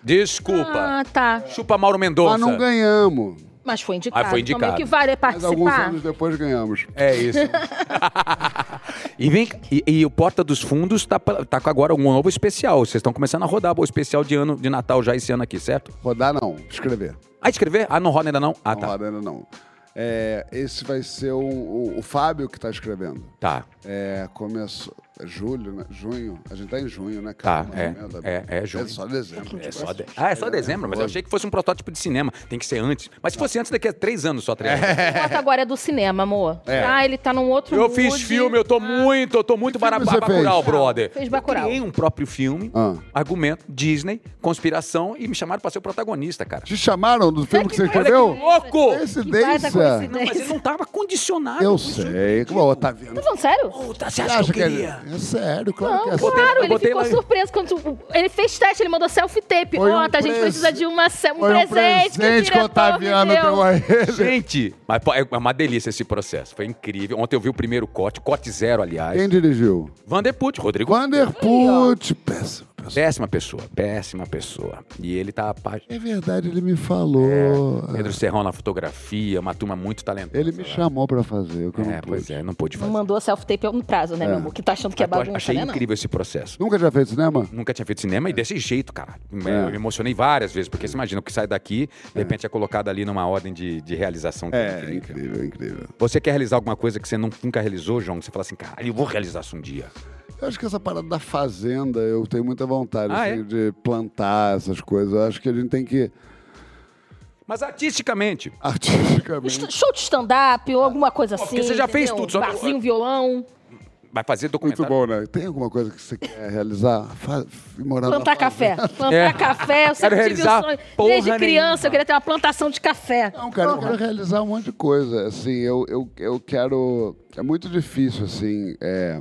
S1: Desculpa.
S2: Ah, tá.
S1: Chupa Mauro Mendonça.
S3: Mas não ganhamos.
S2: Mas foi indicado.
S1: Ah, foi
S2: Então, meio
S1: indicado.
S2: que vale
S3: Mas alguns
S2: participar.
S3: anos depois ganhamos. (laughs)
S1: É isso. e, vem, cá, e, e o Porta dos Fundos tá, pra- tá com agora um novo especial. Vocês estão começando a rodar o especial de ano de Natal já esse ano aqui, certo?
S3: Rodar não, escrever.
S1: Ah, escrever? Ah, não roda ainda não? Ah,
S3: não
S1: tá.
S3: roda ainda não. É, esse vai ser o, o, o Fábio que tá escrevendo.
S1: Tá,
S3: É, começou. É julho, né? Junho. A gente tá em junho, né,
S1: tá.
S3: cara?
S1: É,
S3: Uma merda.
S1: é, é, junho.
S3: É só dezembro.
S1: É só de- Ah, é só dezembro, mas eu achei que fosse um protótipo de cinema. Tem que ser antes. Mas se fosse antes, daqui a três anos só, três anos.
S2: Bota agora é do cinema, amor.
S3: É.
S2: Ah, ele tá num outro
S1: Eu fiz
S2: mood.
S1: filme, eu tô muito, eu tô muito
S3: filme
S1: barabá-
S3: você
S1: bacural,
S3: fez?
S1: brother.
S2: Ah. Fez
S1: Eu
S2: Bacurau.
S1: criei um próprio filme,
S3: Ah.
S1: argumento, Disney, conspiração, e me chamaram pra ser o protagonista, cara.
S3: Te chamaram do filme que você escreveu?
S1: Olha que louco!
S2: baita
S3: Coincidência.
S2: coincidência.
S1: Não, mas ele não tava condicionado.
S3: Eu
S1: Isso-
S3: sei. Ô, Otaviano.
S2: Tá falando sério?
S1: Pô, tá, você
S3: Você
S1: acha que eu
S3: acha é-
S1: queria?
S3: É sério, claro que é
S2: Não,
S3: sério.
S1: botei- eu
S2: claro, ele
S1: botei
S2: ficou
S1: lá-
S2: surpreso quando ele fez teste, ele mandou selfie tape.
S3: Foi um
S2: Ó, tá, a gente
S3: presen-
S2: precisa de uma, se- um,
S3: Foi um presente que o
S2: diretor
S3: Otaviano
S2: me deu.
S3: deu a ele.
S1: Gente, mas pô, é uma delícia esse processo. Foi incrível. Ontem eu vi o primeiro corte, corte zero, aliás.
S3: Quem dirigiu?
S1: Vanderput, Rodrigo.
S3: Vanderput. Péssimo, péssimo.
S1: Péssima pessoa, péssima pessoa. E ele tá. apa-
S3: É verdade, ele me falou.
S1: Pedro Serrão na fotografia, uma turma muito talentosa.
S3: É. Ele me
S1: lá.
S3: chamou pra fazer, o que eu não
S1: É,
S3: pude.
S1: pois é, não pôde
S2: Não
S1: fazer.
S2: mandou selfie tape no prazo, né, meu amor? Que tá achando que é
S1: Mas, pô,
S2: bagunça,
S1: Ah, achei
S2: né? não?
S1: incrível esse processo.
S3: Nunca já fez cinema?
S1: Nunca tinha feito cinema
S3: É.
S1: e desse jeito, cara. Eu me emocionei várias vezes, porque você imagina o que sai daqui, de repente é colocado ali numa ordem de, de realização. que
S3: É, incrível, incrível.
S1: Você quer realizar alguma coisa que você nun- nunca realizou, João? que Você fala assim, caralho, eu vou realizar isso um dia.
S3: Eu acho que essa parada da fazenda, eu tenho muita vontade
S1: Ah,
S3: assim,
S1: é?
S3: de plantar essas coisas. Eu acho que a gente tem que, (laughs)
S1: Mas artisticamente,
S2: Um
S3: artisticamente.
S2: st- Show de stand-up ou alguma coisa assim.
S1: Ah. porque você já fez
S2: entendeu?
S1: tudo, só-
S2: Barzinho, violão,
S1: vai fazer
S3: Muito
S1: documentário.
S3: bom, né? Tem alguma coisa que você quer realizar? Fa morar na
S2: plantar
S3: fazenda.
S2: café.
S1: (laughs)
S2: Plantar
S1: É.
S2: café, eu sempre tive
S1: realizar
S2: um sonho.
S1: porra
S2: Desde criança
S1: nenhuma.
S2: eu queria ter uma plantação de café.
S3: Não, cara, eu quero realizar um monte de coisa. Assim, eu, eu, eu quero. É muito difícil, assim. é,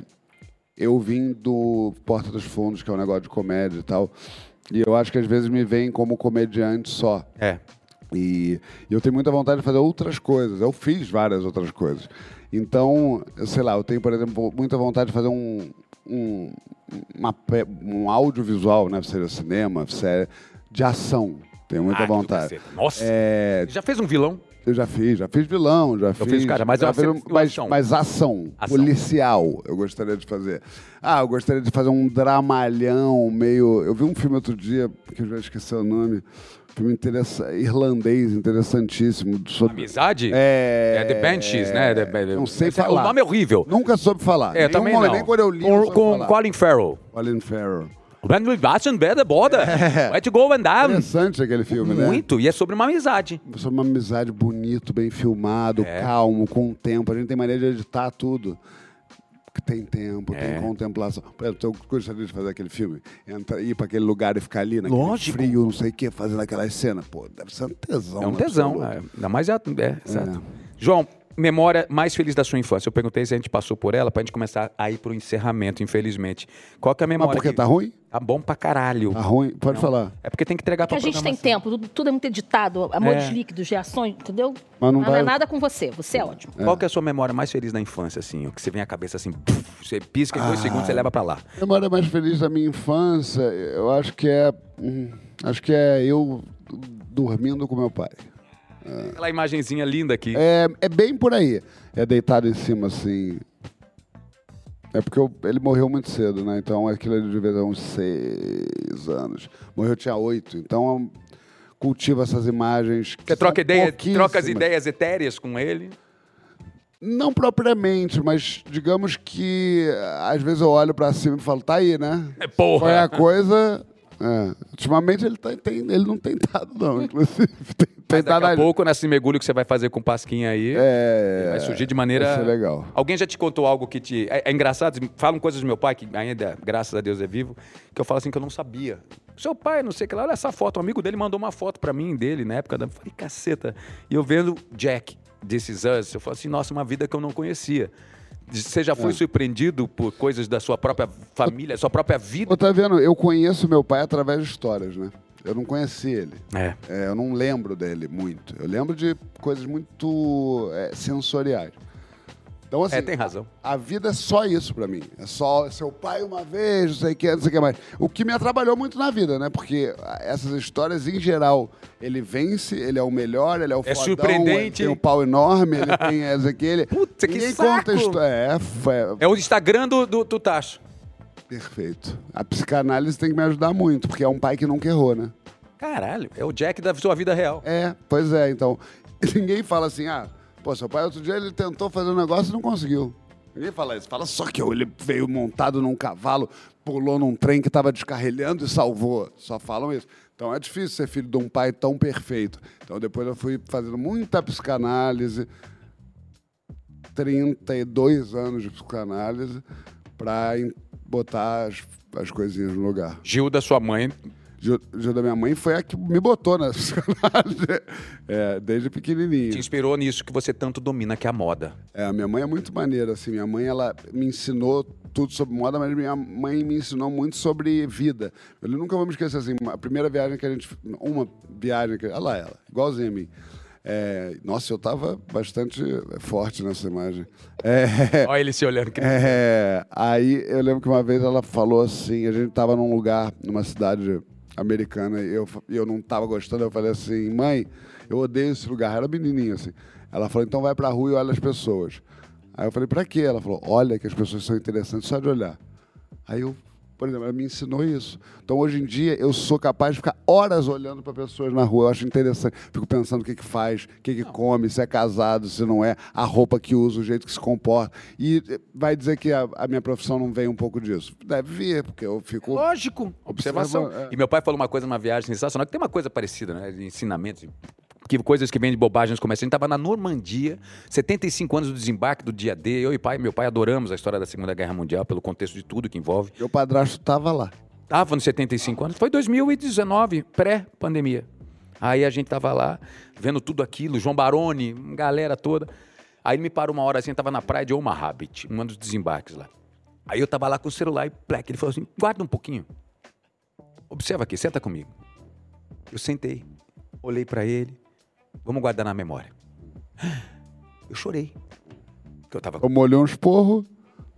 S3: Eu vim do Porta dos Fundos, que é um negócio de comédia e tal. E eu acho que às vezes me veem como comediante só.
S1: É.
S3: E eu tenho muita vontade de fazer outras coisas. Eu fiz várias outras coisas. Então, eu sei lá, eu tenho, por exemplo, muita vontade de fazer um, um, uma pe- um audiovisual, né? Seja cinema, série, de ação. Tenho muita
S1: Ah, que do
S3: vontade.
S1: cacete. Nossa.
S3: É,
S1: Já fez um vilão?
S3: eu já fiz, já fiz vilão, já
S1: fiz,
S3: fiz.
S1: cara, mas
S3: já
S1: eu-
S3: fiz um-
S1: eu- eu-
S3: mas,
S1: ação.
S3: mas ação,
S1: Ação.
S3: policial, eu gostaria de fazer. Ah, eu gostaria de fazer um dramalhão meio. Eu vi um filme outro dia, que eu já esqueci o nome. um Filme interessa... irlandês, interessantíssimo. Sobre...
S1: Amizade?
S3: É.
S1: É The Banshees, né? The-
S3: Não sei
S1: Esse é-
S3: falar.
S1: O nome é horrível.
S3: Nunca soube falar.
S1: É,
S3: Nenhum
S1: também
S3: momento,
S1: não.
S3: Nem quando eu li. eu "Ah."
S1: com
S3: soube
S1: com
S3: falar.
S1: Colin Farrell.
S3: Colin Farrell.
S1: When we watch and better border.
S3: (laughs)
S1: Let go and down.
S3: Interessante aquele É. filme, né?
S1: Muito, e é sobre uma amizade.
S3: Sobre é uma amizade bonito, bem filmado,
S1: É.
S3: calmo, com o tempo. A gente tem mania de editar tudo. Que Tem tempo, tem
S1: É.
S3: contemplação. Por exemplo, eu gostaria de fazer aquele filme. Entra, ir para aquele lugar e ficar ali, naquele
S1: Lógico.
S3: frio, não sei o quê, fazendo aquelas cenas. Pô, deve ser um tesão.
S1: É um
S3: né,
S1: tesão.
S3: absoluto.
S1: É. Ainda mais é, é, certo. João, memória mais feliz da sua infância. Eu perguntei se a gente passou por ela pra gente começar a ir pro encerramento, infelizmente. Qual que é a memória?
S3: Mas porque
S1: que-
S3: tá ruim?
S1: Tá bom pra caralho.
S3: Tá ruim? Pode falar.
S1: É porque tem que entregar
S2: Porque
S1: pra
S2: a gente tem tempo, tudo, tudo é muito editado, amores
S1: É.
S2: líquidos, reações, entendeu?
S3: Mas não
S2: não é
S3: vai-
S2: nada com você, você é ótimo.
S1: Qual que é a sua memória mais feliz da infância, assim? O que você vem à cabeça assim, puf, você pisca em dois
S3: Ah.
S1: segundos, você leva pra lá.
S3: A memória mais feliz da minha infância, eu acho que é. hum, Acho que é eu dormindo com meu pai.
S1: Aquela imagenzinha linda aqui.
S3: É, é bem por aí. É deitado em cima, assim. É porque eu- ele morreu muito cedo, né? Então aquilo ele devia ter uns seis anos. Morreu eu tinha oito. Então cultiva essas imagens. que
S1: Você troca,
S3: são
S1: ideia, troca as
S3: pouquíssimas.
S1: ideias etéreas com ele.
S3: Não propriamente, mas digamos que às vezes eu olho pra cima e falo, tá aí, né?
S1: É, porra.
S3: Foi a coisa. é. Ultimamente ele, tá- tem- ele não tem (laughs) dado, não, inclusive. Tem, tem
S1: Mas daqui
S3: dado
S1: a
S3: às-
S1: pouco, nesse mergulho que você vai fazer com o Pasquinha aí,
S3: É,
S1: vai surgir de
S3: vai
S1: maneira...
S3: ser legal.
S1: Alguém já te contou algo que te... É, é engraçado, falam coisas do meu pai, que ainda, graças a Deus, é vivo, que eu falo assim, que eu não sabia. Seu pai, não sei o que lá, olha essa foto. Um amigo dele mandou uma foto pra mim, dele, na época da... Eu falei, caceta. E eu vendo Jack, This Is Us, eu falo assim, nossa, uma vida que eu não conhecia. Você já foi
S3: É.
S1: surpreendido por coisas da sua própria família, sua própria vida?
S3: Ô, tá vendo? Eu conheço meu pai através de histórias, né? Eu não conheci ele.
S1: É.
S3: É, eu não lembro dele muito. Eu lembro de coisas muito é, sensoriais. Então, assim,
S1: É, tem razão.
S3: a vida é só isso pra mim. É só seu pai uma vez, não sei o que, não sei o que mais. O que me atrapalhou muito na vida, né? Porque ah, essas histórias, em geral, ele vence, ele é o melhor, ele é o
S1: É
S3: fodão,
S1: surpreendente.
S3: ele tem um pau enorme, ele
S1: (laughs)
S3: tem essa aqui. Ele...
S1: Puta, que
S3: Ninguém
S1: saco!
S3: conta história. É, foi-
S1: É o Instagram do, do, do Tacho.
S3: Perfeito. A psicanálise tem que me ajudar muito, porque é um pai que nunca errou, né?
S1: Caralho, é o Jack da sua vida real.
S3: É, pois é. Então, (laughs) ninguém fala assim, ah, pô, seu pai outro dia ele tentou fazer um negócio e não conseguiu. Ninguém fala isso. Fala só que ele veio montado num cavalo, pulou num trem que estava descarrilhando e salvou. Só falam isso. Então é difícil ser filho de um pai tão perfeito. Então depois eu fui fazendo muita psicanálise, 32 anos de psicanálise, para botar as, as coisinhas no lugar.
S1: Gil da sua mãe.
S3: Ju- Ju da minha mãe foi a que me botou na (laughs) psicanálise. É, desde
S1: Te
S3: pequenininho.
S1: inspirou nisso que você tanto domina, que é a moda.
S3: É, a minha mãe é muito maneira, assim. Minha mãe, ela me ensinou tudo sobre moda, mas minha mãe me ensinou muito sobre vida. Eu nunca vou me esquecer, assim, a primeira viagem que a gente... Uma viagem que... Olha lá ela, igualzinha a mim. É, nossa, eu tava bastante forte nessa imagem. É,
S1: Olha ele se olhando. Que...
S3: É, aí eu lembro que uma vez ela falou assim, a gente tava num lugar, numa cidade americana, e eu, fa- e eu não tava gostando, eu falei assim, mãe, eu odeio esse lugar, era menininha assim. Ela falou, então vai pra rua e olha as pessoas. Aí eu falei, pra quê? Ela falou, olha que as pessoas são interessantes só de olhar. Aí eu, por exemplo, ela me ensinou isso. Então hoje em dia eu sou capaz de ficar horas olhando para pessoas na rua. Eu acho interessante. Fico pensando o que, que faz, o que, que come, se é casado, se não é, a roupa que usa, o jeito que se comporta. E eh, vai dizer que a, a minha profissão não vem um pouco disso. Deve vir, porque eu fico.
S1: Lógico, observação.
S3: Observa- é.
S1: E meu pai falou uma coisa numa viagem sensacional, que tem uma coisa parecida, né? De ensinamentos, que coisas que vêm de bobagens comerciais. A gente estava na Normandia, 75 anos do desembarque do dia D. Eu e pai, meu pai adoramos a história da Segunda Guerra Mundial, pelo contexto de tudo que envolve.
S3: Meu padrasto tava lá.
S1: Tava nos 75 anos, foi 2019, pré-pandemia. Aí a gente tava lá, vendo tudo aquilo, João Baroni, galera toda. Aí ele me parou uma hora assim, eu tava na praia de Omaha Beach, um dos desembarques lá. Aí eu tava lá com o celular e plec, ele falou assim, guarda um pouquinho. Observa aqui, senta comigo. Eu sentei, olhei pra ele, Vamos guardar na memória. (gasps) Eu chorei. Que eu tava
S3: Eu molhei uns porros.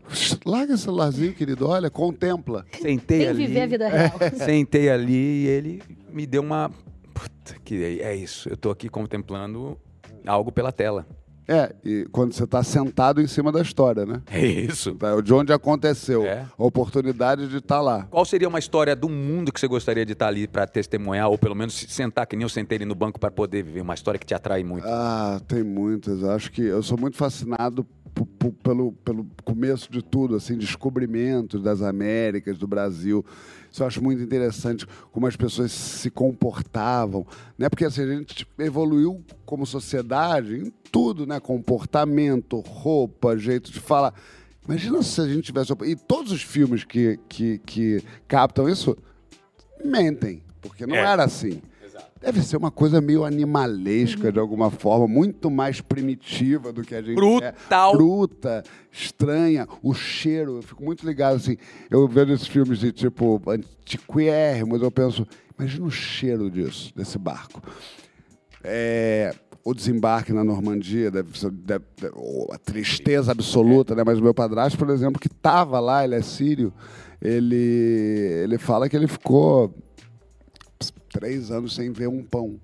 S3: (laughs) Larga esse celularzinho, querido. Olha, contempla.
S1: Sentei
S2: Tem que
S1: ali. É.
S2: viver a vida real.
S1: Sentei ali e ele me deu uma. Puta, que é isso. Eu tô aqui contemplando algo pela tela. (laughs)
S3: É, e quando você tá sentado em cima da história, né?
S1: É isso.
S3: Tá, De onde aconteceu.
S1: É.
S3: A oportunidade de estar lá.
S1: Qual seria uma história do mundo que você gostaria de estar ali para testemunhar, ou pelo menos se sentar que nem eu sentei ali no banco para poder viver uma história que te atrai muito?
S3: Ah, tem muitas. Acho que eu sou muito fascinado p- p- pelo, pelo começo de tudo, assim, descobrimentos das Américas, do Brasil. Isso eu acho muito interessante, como as pessoas se comportavam, né? Porque assim, a gente evoluiu como sociedade em tudo, né? Comportamento, roupa, jeito de falar. Imagina se a gente tivesse... E todos os filmes que, que, que captam isso mentem, porque não
S11: É.
S3: era assim. Deve ser uma coisa meio animalesca, de alguma forma, muito mais primitiva do que a gente é.
S1: Brutal.
S3: Bruta, estranha, o cheiro. Eu fico muito ligado, assim, eu vendo esses filmes de, tipo, antiquérrimos, eu penso, imagina o cheiro disso, desse barco. É, o desembarque na Normandia, deve ser- deve- deve- ou a tristeza absoluta, né? Mas o meu padrasto, por exemplo, que estava lá, ele é sírio, ele, ele fala que ele ficou três anos sem ver um pão.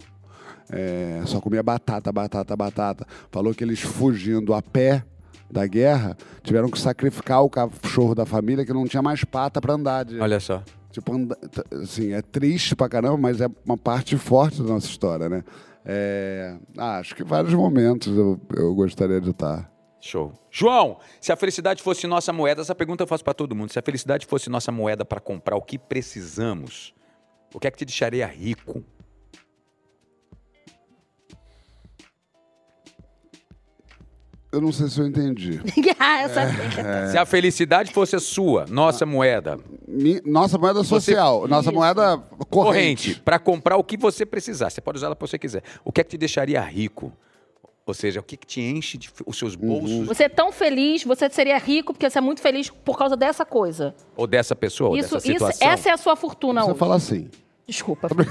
S3: É, só comia batata, batata, batata. Falou que eles fugindo a pé da guerra tiveram que sacrificar o cachorro da família que não tinha mais pata para andar. de-
S1: Olha só.
S3: Tipo, anda- t- assim, é triste pra caramba, mas é uma parte forte da nossa história, né? É, ah, acho que vários momentos eu, eu gostaria de estar.
S1: Show. João, se a felicidade fosse nossa moeda, essa pergunta eu faço para todo mundo. Se a felicidade fosse nossa moeda para comprar o que precisamos, o que é que te deixaria rico?
S3: Eu não sei se eu entendi.
S2: (laughs) ah, essa...
S1: Se a felicidade fosse a sua, nossa moeda.
S3: Mi- nossa moeda social, nossa moeda corrente.
S1: Corrente. Para comprar o que você precisar. Você pode usar ela para você quiser. O que é que te deixaria rico? Ou seja, o que, que te enche de, os seus
S3: Uhum.
S1: bolsos
S2: Você é tão feliz, você seria rico porque você é muito feliz por causa dessa coisa.
S1: ou dessa pessoa,
S2: isso,
S1: ou dessa
S2: isso,
S1: situação?
S2: essa é a sua fortuna
S3: Você
S2: hoje.
S3: fala assim.
S2: Desculpa.
S3: Você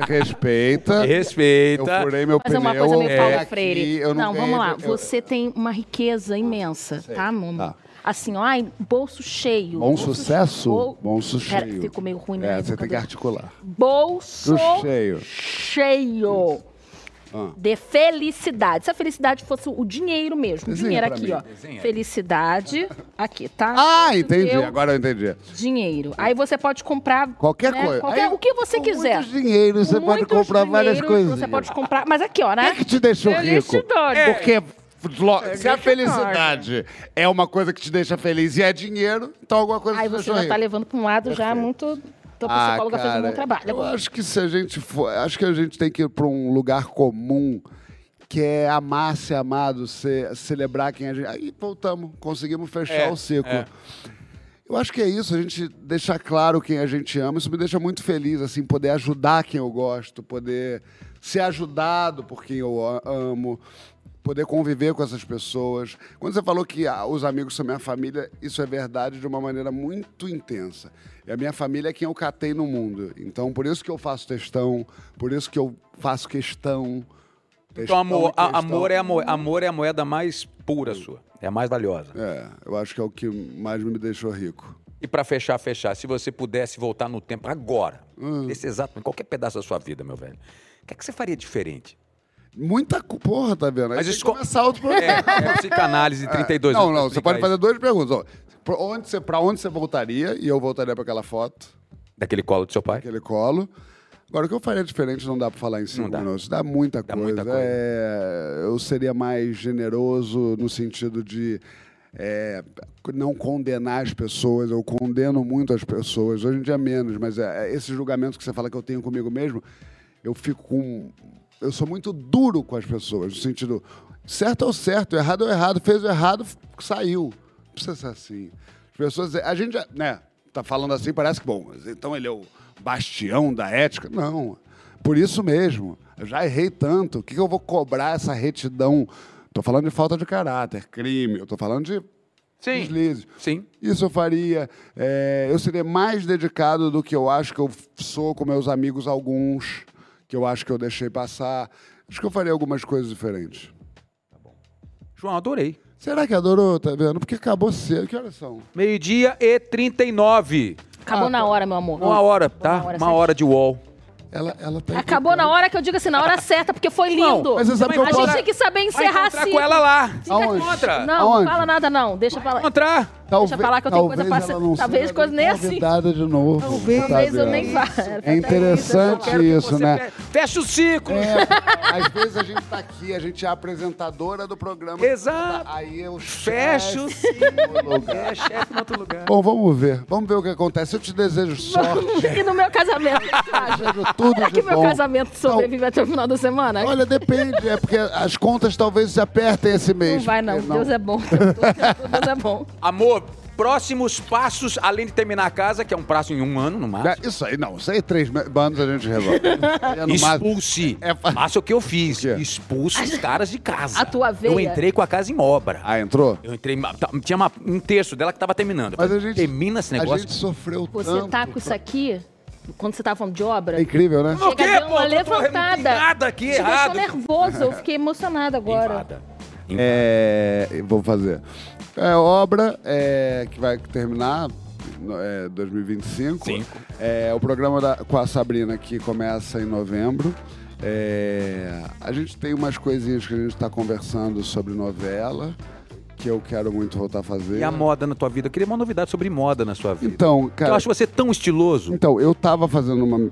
S2: é
S3: respeita.
S1: (laughs) Respeita.
S3: Eu furei meu
S2: Mas é
S3: pneu.
S2: uma coisa meio
S3: é
S2: Paulo
S3: aqui,
S2: Freire.
S3: eu
S2: não,
S3: ganhei-
S2: vamos lá.
S3: eu-
S2: Você tem uma riqueza imensa, tá, amor?
S3: Tá.
S2: Assim, ó, ai, bolso cheio.
S3: Bom
S2: bolso
S3: sucesso?
S2: Bol-
S3: Bom sucesso.
S2: Pera, que ficou meio ruim, né?
S3: É, você tem que articular.
S2: Bolso
S3: Do cheio.
S2: cheio.
S3: Ah.
S2: De felicidade. Se a felicidade fosse o dinheiro mesmo.
S3: Desenha
S2: dinheiro
S3: pra
S2: aqui,
S3: mim.
S2: ó.
S3: Desenha.
S2: Felicidade. Aqui, tá?
S3: Ah, entendi.
S2: Meu
S3: Agora eu entendi.
S2: Dinheiro. Aí você pode comprar.
S3: Qualquer
S2: né,
S3: coisa.
S2: qualquer-
S3: Aí,
S2: o que você quiser.
S3: Muitos dinheiros, você pode
S2: Muitos
S3: comprar várias
S2: dinheiros,
S3: coisas.
S2: Você pode comprar. Mas aqui, ó, né?
S3: que te deixou
S2: Feliz
S3: rico?
S2: Dória. É.
S3: Porque lo- se a felicidade
S2: Felicidade.
S3: é uma coisa que te deixa feliz e é dinheiro, então alguma coisa
S2: Aí
S3: te
S2: você
S3: deixou
S2: já tá
S3: rico.
S2: levando pra um lado já muito. Então
S1: Ah,
S2: a psicóloga fez um bom trabalho.
S3: Ah, Eu
S2: agora.
S3: acho que se a gente for. Acho que a gente tem que ir para um lugar comum que é amar, ser amado, ser, celebrar quem a gente. Aí voltamos, conseguimos fechar
S11: É,
S3: o ciclo.
S11: é.
S3: Eu acho que é isso, a gente deixar claro quem a gente ama. Isso me deixa muito feliz, assim, poder ajudar quem eu gosto, poder ser ajudado por quem eu a- amo, poder conviver com essas pessoas. Quando você falou que ah, os amigos são minha família, isso é verdade de uma maneira muito intensa. E a minha família é quem eu catei no mundo. Então, por isso que eu faço textão, por isso que eu faço questão.
S1: Então,
S3: textão
S1: amor,
S3: e
S1: a-
S3: textão.
S1: amor, é a, mo- amor é a moeda mais pura sua. É a mais valiosa.
S3: É, eu acho que é o que mais me deixou rico.
S1: E pra fechar, fechar, se você pudesse voltar no tempo agora,
S3: Hum.
S1: nesse exato, em qualquer pedaço da sua vida, meu velho, o que é que você faria diferente?
S3: Muita cu- porra, tá vendo? Aí
S1: Mas
S3: tem
S1: isso
S3: que começar outro programa.
S1: É, é psicanálise, 32
S3: Não,
S1: anos,
S3: não,
S1: explica
S3: você pode
S1: isso.
S3: fazer duas perguntas. ó. Pra onde você, pra onde você voltaria? E eu voltaria pra aquela foto,
S1: Daquele colo do seu pai?
S3: aquele colo. Agora, o que eu faria diferente não dá pra falar em cinco minutos. Dá muita coisa. É, eu seria mais generoso no sentido de é, não condenar as pessoas. Eu condeno muito as pessoas. Hoje em dia menos, mas é, é esse julgamento que você fala que eu tenho comigo mesmo, eu fico com. Eu sou muito duro com as pessoas, no sentido. Certo é o certo, errado é o errado, fez o errado, f- saiu. Não precisa ser assim. As pessoas. A gente já. né, tá falando assim, parece que, bom, mas então ele é o bastião da ética. Não. Por isso mesmo. Eu já errei tanto. O que, que eu vou cobrar essa retidão? Tô falando de falta de caráter, crime, eu tô falando de Sim. deslizes.
S1: Sim.
S3: Isso eu faria. É, eu seria mais dedicado do que eu acho que eu sou com meus amigos alguns. que eu acho que eu deixei passar. Acho que eu faria algumas coisas diferentes.
S1: João, adorei.
S3: Será que adorou, tá vendo? Porque acabou cedo. Que horas são?
S1: Meio-dia e 39.
S2: Acabou na hora, meu amor.
S1: Uma hora, tá?
S2: Uma hora,
S1: Uma hora de wall.
S3: Ela, ela tá
S2: Acabou
S1: então.
S2: na hora que eu digo assim, na hora certa, porque foi lindo.
S3: mas você sabe que eu
S2: a
S3: posso-
S2: gente tem que saber encerrar
S1: encontrar
S2: assim.
S1: com ela lá.
S3: Aonde?
S1: Encontra.
S2: Não,
S3: Aonde?
S2: não fala nada não. Deixa pra lá.
S1: Encontrar.
S2: Deixa pra lá que eu tenho coisa pra
S3: talvez
S2: ser-
S3: ela não
S2: talvez
S3: seja
S2: coisa nem assim.
S3: convidada de novo.
S2: Talvez eu nem vá.
S3: É interessante isso, né? É.
S1: Fecha o ciclo.
S3: Às vezes a gente tá aqui, a gente é a apresentadora do programa.
S1: Exato.
S3: Aí eu
S1: Fecha o ciclo.
S3: lugar.
S1: É chefe no outro lugar.
S3: Bom, vamos ver. Vamos ver o que acontece. Eu te desejo sorte.
S2: (laughs) E no
S1: (laughs)
S2: meu casamento, o que tu acha?
S3: desejo tudo
S2: Será
S3: de
S2: que meu
S3: bom.
S2: casamento sobrevive até o final da semana?
S3: Olha, depende. É porque as contas talvez se apertem esse mês.
S2: não vai não.
S3: porque
S2: Deus é
S1: (laughs)
S2: bom. Deus é bom.
S1: Amor, próximos passos, além de terminar a casa, que é um prazo em um ano, no máximo.
S3: É, Isso aí, não. Isso aí, três me- anos a gente
S1: (laughs)
S3: resolve. É no máximo.
S1: Expulse.
S3: É fa-
S1: Faça o que eu fiz.
S3: quê?
S1: Expulse os caras de casa.
S2: A tua
S1: Eu
S2: veia.
S1: entrei com a casa em obra.
S3: Ah, entrou?
S1: Eu entrei. tá, Tinha uma- um terço dela que tava terminando. Eu
S3: Mas a
S1: falei,
S3: gente-
S1: Termina esse
S3: A
S1: negócio.
S3: gente sofreu
S2: Você
S3: tanto.
S2: tá com isso aqui, quando você tava falando de obra,
S3: É incrível, né?
S1: Por quê,
S2: chega a dar
S1: pô?
S2: uma
S1: Não tô- não tem
S2: levantada.
S1: nada aqui
S2: Te
S1: errado.
S2: deixou nervoso, eu fiquei emocionada agora.
S1: Invada.
S3: É, vou fazer. É obra é, que vai terminar no- é, 2025.
S1: Cinco.
S3: É, o programa da- com a Sabrina que começa em novembro. É, a gente tem umas coisinhas que a gente está conversando sobre novela que eu quero muito voltar a fazer.
S1: E a moda na tua vida? Eu queria uma novidade sobre moda na sua vida.
S3: Então,
S1: Porque
S3: cara.
S1: eu acho você tão estiloso.
S3: Então, eu tava fazendo uma,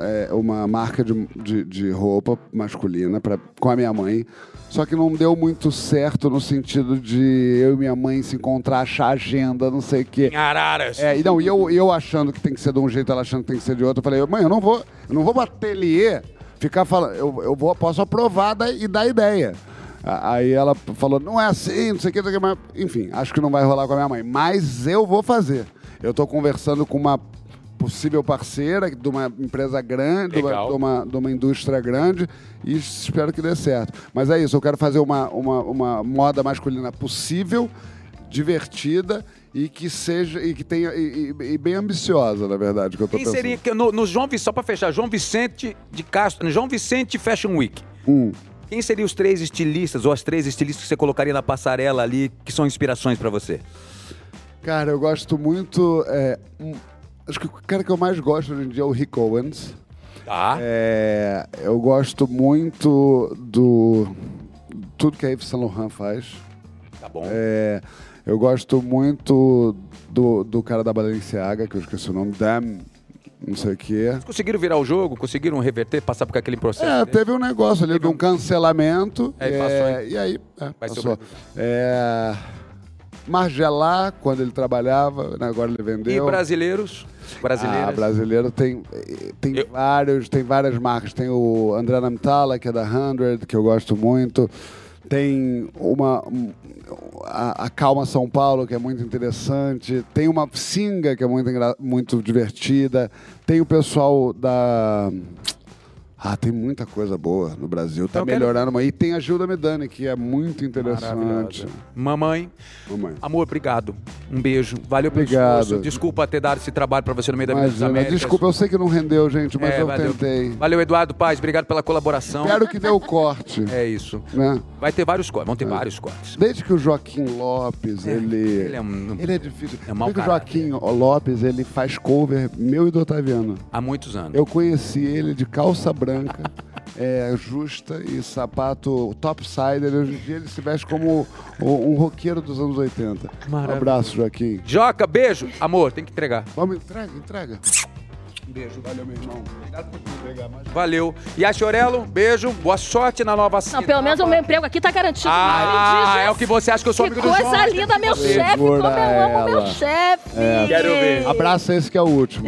S3: é, uma marca de, de, de roupa masculina pra, com a minha mãe, só que não deu muito certo no sentido de eu e minha mãe se encontrar, achar agenda, não sei o quê.
S1: Em Araras.
S3: É, e não, e eu, e eu achando que tem que ser de um jeito, ela achando que tem que ser de outro, eu falei, mãe, eu não vou, eu não vou pro ateliê ficar falando, eu, eu vou, posso aprovar da- e dar ideia. A- Aí ela falou, não é assim, não sei o que, não sei o que, mas, enfim, acho que não vai rolar com a minha mãe, mas eu vou fazer. Eu tô conversando com uma possível parceira de uma empresa grande, de uma,
S1: Legal.
S3: de uma- de uma indústria grande, e espero que dê certo. Mas é isso, eu quero fazer uma, uma, uma moda masculina possível, divertida e que seja e que tenha e, e- e bem ambiciosa, na verdade, que eu tô
S1: Quem
S3: pensando.
S1: seria que- no, no João Vicente, só pra fechar, João Vicente de Castro, no João Vicente Fashion Week.
S3: Hum.
S1: Quem seriam os três estilistas ou as três estilistas que você colocaria na passarela ali que são inspirações pra você?
S3: Cara, eu gosto muito. é, um- acho que o cara que eu mais gosto hoje em dia é o Rick Owens.
S1: Tá.
S3: É, eu gosto muito do tudo que a Yves Saint Laurent faz.
S1: Tá bom.
S3: É, eu gosto muito do, do cara da Balenciaga, que eu esqueci o nome, Dam, não sei o que.
S1: Conseguiram virar o jogo? Conseguiram reverter, passar por aquele processo?
S3: É,
S1: né?
S3: teve um negócio ali de um cancelamento.
S1: Aí
S3: é,
S1: passou, hein?
S3: e aí, é,
S1: Vai
S3: passou.
S1: sobreviver.
S3: É, Margelá, quando ele trabalhava, né, agora ele
S1: E
S3: vendeu.
S1: brasileiros? Brasileiras?
S3: Ah, brasileiro tem, tem,
S1: Eu-
S3: vários, tem várias marcas. Tem o André Namtala, que é da 100, que eu gosto muito. Tem uma. um, A, a Calma São Paulo, que é muito interessante. Tem uma Singa, que é muito, engra- muito divertida. Tem o pessoal da. Ah, tem muita coisa boa no Brasil. Tá
S1: Eu quero-
S3: melhorando. mas- E tem a Gilda Medani, que é muito interessante.
S1: Maravilhosa. Mamãe,
S3: Mamãe.
S1: amor, obrigado. Um beijo. Valeu pelo
S3: Obrigado.
S1: esforço. Desculpa ter dado esse trabalho pra você no meio da Minutos
S3: Imagina.
S1: Américas.
S3: Desculpa, eu sei que não rendeu, gente, mas
S1: É,
S3: eu
S1: valeu.
S3: tentei.
S1: Valeu, Eduardo Paz. Obrigado pela colaboração.
S3: Espero que dê o corte.
S1: É isso.
S3: né?
S1: Vai ter vários cortes. Vão ter vários cortes.
S3: Desde que o Joaquim Lopes, ele.
S1: ele é um-
S3: ele é difícil.
S1: é um mau
S3: Desde que o
S1: caráter.
S3: Joaquim Lopes, ele faz cover meu e do Otaviano.
S1: Há muitos anos.
S3: Eu conheci ele de calça branca, (laughs) é, justa e sapato topsider. Hoje em dia ele se veste como o- um roqueiro dos anos 80. Um
S1: Maravilha.
S3: abraço, Joaquim.
S1: Joca, beijo. Amor, tem que entregar.
S3: Vamos, entrega, entrega. Um beijo, valeu, meu irmão. Obrigado por tudo. Obrigado, mas-
S1: Valeu. E a Chorelo, beijo. Boa sorte na nova
S2: Não, pelo menos o meu emprego aqui tá garantido.
S1: Ah,
S2: Me diz
S1: é o que você acha que eu sou
S2: Que
S1: amigo do João.
S2: coisa linda, meu chefe, como eu
S3: Segura
S2: amo
S3: ela.
S2: meu chefe.
S1: É. Quero ver.
S3: Abraça esse que é o último.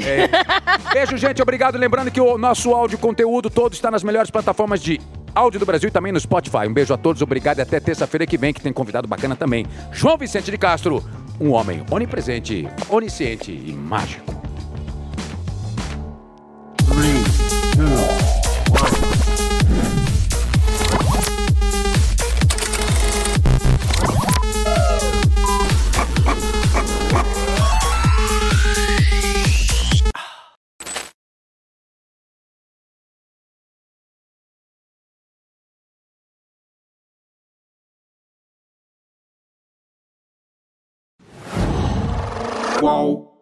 S1: Beijo, gente. Obrigado. Lembrando que o nosso áudio conteúdo todo está nas melhores plataformas de áudio do Brasil e também no Spotify. Um beijo a todos. Obrigado. E até terça-feira que vem, que tem convidado bacana também. João Vicente de Castro, um homem onipresente, onisciente e mágico.
S6: Qual?